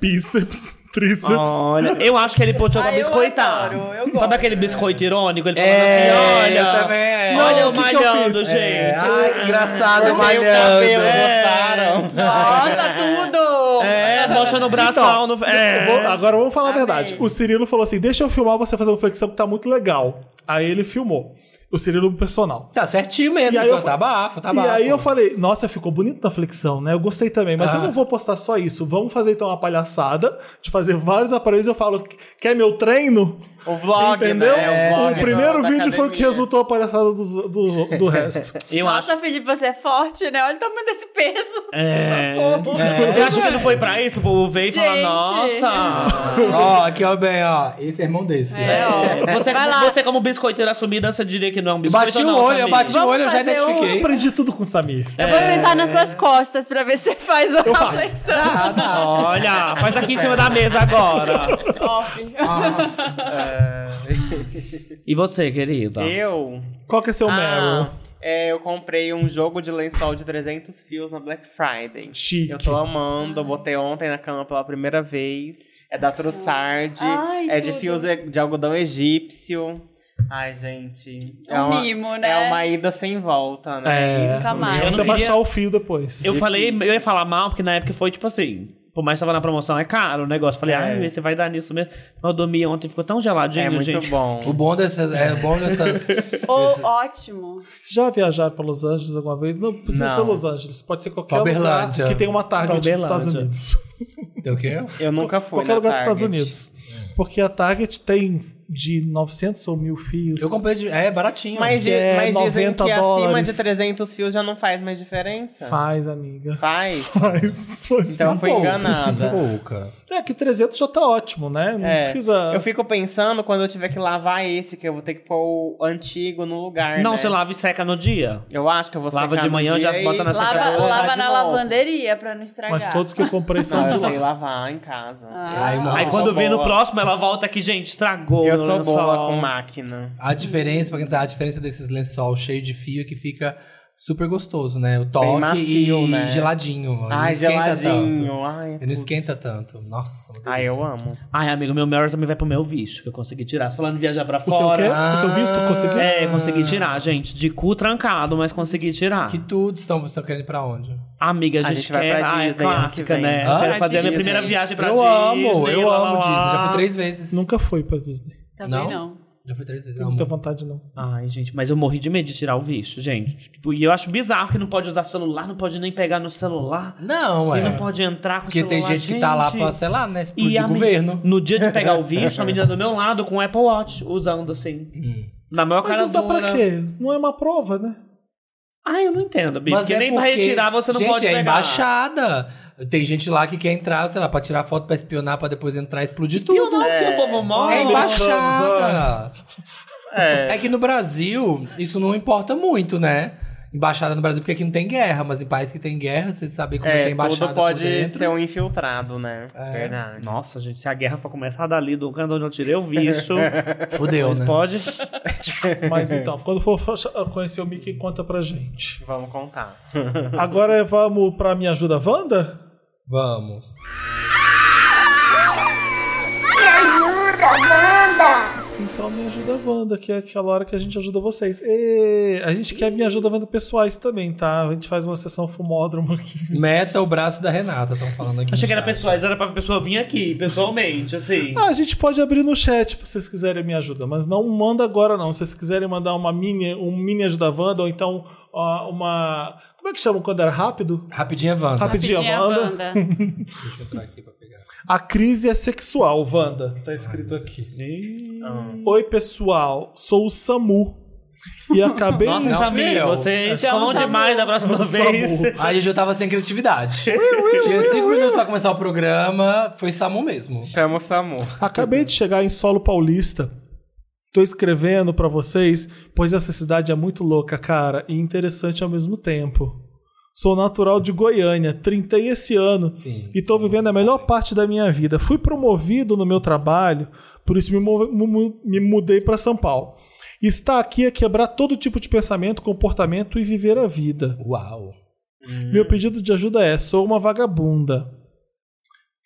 bíceps, tríceps.
Olha, eu acho que ele postou pra
Ah, eu
biscoitar.
adoro, eu gosto.
Sabe aquele biscoito irônico? Ele falando
É,
assim, olha.
eu também.
Olha eu
Não, o que que eu
malhando,
fiz?
gente.
É, ai, que engraçado, eu
Cortei o cabelo,
malhando.
né?
gostaram.
Nossa, tudo!
É, mostrando o bração
Então,
no. É.
Eu vou- agora vamos falar a
Amei.
verdade. O Cirilo falou assim: deixa eu filmar você fazendo flexão que tá muito legal. Aí ele filmou. O Cirilo personal.
Tá certinho mesmo,
E aí eu
eu...
fa-
tá bafo, tá
e
bafo.
aí eu falei, nossa, ficou bonito na flexão, né? Eu gostei também, mas eu
Ah.
não vou postar só isso. Vamos fazer então uma palhaçada de fazer vários aparelhos. Eu falo, quer meu treino?
O vlog,
Entendeu? É,
né?
o
vlog
primeiro
da
vídeo foi o que
academia.
resultou a palhaçada dos- do, do, resto.
Eu acho.
Nossa, Felipe, você é forte, né? Olha o tamanho desse peso.
É.
Socorro.
Você acha que não foi pra isso? O povo veio e falou,
Gente.
nossa.
Ó, aqui, ó, bem, ó. Esse é irmão desse.
É, ó.
Você,
Vai lá.
você como biscoiteiro assumida, você diria que não é um
Eu
biscoito.
bati
ou
o
não,
olho, eu
Samir?
bati o
Vamos
olho, eu já
fazer um-
Eu
identifiquei.
aprendi tudo com o Samir.
É.
Eu vou sentar nas suas costas pra ver se você faz uma
faço.
flexão.
Ah, dá.
Olha, faz aqui em cima da mesa agora.
Off.
E você, querida?
Eu...
Qual que é seu
Ah,
Meryl?
é, eu comprei um jogo de lençol de 300 fios na Black Friday.
Chique.
Eu tô amando, eu botei ontem na cama pela primeira vez. É da Trussard,
Ai,
é de
tudo.
fios e- de algodão egípcio. Ai, gente.
Um mimo, né?
É uma ida sem volta, né?
É.
Nunca mais.
Eu
Você
não queria-
baixar o fio depois.
Eu falei, eu ia falar mal, porque na época foi tipo assim. Por mais que tava na promoção, é caro o negócio. Falei,
É.
ai, você vai dar nisso mesmo. Eu dormi ontem, ficou tão geladinho,
É muito
gente.
bom.
O bom dessas. É o bom dessas.
Ou
desses-
ótimo.
Já viajaram pra Los Angeles alguma vez? Não precisa
Não.
ser Los Angeles, pode ser qualquer lugar
Uberlândia.
que tem uma Target nos
Uberlândia.
Estados Unidos.
Tem o quê?
Eu nunca fui
qualquer
na
lugar dos
Target.
Estados Unidos. Porque a Target tem de 900 ou mil fios.
Eu comprei de. É baratinho.
Mas,
Que
di-
é
mas dizem
90
que acima
dólares.
de 300 fios já não faz mais diferença.
Faz, amiga.
Faz.
Faz. Foi
É. Então
assim.
foi
Pouca,
enganada.
sim, Pouca.
É que 300 já tá ótimo, né? Não
É.
precisa.
Eu fico pensando quando eu tiver que lavar esse, que eu vou ter que pôr o antigo no lugar.
Não,
né?
você lava e seca no dia.
Eu acho que eu vou
Lava
secar
de
no
manhã, já
dia
bota
e
na secadora.
vou
Lava,
lavar
lava
de
na
novo.
lavanderia pra não estragar.
Mas todos que eu comprei são
Não,
de
eu
lá.
sei lavar em casa.
Ah.
Aí, uma-
Aí
eu
quando
sou
vem no
boa.
próximo, ela volta aqui, gente, estragou.
eu
meu
sou
lençol.
boa com máquina.
A diferença, pra quem não sabe, a diferença desses lençol cheio de fio é que fica super gostoso, né? O toque
macio,
e
né?
geladinho. não
Ai,
esquenta
geladinho.
tanto.
Ai, é
Ele não assim. esquenta tanto. Nossa, uma
Ai,
delícia.
Ah, eu amo.
é
Ai, amigo, meu Meryl também vai pro meu visto, que eu consegui tirar. Você falando em viajar pra
O seu quê?
fora.
O
Ah.
seu visto? Consegui?
É, consegui tirar, gente. De cu trancado, mas consegui tirar.
Que tudo estão, estão querendo ir pra onde?
Amiga, a
A
gente,
gente vai pra
quer... ah, é
Disney ano que
clássica,
vem. é
Ah,
né? Eu quero
pra
fazer a minha
Disney.
primeira viagem pra
eu
Disney.
amo, eu
lá, lá,
amo
lá.
Disney. Já fui três vezes.
Nunca fui pra Disney.
Também não.
Já fui três vezes.
Tenho
eu
muita
amo.
vontade, não.
Ai, gente, mas eu morri de medo de tirar o visto, gente. Tipo, e eu acho bizarro que não pode usar celular, não pode nem pegar no celular.
Não,
E
é.
não pode entrar com o
Porque
celular.
tem gente, que tá lá
gente.
pra, sei lá, né?
E
Explodir
a
o
me-
governo.
No dia de pegar o visto, a menina do meu lado com o Apple Watch usando assim.
Hum.
Na maior
Mas
cara
isso dá pra
dura.
quê? Não é uma prova, né?
Ah, eu não entendo, bicho.
Mas
Porque
é
nem pra
porque,
retirar você não
gente,
pode
é
pegar.
embaixada. Tem gente lá que quer entrar, sei lá, pra tirar foto, pra espionar, pra depois entrar e explodir
Viu
tudo.
não que o povo morre?
É embaixada.
É.
É que no Brasil, isso não importa muito, né? Embaixada no Brasil, porque aqui não tem guerra, mas em países que tem guerra, você sabe como é, que é
É,
embaixada
tudo
por
pode
dentro. É.
ser um infiltrado, né? Verdade.
Nossa, gente, se a guerra for começar dali do canto onde eu tirei o visto,
Fudeu,
mas
né?
pode.
Mas então, quando for fa- conhecer o Mickey, conta pra gente.
Vamos contar.
Agora vamos pra Me Ajuda Wanda?
Vamos.
Me ajuda, Wanda!
Então Me Ajuda Wanda, que é aquela hora que a gente ajuda vocês. E a gente quer Me Ajuda Wanda pessoais também, tá? A gente faz uma sessão fumódromo aqui.
Meta o braço da Renata, estão falando aqui.
Achei
no
que era
chat.
pessoais, era pra pessoa vir aqui, pessoalmente, assim.
Ah, a gente pode abrir no chat se vocês quiserem Me Ajuda, mas não manda agora não. Se vocês quiserem mandar uma mini, um mini Ajuda Wanda ou então ó, uma... Como é que chama quando era rápido?
Rapidinho, Evandro.
Rapidinho,
Rapidinha,
Wanda.
Wanda.
Deixa eu entrar aqui pra pegar.
A crise é sexual, Wanda. Tá escrito aqui. Oi, pessoal. Sou o Samu. E acabei.
Nossa,
Não,
Samir,
meu.
vocês
Chama o
são
Samu.
demais da próxima vez.
Aí eu tava sem criatividade. Tinha cinco minutos pra começar o programa, foi Samu mesmo.
Chama o Samu.
Acabei de chegar em solo paulista. Tô escrevendo pra vocês, pois essa cidade é muito louca, cara, e interessante ao mesmo tempo. Sou natural de Goiânia, trintei esse ano
Sim.
e tô vivendo a melhor parte da minha vida. Fui promovido no meu trabalho, por isso me, mo- mu- mu- me mudei pra São Paulo. Está aqui a quebrar todo tipo de pensamento, comportamento e viver a vida.
Uau.
Meu pedido de ajuda é: sou uma vagabunda.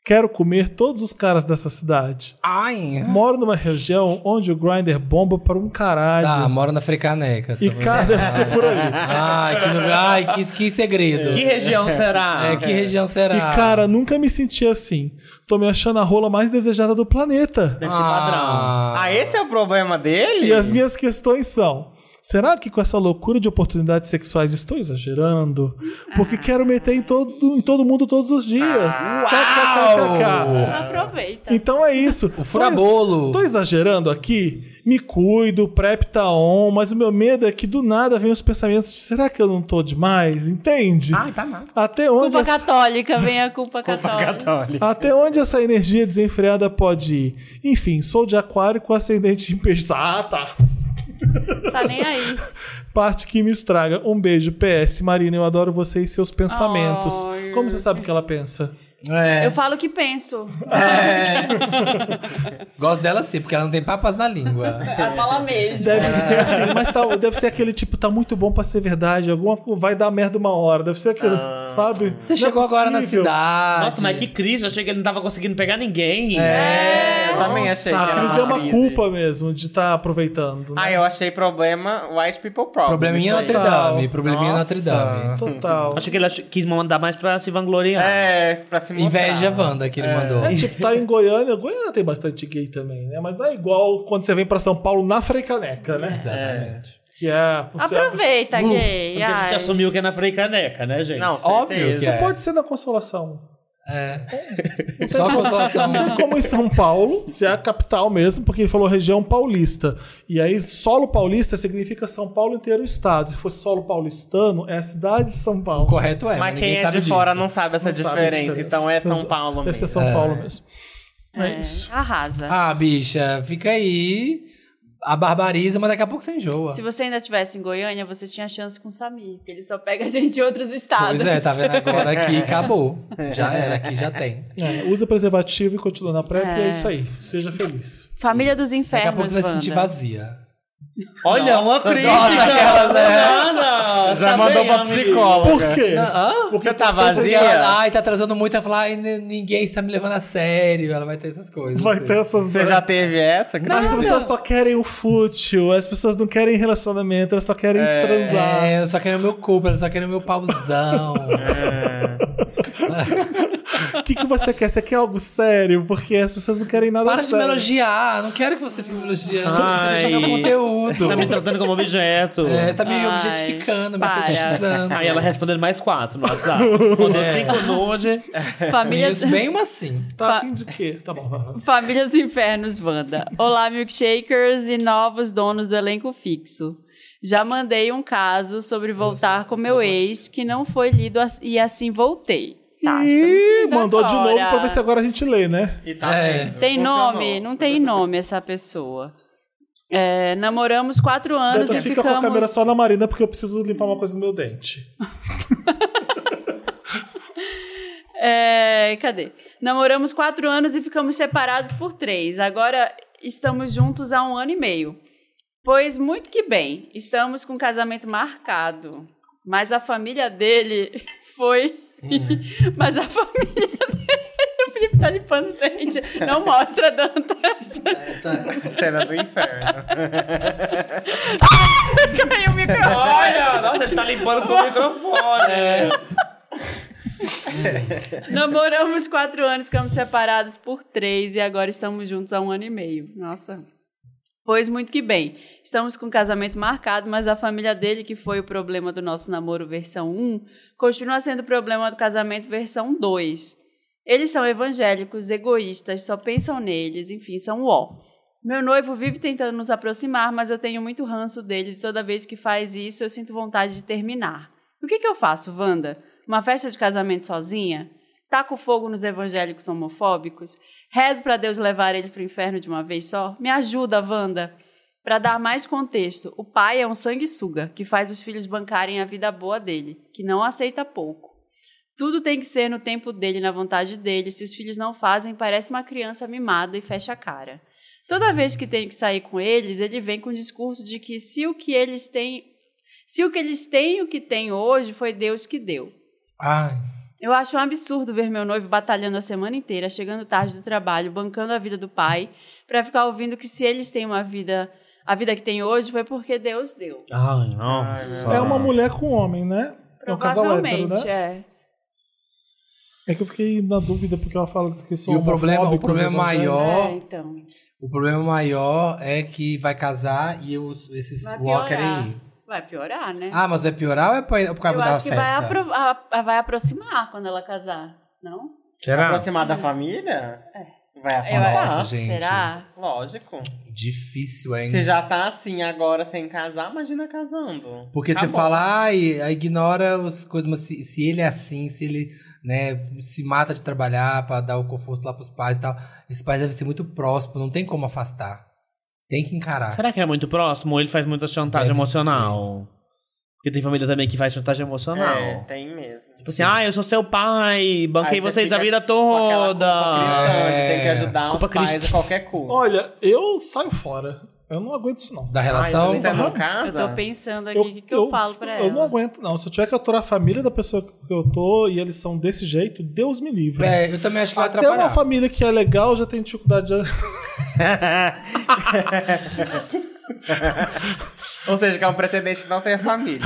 Quero comer todos os caras dessa cidade.
Ai.
Moro numa região onde o grinder bomba para um caralho.
Tá, mora na Frecaneca.
e
Tá vendo?
cara, deve ser por ali.
Ai, que, no- Ai, que, que segredo.
Que região será?
Ah,
É, que região será?
E cara, nunca me senti assim. Tô me achando a rola mais desejada do planeta.
Deve ser padrão.
Ah,
Ah, esse é o problema dele?
E as minhas questões são: será que com essa loucura de oportunidades sexuais estou exagerando? Porque quero meter em todo, em todo mundo todos os dias.
Ah.
KKKKK.
Aproveita.
Então é isso. O
furabolo.
Tô, exagerando aqui? Me cuido, o prep tá on, mas o meu medo é que do nada vem os pensamentos de será que eu não tô demais? Entende?
Ai, tá nada.
Até onde,
Culpa
essa,
católica, vem a culpa católica.
Católico.
até onde essa energia desenfreada pode ir? Enfim, sou de aquário com ascendente em peixes. Ah, tá.
Tá nem aí.
Parte que me estraga. Um beijo, PS. Marina, eu adoro você e seus pensamentos.
Ai.
Como você sabe o que ela pensa?
é.
Eu falo o que penso.
É. Gosto dela sim, porque ela não tem papas na língua.
Ela fala mesmo.
Deve
É.
ser assim, mas tá- deve ser aquele tipo, tá muito bom pra ser verdade, alguma co- vai dar merda uma hora, deve ser aquele,
Ah.
sabe? é
Você chegou agora na cidade.
Nossa, mas que crise, eu achei que ele não tava conseguindo pegar ninguém.
É,
também achei
Nossa,
que era
a crise
Cris é uma
Ah,
crise.
culpa mesmo de estar aproveitando. né?
Ah, eu achei problema White People Problem.
Probleminha
isso aí.
Notre Dame, probleminha
Nossa,
Notre Dame.
Total.
Acho que ele ach- quis mandar mais pra se vangloriar.
É, pra se mostrar.
Inveja Wanda que ele mandou.
É, tipo, tá em Goiânia. Goiânia tem bastante gay também, né? Mas não é igual quando você vem pra São Paulo na Frecaneca, né?
Exatamente.
Que é. você-
Aproveita, gay.
Porque a gente
ai.
assumiu que é na Frei Caneca, né, gente?
Não,
Óbvio
certeza.
que é.
Pode ser na consolação.
Só a consolação.
Não como em São Paulo, se é a capital mesmo, porque ele falou região paulista. E aí, solo paulista significa São Paulo inteiro o estado. Se fosse solo paulistano, é a cidade de São Paulo.
Correto é, mas,
Mas
ninguém
quem é
sabe
de fora
disso.
não sabe essa
Não sabe a
diferença, Então é São
Exato.
Paulo mesmo.
Deve ser São Paulo mesmo. É, isso.
Arrasa.
Ah, bicha, fica aí. A barbariza, mas daqui a pouco você enjoa.
Se você ainda estivesse em Goiânia, você tinha chance com o Samir, que ele só pega a gente de outros estados.
Pois é, tá vendo agora aqui, acabou. Já era, aqui já tem.
É, usa preservativo e continua na PrEP e é isso aí. Seja feliz.
Família dos
Daqui a pouco
Infernos,
você vai se sentir
Wanda.
vazia.
Olha, uma crítica.
aquelas, né?
Não, não,
é. Já
tá
mandou
bem,
pra
amigo.
psicóloga.
Por quê?
Você tá
E
vazia?
ela, ai, tá atrasando muito. Ela fala, ai, n- ninguém está me levando a sério. Ela vai ter essas coisas.
Vai
não
ter
sei.
essas
Você já teve essa?
Mas as pessoas só querem o fútil, as pessoas não querem relacionamento, elas só querem transar.
É, eu só quero o meu cu, eu só quero o meu pauzão.
O que, que você quer? Você quer algo sério? Porque as pessoas não querem nada
Para de me
sério.
elogiar, não quero que você fique me elogiando. Você
Ai.
deixa meu conteúdo.
Tá me tratando como objeto.
É, você tá me
Ai,
objetificando, me
para.
fetichizando.
Aí ela respondendo mais quatro no WhatsApp. Mandou
É.
cinco nude.
Família,
Isso, bem uma assim.
Tá a fim de quê? Tá bom. vai, vai.
Família dos Infernos, Wanda. Olá, milkshakers e novos donos do elenco fixo. Já mandei um caso sobre voltar com meu ex que não foi lido as- e assim voltei. Tá, estamos
Ih,
indo
mandou de
agora.
novo pra ver se agora a gente lê, né?
E tá
É.
bem,
Tem
funcionou.
nome? Não tem nome essa pessoa. É, namoramos quatro anos
Betas
e
fica com a câmera
ficamos.
só na Marina porque eu preciso limpar uma coisa no meu dente.
É, cadê? Namoramos quatro anos e ficamos separados por três. Agora estamos juntos há um ano e meio. Pois muito que bem, estamos com um casamento marcado. Mas a família dele foi. Mas a família dele. O Felipe tá limpando o dente. Não mostra, Dantas.
Cena do inferno.
Caiu o microfone.
Olha, nossa, ele tá limpando com o microfone.
Namoramos quatro anos, ficamos separados por três e agora estamos juntos há um ano e meio. Nossa. Pois muito que bem. Estamos com um casamento marcado, mas a família dele, que foi o problema do nosso namoro versão 1, continua sendo problema do casamento versão 2. Eles são evangélicos, egoístas, só pensam neles, enfim, são ó. Meu noivo vive tentando nos aproximar, mas eu tenho muito ranço dele e toda vez que faz isso eu sinto vontade de terminar. O que, que eu faço, Wanda? Uma festa de casamento sozinha? Taco Tá fogo nos evangélicos homofóbicos? Rezo para Deus levar eles para o inferno de uma vez só? Me ajuda, Wanda! Para dar mais contexto, o pai é um sanguessuga que faz os filhos bancarem a vida boa dele, que não aceita pouco. Tudo tem que ser no tempo dele, na vontade dele. Se os filhos não fazem, parece uma criança mimada e fecha a cara. Toda vez que tenho que sair com eles, ele vem com o discurso de que se o que eles têm, se o que eles têm, o que têm hoje foi Deus que deu.
Ai.
Eu acho um absurdo ver meu noivo batalhando a semana inteira, chegando tarde do trabalho, bancando a vida do pai, pra ficar ouvindo que se eles têm uma vida, a vida que tem hoje foi porque Deus deu.
Ai, nossa.
É uma mulher com homem, né? É um casal hétero,
Provavelmente, é.
né? É que eu fiquei na dúvida porque ela fala que são
E o problema, o
homofóbicos, né?
problema
evangélicos.
maior
É, então.
O problema maior é que vai casar e os, esses
Vai
walker
piorar.
aí.
Vai piorar, né?
Ah, mas vai piorar ou é por por causa
Eu
da
acho que
festa?
vai, apro- a- a- vai aproximar quando ela casar, não?
Será?
Aproximar da família? Vai
É. Eu-
afastar.
Nossa, gente.
Será?
Lógico.
Difícil, hein?
Você já tá assim agora sem casar, imagina casando.
Porque você
Acabou.
fala, ai, aí ignora as coisas, mas se, se ele é assim, se ele né, se mata de trabalhar pra dar o conforto lá pros pais e tal, esses pais devem ser muito próximos, não tem como afastar. Tem que encarar.
Será que é muito próximo ou ele faz muita chantagem
Deve
emocional? Porque tem família também que faz chantagem emocional.
É, tem mesmo.
Tipo assim, ah, eu sou seu pai, banquei
Aí você
vocês a
fica
vida
Com aquela culpa
toda.
cristã de
É.
tem que ajudar
Culpa
os pais
cristã.
a qualquer custo.
Olha, eu saio fora. Eu não aguento isso,
Ah,
não.
Da relação?
Você não
Eu tô
casa?
pensando aqui o que, que eu, falo pra
eu
ela.
não aguento, não. Se eu tiver que aturar a família da pessoa que eu tô e eles são desse jeito, Deus me livre.
é, eu também acho que vai
Até uma
atrapalhar.
família que é legal já tem dificuldade de
Ou seja, que é um pretendente que não tem família.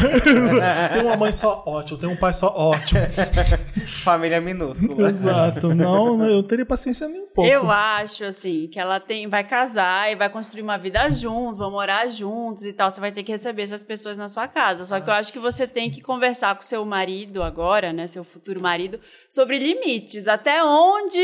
Tem uma mãe só ótimo, tem um pai só ótimo.
família minúscula.
Exato. Não, não, eu teria paciência nem um pouco.
Eu acho, assim, que ela tem, vai casar e vai construir uma vida junto, vão morar juntos e tal. Você vai ter que receber essas pessoas na sua casa. Só que eu acho que você tem que conversar com seu marido agora, né? Seu futuro marido, sobre limites. Até onde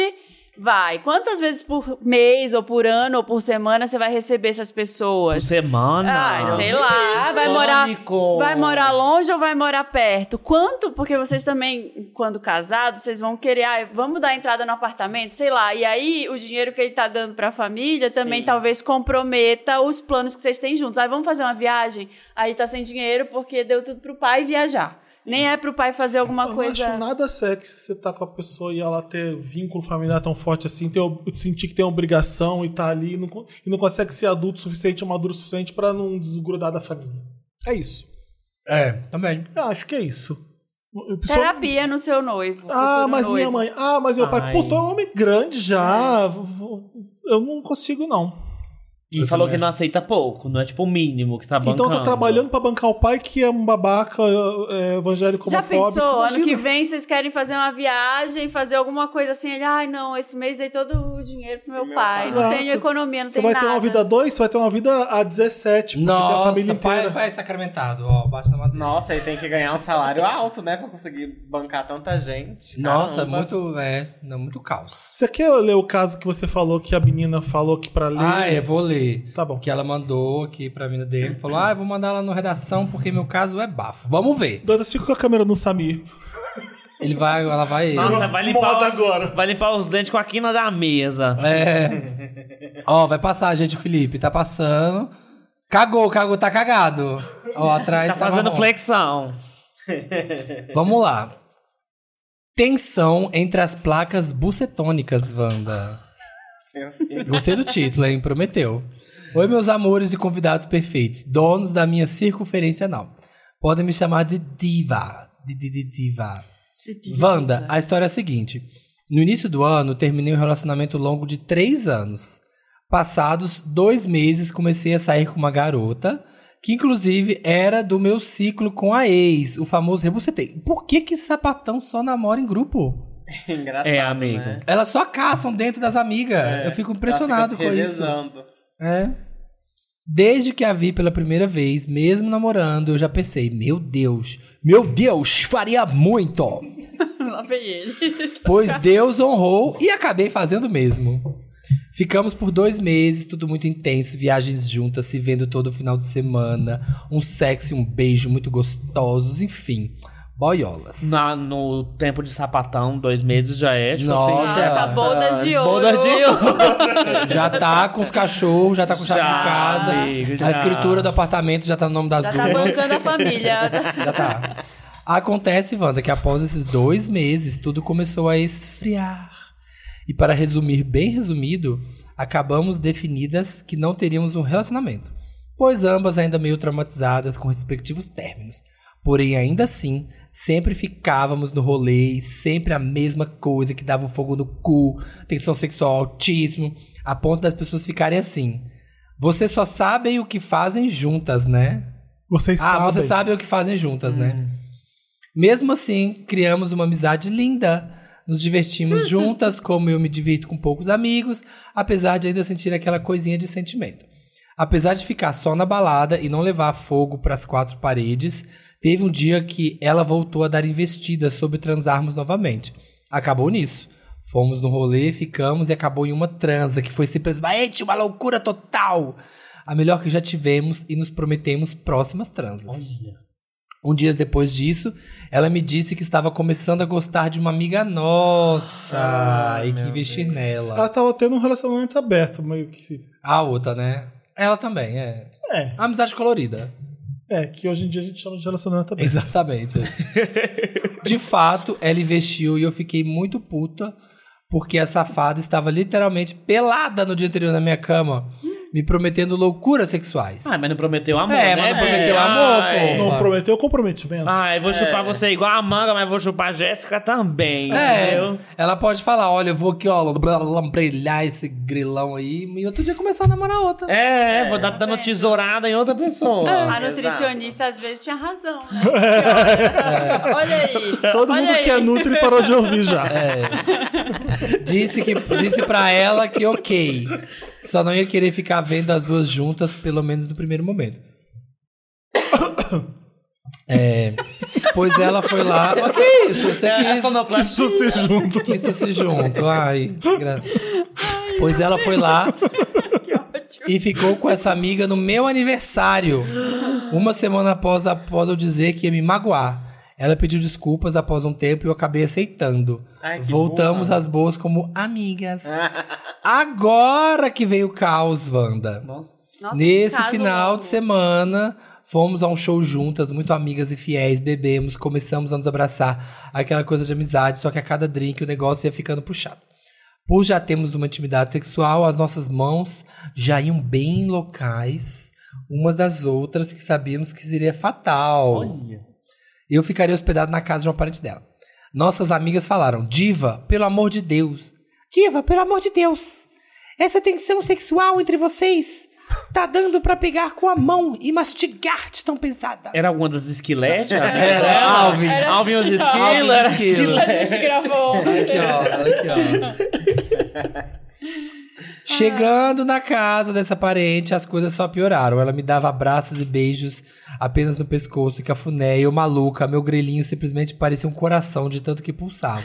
vai? Quantas vezes por mês, ou por ano, ou por semana você vai receber essas
Por
pessoas?
semana.
Ah, sei lá, vai morar,
Cônico.
vai morar longe ou vai morar perto? Quanto? Porque vocês também, quando casados, vocês vão querer, ah, vamos dar entrada no apartamento, sei lá. E aí o dinheiro que ele tá dando pra família também
Sim.
talvez comprometa os planos que vocês têm juntos. Aí vamos fazer uma viagem, aí tá sem dinheiro porque deu tudo pro pai viajar. Nem é pro pai fazer alguma
Eu
coisa.
não acho nada sexy você tá com a pessoa e ela ter vínculo familiar tão forte assim, ter, ob- sentir que tem obrigação e tá ali e não, con- e não consegue ser adulto o suficiente ou maduro o suficiente pra não desgrudar da família. É isso.
É, também.
Eu acho que é isso. Eu- pessoal-
Terapia no seu noivo.
Ah,
Um futuro
mas
noivo. É.
minha mãe. Ah, mas meu pai.
Ai.
Puta, é um homem grande já. v- v- Eu não consigo, não.
E falou que não aceita pouco, não é tipo o mínimo que tá bancando.
Então eu tô trabalhando pra bancar o pai que é um babaca é, evangélico
Já
homofóbico.
pensou? Ano
Imagina.
que vem vocês querem fazer uma viagem, fazer alguma coisa assim? Ele, ai, não, esse mês dei todo o dinheiro pro meu,
Meu
pai.
pai.
Não
Exato.
tenho economia, não
Você
tenho
vai
nada.
ter uma vida 2, você vai ter uma vida a 17. porque tem a família
Nossa,
inteira.
pai, pai sacramentado, ó, bate na madeira.
Nossa, aí tem que ganhar um salário alto, né? Pra conseguir bancar tanta gente.
Nossa,
Caramba.
muito, é, não, muito caos.
Você quer ler o caso que você falou que a menina falou que pra ler?
Ah, é, vou ler.
Tá bom.
Que ela mandou aqui pra mim no DM, falou, ah, eu vou mandar ela no redação porque meu caso é bafo. Vamos ver.
Dantas, fica com a câmera no Samir.
Ele vai, ela vai...
Nossa, vai limpar,
Moda
o-
agora.
vai limpar os dentes com a quina da mesa.
É. Ó, vai passar, gente, Felipe. Tá passando. Cagou, cagou, tá cagado. Ó, atrás
Tá fazendo
marrom.
flexão.
Vamos lá. Tensão entre as placas bucetônicas, Wanda. Gostei do título, hein? Prometeu. Oi, meus amores e convidados perfeitos, donos da minha circunferência anal. Podem me chamar de diva. De, de, de diva. Wanda, a história é a seguinte. No início do ano, terminei um relacionamento longo de três anos. Passados dois meses, comecei a sair com uma garota, que inclusive era do meu ciclo com a ex, o famoso rebucetei. Por que que sapatão só namora em grupo?
Engraçado,
É, amigo.
Né?
Elas só caçam dentro das amigas. Eu fico impressionado
Ela fica
com
se
isso.
revezando.
É. Desde que a vi pela primeira vez, mesmo namorando, eu já pensei, meu Deus, meu Deus, faria muito.
Lá vem ele.
Pois Deus honrou e acabei fazendo o mesmo. Ficamos por dois meses, tudo muito intenso, viagens juntas, se vendo todo final de semana, um sexo e um beijo muito gostosos, enfim, boiolas.
Na- no tempo de sapatão, dois meses já é. Tipo
Nossa,
assim,
Nossa,
ela-
bodas de ouro.
Boda de ouro.
Já tá com os cachorros, já tá com chave
Já,
de casa,
amigo, já.
a escritura do apartamento já tá no nome das
Já tá
duas.
bancando a família.
Já tá. Acontece, Wanda, que após esses dois meses, tudo começou a esfriar. E para resumir, bem resumido, acabamos definidas que não teríamos um relacionamento. Pois ambas ainda meio traumatizadas com respectivos términos. Porém, ainda assim, sempre ficávamos no rolê, e sempre a mesma coisa que dava um fogo no cu, tensão sexual altíssimo, a ponto das pessoas ficarem assim. Vocês só sabem o que fazem juntas, né?
Vocês
Ah,
sabem. Hum.
você sabe o que fazem juntas, né? Mesmo assim, criamos uma amizade linda. Nos
Uhum.
divertimos juntas, como eu me divirto com poucos amigos, apesar de ainda sentir aquela coisinha de sentimento. Apesar de ficar só na balada e não levar fogo pras quatro paredes, teve um dia que ela voltou a dar investidas sobre transarmos novamente. Acabou nisso. Fomos no rolê, ficamos e acabou em uma transa que foi simplesmente uma loucura total. A melhor que já tivemos e nos prometemos próximas transas. Um dia depois disso, ela me disse que estava começando a gostar de uma amiga nossa e que investir nela.
Ela tava tendo um relacionamento aberto, meio que.
A outra, né? Ela também, é.
É,
Amizade colorida.
é, que hoje em dia a gente chama de relacionamento aberto.
Exatamente. de fato, ela investiu e eu fiquei muito puta porque a safada estava literalmente pelada no dia anterior na minha cama. me prometendo loucuras sexuais.
Ah, mas não prometeu amor,
É,
né?
mas não prometeu amor,
Ai.
fofo.
Não prometeu comprometimento.
Ai, vou chupar você igual a Amanda, mas vou chupar a Jéssica também,
É,
entendeu?
ela pode falar, olha, eu vou aqui, ó, blá, blá, blá, brilhar esse grilão aí, e outro dia começar a namorar outra.
É, vou dar dando tesourada em outra pessoa.
A nutricionista às vezes tinha razão, né? Olha, olha aí.
Todo
olha
mundo
aí. É.
que é Nutri parou de ouvir já.
Disse, que, disse pra ela que ok. Só não ia querer ficar vendo as duas juntas, pelo menos no primeiro momento. É, pois ela foi lá. "Mas que isso? Você
É,
quis,
sonoplastia.
Isso se junto.
quis tossir junto. Ai, gra- Pois ela foi lá
Que ótimo.
e ficou com essa amiga no meu aniversário. Uma semana após, após eu dizer que ia me magoar. Ela pediu desculpas após um tempo e eu acabei aceitando.
Ai, que
Voltamos
boa.
às boas como amigas. Agora que veio o caos, Wanda.
Nossa.
Nossa, que
Nesse
caso
final
louco.
de semana, fomos a um show juntas, muito amigas e fiéis, bebemos, começamos a nos abraçar, aquela coisa de amizade, só que a cada drink o negócio ia ficando puxado. Por já termos uma intimidade sexual, as nossas mãos já iam bem locais, umas das outras que sabíamos que seria fatal. Eu ficaria hospedado na casa de uma parente dela. Nossas amigas falaram: Diva, pelo amor de Deus. Diva, pelo amor de Deus. Essa tensão sexual entre vocês tá dando pra pegar com a mão e mastigar de tão pesada.
Era alguma das esquiletes?
Era Alvin.
Era
Alvin e os
assim, ó.
esquilos, era
Alvin e os esquilos.
esquilo.
A gente gravou.
Aqui, ó, olha aqui, ó. Chegando na casa dessa parente, as coisas só pioraram. Ela me dava abraços e beijos apenas no pescoço e cafuné. E eu, maluca, meu grelhinho simplesmente parecia um coração de tanto que pulsava.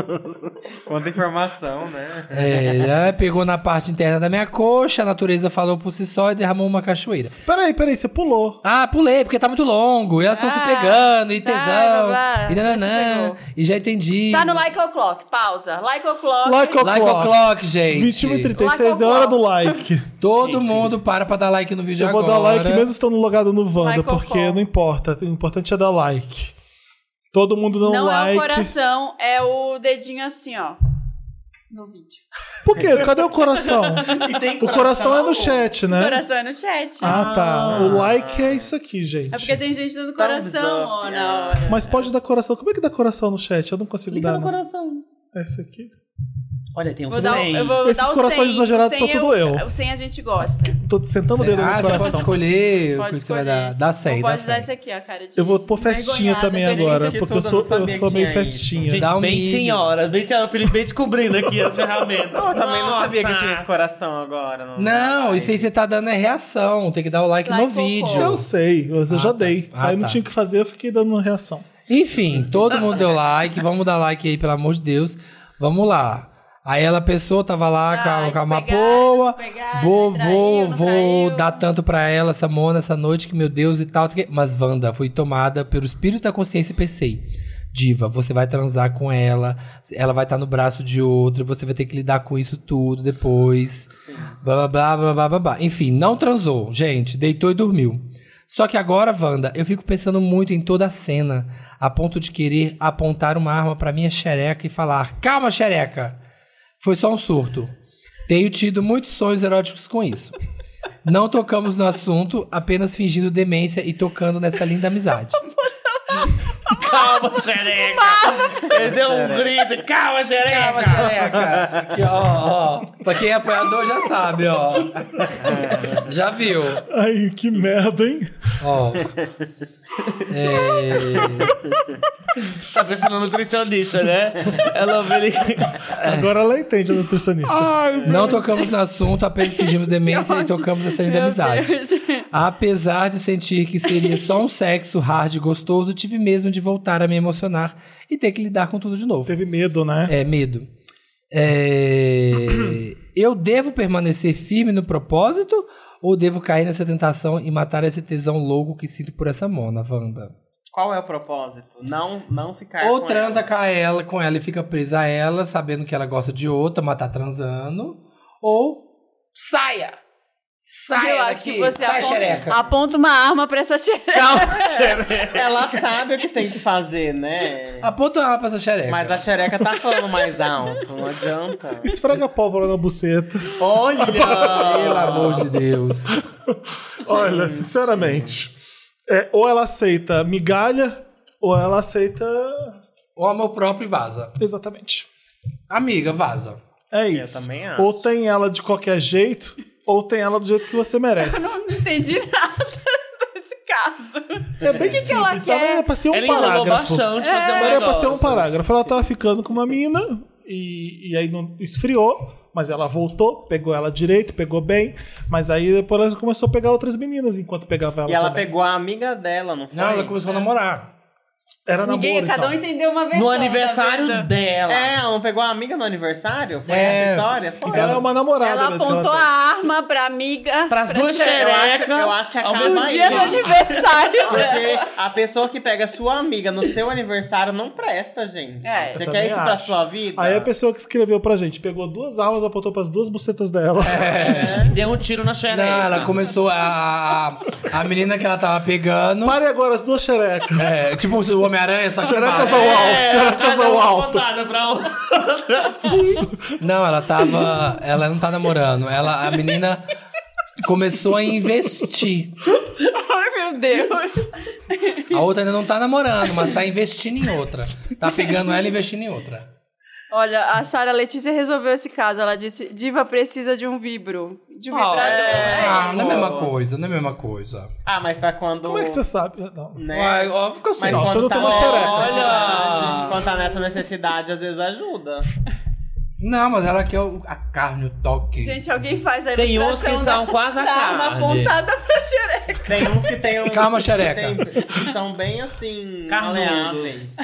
Quanta informação, né?
É, pegou na parte interna da minha coxa, a natureza falou por si só e derramou uma cachoeira.
Peraí, peraí, você pulou.
Ah, pulei, porque tá muito longo, e elas estão se
Ah,
pegando, e
tá,
tesão,
blá, blá,
e
você
nananã,
pegou.
e já entendi.
Tá no Like O'Clock, pausa. Like O'Clock.
Like
Like
o'clock.
o'clock, gente.
21 e
Like
36 é hora do like.
Todo mundo para pra dar like no vídeo
Eu vou
agora.
dar like mesmo estando logado no Wanda,
Like
porque
o'clock.
não importa. O importante é dar like. Todo mundo dando
Não é
like.
o coração, é o dedinho assim, ó. No vídeo.
Por quê? Cadê o coração? o coração é no chat,
O
né?
coração é no chat.
Ah, tá. O like é isso aqui,
É
gente.
porque tem gente
Tá um
dando
Thumbs
coração,
up,
ó,
é.
na hora.
Mas pode dar coração. Como é que dá coração no chat? Eu não consigo
Clica
dar.
no
não.
coração.
Esse aqui.
Olha, tem um
Vou dar, o-
100.
eu vou
Esses
dar o
corações
100.
exagerados
O
são
100
tudo
é o-
eu.
O 100 a gente gosta.
Tô sentando o dedo
Ah,
no
você pode
coração.
escolher o
Pode
que você vai
escolher.
dar. Dá 100,
Não
dá
pode dar
100.
esse aqui, ó, cara de...
Eu vou pôr festinha
Envergonhada,
também
tô
agora,
sentindo
porque eu
tudo,
sou,
eu não
eu
sabia
sou
que
meio
tinha isso.
festinha.
Gente,
Dá um
bem
milho.
senhora, bem senhora, o Felipe descobrindo aqui as ferramentas.
Eu também não
Nossa.
sabia que tinha esse coração agora. Não,
Não,
Ai.
isso aí você tá dando é reação. Tem que dar o like,
Like
no
ou
vídeo.
Eu sei, mas eu já dei.
um Ah,
aí eu não
tá.
tinha o que fazer, eu fiquei dando uma reação.
Enfim, todo mundo deu like. Vamos dar like aí, pelo amor de Deus. Vamos lá. Aí ela pessoa tava lá com a-
Ah,
com a
despegaram,
Mapoa.
despegaram,
Vou,
traiu,
vou,
não
vou
traiu.
dar tanto pra ela, essa mona, essa noite, que meu Deus e tal. não sei o quê. Mas, Wanda, fui tomada pelo espírito da consciência e pensei. Diva, você vai transar com ela, ela vai estar no braço de outro, você vai ter que lidar com isso tudo depois. Blá, blá, blá, blá, blá, blá, blá. Enfim, não transou, gente, deitou e dormiu. Só que agora, Wanda, eu fico pensando muito em toda a cena, a ponto de querer apontar uma arma pra minha xereca e falar: Calma, xereca! Foi só um surto. Tenho tido muitos sonhos eróticos com isso. Não tocamos no assunto, apenas fingindo demência e tocando nessa linda amizade.
Calma, xereca. Ele deu um grito. Calma, xereca.
xereca! Aqui, É, ó, ó. Pra quem é apoiador já sabe, ó. Já viu.
Ai, que merda, hein?
Ó.
Tá pensando no nutricionista, né? Ela ouviu ele...
Agora ela entende a nutricionista.
Não tocamos no assunto, apenas fingimos demência e tocamos essa linda
Meu
amizade.
Deus.
Apesar de sentir que seria só um sexo hard e gostoso, tive mesmo de voltar a me emocionar e ter que lidar com tudo de novo.
Teve medo, né?
É, medo. É, Eu devo permanecer firme no propósito ou devo cair nessa tentação e matar esse tesão louco que sinto por essa mona, Wanda?
Qual é o propósito? Não, não ficar.
Ou
com
transa
ela.
com ela, com ela e fica presa a ela, sabendo que ela gosta de outra, mas tá transando. Ou saia! Sai
eu acho
daqui,
que você
sai
aponta,
xereca.
aponta uma arma pra essa xereca.
Ela sabe o que tem que fazer, né?
Aponta uma arma pra essa xereca.
Mas a xereca tá falando mais alto, não adianta.
Esfrega a pólvora na buceta.
Olha!
Pelo amor de Deus.
Olha, sinceramente. é, ou ela aceita migalha, ou ela aceita.
O amor próprio e vaza.
Exatamente.
Amiga, vaza.
É isso.
também acho.
Ou tem ela de qualquer jeito, ou tem ela do jeito que você merece.
Não entendi nada desse caso.
É bem
que que
simples.
ela
tá?
quer?
Era pra ser um
Ela enrolou
parágrafo.
bastante pra dizer um
Era pra ser um
negócio.
parágrafo. Ela tava ficando com uma mina e, e aí não esfriou, mas ela voltou, pegou ela direito, pegou bem. Mas aí depois ela começou a pegar outras meninas enquanto pegava ela.
E ela
também.
pegou a amiga dela, não foi?
Não, ela tá começou a namorar.
Era namoro,
Ninguém, cada um
então.
entendeu uma versão.
No
tá
aniversário
vendo?
dela.
É, ela não pegou a amiga no aniversário? Foi
É.
essa história? Foi.
Então ela é uma namorada.
Ela
mesmo que
apontou
tem.
a arma pra amiga.
Pras duas
Eu acho,
xerecas.
eu acho que é
ao
acaba
mesmo
No
aí.
dia do aniversário dela.
Porque a pessoa que pega sua amiga no seu aniversário não presta, gente.
É.
Você
Eu
quer
também
isso pra
acho.
sua vida?
Aí a pessoa que escreveu pra gente pegou duas armas, apontou pras duas bucetas dela.
Deu um tiro na xereca.
Não, ela começou a, a, a menina que ela tava pegando.
Pare agora as duas xerecas.
É, tipo o Homem-Aranha, só que
Xerecas
vaza.
ao alto, xerecas
Cada
ao
É, uma
alto.
apontada pra um.
Não, ela tava. Ela não tá namorando. Ela, a menina começou a investir.
Ai, meu Deus.
A outra ainda não tá namorando, mas tá investindo em outra. Tá pegando ela e investindo em outra.
Olha, a Sara Letícia resolveu esse caso. Ela disse: Diva precisa de um vibro. De um
Oh,
vibrador.
é.
Ah, não é a
isso.
mesma coisa, não é a mesma coisa.
Ah, mas pra quando.
Como é que você sabe? Não.
Né?
Uai, óbvio que eu sei.
Mas
Não,
quando
você não
tá
toma
nessa
xereca. assim.
necessidade,
Olha.
Quando tá nessa necessidade, às vezes ajuda.
Não, mas ela quer o- a carne, o toque.
Gente, alguém faz a
Tem uns
ilustração
que
da-
são quase a
da arma
carne.
apontada pra xereca.
Tem uns que tem.
Calma,
que
xereca.
tem- Que são bem assim.
Carnudos.
Maleáveis.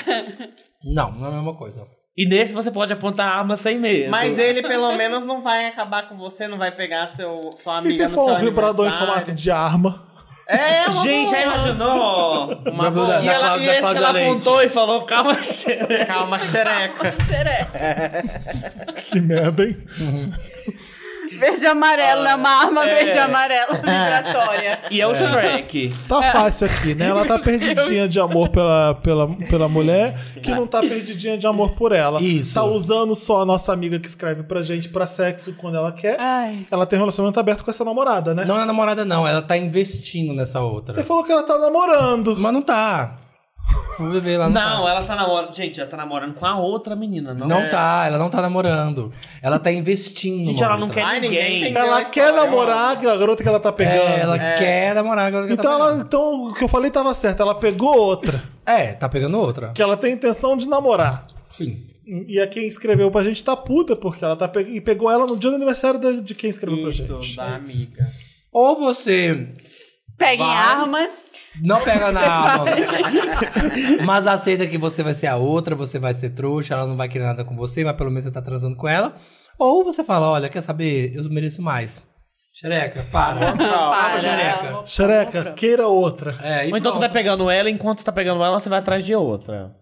Não, não é a mesma coisa.
E nesse você pode apontar a arma sem medo.
Mas ele pelo menos não vai acabar com você, não vai pegar seu, sua
E
amiga
se
no
for
seu
um vibrador em
aniversário.
formato de arma?
É, uma
Gente, já
boa.
imaginou?
é
Uma
Vibrador
boa.
E,
Da
ela,
Cláudia-
e
da
esse que
Cláudia
ela
Leite.
apontou e falou, calma, xereca.
Calma, xereca.
Xereca.
Que merda, hein?
Verde e amarelo, né? Uma arma
É.
verde e amarela vibratória.
E é o Shrek.
Tá fácil aqui, né? Ela tá perdidinha de amor pela, pela, pela mulher, que não tá perdidinha de amor por ela.
Isso.
Tá usando só a nossa amiga que escreve pra gente pra sexo quando ela quer.
Ai.
Ela tem um relacionamento aberto com essa namorada, né?
Não é namorada, não. Ela tá investindo nessa outra.
Você falou que ela tá namorando.
Mas não tá. Vamos ver, ela não,
Não,
tá.
ela tá namorando. Gente, ela tá namorando com a outra menina, não,
Não
é?
tá, ela não tá namorando. Ela tá investindo.
Gente,
uma
ela não
outra.
quer
Ai, ninguém
ninguém.
tem-
Ela
Ela
quer
história,
namorar a garota que ela tá pegando.
É, ela quer namorar agora que
Então,
tá
ela, então, o que eu falei tava certo. Ela pegou outra,
pegando. É, tá pegando outra.
que ela tem intenção de namorar.
Sim.
E a quem escreveu pra gente tá puta, porque ela tá pe... e pegou ela no dia do aniversário da- de quem escreveu pra
É Isso,
gente.
da amiga.
Ou você
Peguem
Vai.
armas.
não pega na alma, mas aceita que você vai ser a outra, você vai ser trouxa, ela não vai querer nada com você, mas pelo menos você tá transando com ela. Ou você fala, olha, quer saber? Eu mereço mais. Xereca, para.
Prova.
Para, xereca.
Xereca, queira outra.
É, e
Ou então você vai
pronto.
pegando ela, enquanto você tá pegando ela, você vai atrás de outra.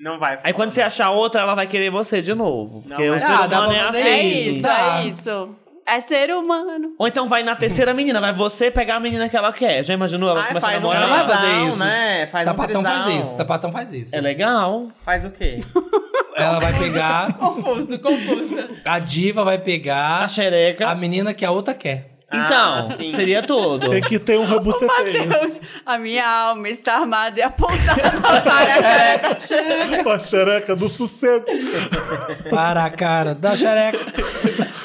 Não vai.
Aí quando você achar outra, ela vai querer você de novo. Porque
mas-
o ser
Ah, dá
humano
pra
é
fazer
assim.
É
Sim,
isso,
tá.
é isso. É ser humano.
Ou então vai na terceira menina, vai você pegar a menina que ela quer. Já imaginou ela
Ai,
começar a
faz um
namorar?
Ela vai fazer
Trisal,
isso.
né? Faz um
sapatão faz
trisal.
isso, tá sapatão faz isso.
É legal.
Faz o quê?
Ela vai pegar,
Confuso, confusa.
a diva vai
A
pegar
xereca.
a menina que a outra quer.
Ah,
Então,
sim.
seria tudo.
Tem que ter um rebuceteio
Deus, a minha alma está armada e apontada para a cara da xereca.
com a xereca do sossego.
Para a cara da xereca.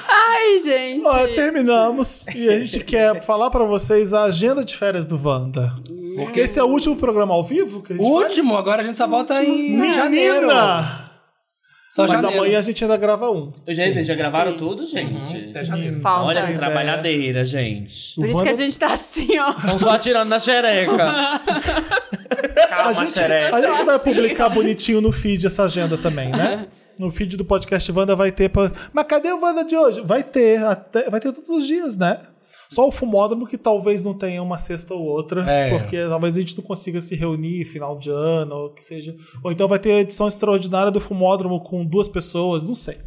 Ai, gente.
Ó, terminamos. E a gente quer falar pra vocês a agenda de férias do Wanda. Porque esse é o último programa ao vivo que a gente
Último, agora a gente só volta em
faz.
Ah, janeiro.
Menina!
Só
Mas
janeiro.
amanhã a gente ainda grava um.
Eu Já, vocês já gravaram tudo, gente?
Até janeiro.
Uhum.
Falta.
Olha que
ideia.
trabalhadeira, gente.
Por isso que a gente tá assim, ó.
Estão só atirando na xereca.
A
Calma,
gente,
xereca.
a gente vai publicar bonitinho no feed essa agenda também, né? No feed do podcast Wanda vai ter. Pra... Mas cadê o Wanda de hoje? Vai ter, até- vai ter todos os dias, né? Só o fumódromo que talvez não tenha uma sexta ou outra,
É.
porque talvez a gente não consiga se reunir final de ano, ou que seja. Ou então vai ter a edição extraordinária do fumódromo com duas pessoas, não sei.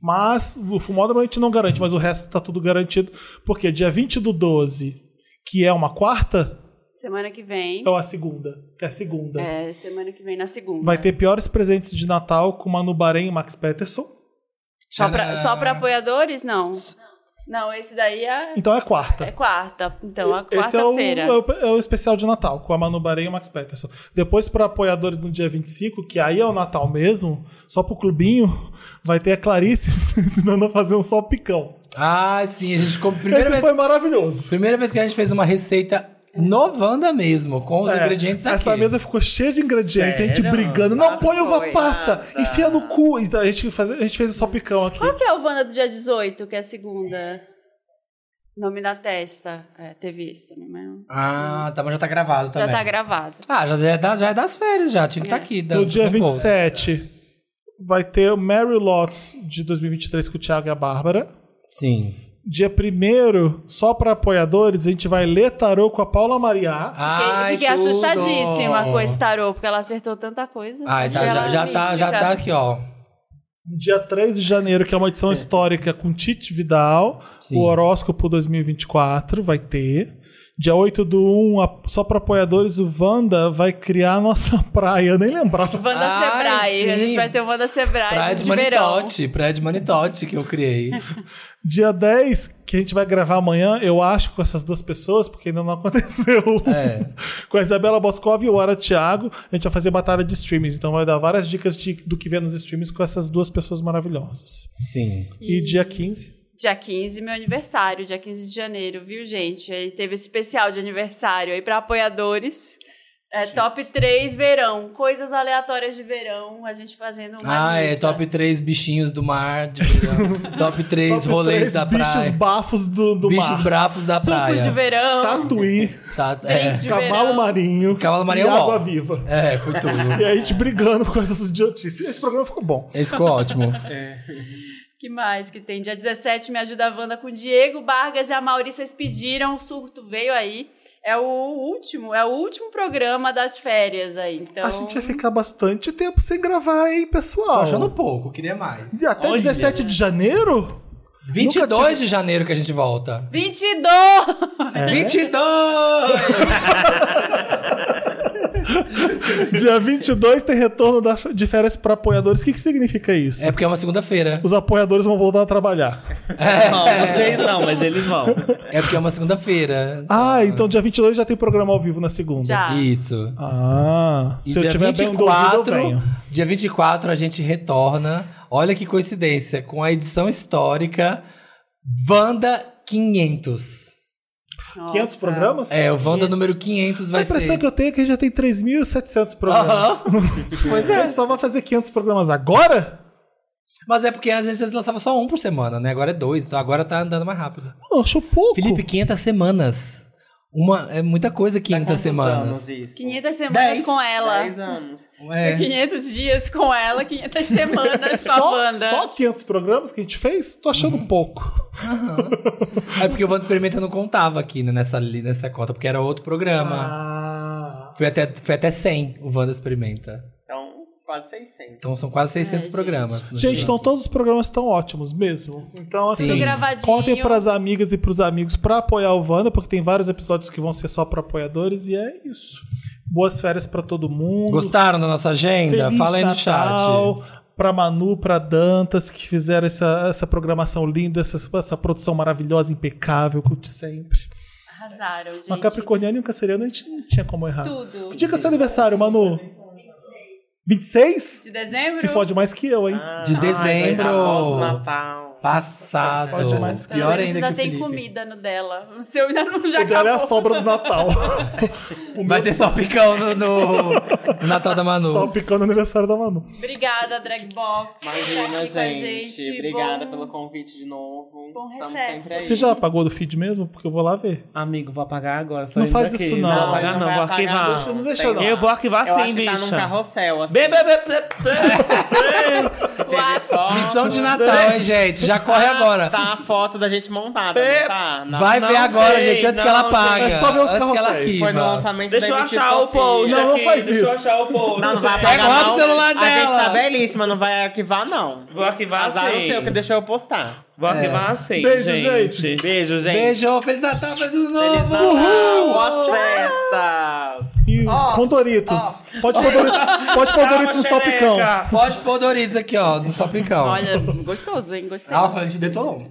Mas o fumódromo a gente não garante, mas o resto tá tudo garantido, porque dia 20 do 12, que é uma quarta,
Semana que vem.
Então,
é a segunda. É a segunda.
É, semana que vem, na segunda.
Vai ter piores presentes de Natal com Manu Bahrein e Max Peterson.
Só pra, só
Ah.
pra apoiadores? Não. Não, esse daí é,
Então é quarta.
é quarta. Então, é
Esse é o,
quarta-feira.
é
um-
o- é o especial de Natal, com a Manu Bahrein e o Max Peterson. Depois, para apoiadores no dia 25, que aí é o Natal mesmo, só pro clubinho, vai ter a Clarice ensinando a fazer um salpicão.
Ah, sim, a gente. com- Primeira
Esse
vez,
foi maravilhoso.
primeira vez que a gente fez uma receita novanda mesmo, com os ingredientes tá aqui.
É, Essa mesa ficou cheia de ingredientes, a gente
Sério?
brigando. Não,
Nossa,
põe uva
foi.
passa, enfia no cu. Então, a, gente faz, a gente fez o salpicão aqui.
Qual que é o Wanda do dia 18, que é a segunda? Nome na testa. É, teve isso também, mas não-
Ah, tá, mas já tá gravado
já
também.
tá gravado.
Ah, já, já, é da- já é das férias, já. Tinha que estar tá aqui.
No
dando-
dia
no bolso.
27, vai ter o Mary Lots de 2023 com o Thiago e a Bárbara.
Sim.
Dia 1 só para apoiadores, a gente vai ler tarô com a Paula Mariá.
Fiquei,
Ai,
fiquei
tudo.
assustadíssima com esse tarô, porque ela acertou tanta coisa.
Ai, tá,
Achei
já,
ela
já tá, já
mística.
tá aqui, ó.
Dia 3 de janeiro, que é uma edição histórica com Tite Vidal,
Sim.
o horóscopo 2024 vai ter. Dia 8 do 1, a- só para apoiadores, o Wanda vai criar a nossa praia. Eu nem lembrava.
Wanda
Ai,
Sebrae. A
sim.
gente vai ter o Wanda Sebrae
Praia
de,
de
verão.
Manitote. Praia de Manitote que eu criei.
Dia 10, que a gente vai gravar amanhã, eu acho, com essas duas pessoas, porque ainda não aconteceu.
É.
com a Isabela Boscov e o Ara Thiago, a gente vai fazer batalha de streams. Então vai dar várias dicas de- do que vê nos streams com essas duas pessoas maravilhosas.
Sim.
E, dia 15.
Dia 15, meu aniversário, dia 15 de janeiro, viu, gente? Aí teve esse especial de aniversário aí pra apoiadores. É, top 3 verão, coisas aleatórias de verão, a gente fazendo uma
Ah, é
lista.
top 3 bichinhos do mar. de verão. top 3
Top
rolês
três
da
bichos
praia.
bafos do, do
bichos
mar.
bravos da praia.
Sucos de verão.
Tatuí,
Tá, é.
Drinks de
cavalo
verão.
marinho.
Cavalo marinho
e
é bom.
água viva.
É, foi tudo.
E a gente brigando com essas idiotices. Esse programa ficou bom.
Esse ficou ótimo.
que mais que tem? Dia 17, me ajuda a Wanda com o Diego Vargas e a Maurícia pediram, o surto veio aí. É o último, é o último programa das férias aí. Então,
A
é
gente vai ficar bastante tempo sem gravar, hein, pessoal?
Tô Tá achando pouco, queria mais.
E Até
Olha.
17 de janeiro?
22 de janeiro que a gente volta.
22!
É. 22!
Dia 22 tem retorno da- de férias para apoiadores. O que, que significa isso?
É porque é uma segunda-feira.
Os apoiadores vão voltar a trabalhar.
Não, vocês não, mas eles vão.
É porque é uma segunda-feira.
Ah, então dia 22 já tem programa ao vivo na segunda.
Já.
Isso.
Ah,
E
se eu
dia
tiver bem envolvido, eu venho.
dia 24 a gente retorna. Olha que coincidência, com a edição histórica Wanda 500.
500 programas?
É, o Wanda número 500
A
vai
impressão
ser.
que eu tenho é um que já tem 3.700 programas. pois é. A gente só vai fazer 500 programas agora?
Mas é porque às vezes eles lançavam só um por semana, né? Agora é dois, então agora tá andando mais rápido.
Não, achou pouco.
Felipe, 500 semanas. Uma, é muita coisa 500 semanas.
Anos isso.
500 semanas
Dez.
com ela.
10 anos.
É.
500 dias com ela, 500 semanas com a
só,
banda.
só 500 programas que a gente fez? Tô achando
Uhum.
pouco.
É porque o Wanda Experimenta não contava aqui né, nessa, li- nessa conta, porque era outro programa.
Ah.
Foi, até, foi até 100 o Wanda Experimenta.
Então, quase 600.
Então são quase 600 programas. no
Gente,
dia.
então todos os programas estão ótimos mesmo. Então,
Sim.
assim,
Gravadinho.
contem pras amigas e pros amigos pra apoiar o Wanda, porque tem vários episódios que vão ser só pra apoiadores e é isso. Boas férias pra todo mundo.
Gostaram da nossa agenda?
Feliz
Fala aí no
Natal
chat.
Pra Manu, pra Dantas, que fizeram essa, essa programação linda, essa, essa produção maravilhosa, impecável, curte sempre.
Arrasaram, gente.
Uma capricorniana e um canceriano, a gente não tinha como errar.
Tudo.
Que dia que é seu aniversário, Manu? 26?
De dezembro?
Se fode mais que eu, hein?
Ah.
De dezembro.
Após o Natal.
Passado.
Pode mais.
Pelo
Pior
menos
ainda
ainda
que o
tem
Felipe.
comida no dela. O seu ainda não já
o dela é a
acabou.
sobra do Natal. o
Vai ter só picão no, no- no Natal da Manu.
Só picando o aniversário da Manu.
Obrigada, Dragbox. tá
Imagina,
aqui com a
gente.
gente.
Obrigada
Bom-
pelo convite de novo.
Bom
Estamos
recesso.
sempre aí.
Você já apagou do feed mesmo? Porque eu vou lá ver.
Amigo, vou apagar agora. só
Não
indo
faz
aqui.
isso, não.
vou apagar, não.
vai
vou
apagar,
arquivar. assim,
Deixa, não deixa,
Tem assim,
não.
lá.
Eu vou arquivar
Eu
sim,
acho que tá num
bicha.
carrossel, assim.
Bê, bê, bê, bê, bê, bê.
Teve foto.
Missão de Natal, hein, gente? Já corre
Ah,
agora.
Tá a foto da gente montada, não tá? Na-
Vai
Não
ver agora,
sei,
gente, antes que
não,
ela paga.
é só ver os
antes que ela
carrosséis.
quiva.
Foi no lançamento
Deixa eu
da Elixir
achar o
Sofia.
post
Não, não
aqui,
faz
deixa eu
isso.
achar o post.
Não, não vai
gente.
apagar
Pega lá
não.
pro É celular
A gente
dela.
tá belíssima, não vai arquivar não.
Vou arquivar
Azar o
sim.
seu que deixou eu postar.
Vou arquivar assim,
É. Beijo,
gente.
Beijo, gente.
Beijo, Feliz Natal, Feliz Ano
Feliz
Novo!
Natal, boas festas.
E com Doritos. Pode pôr Doritos, pode pôr Doritos no salpicão.
Xereca.
Pode pôr Doritos aqui, ó, no salpicão.
Olha, gostoso, hein? Gostei.
Ah, a gente detonou.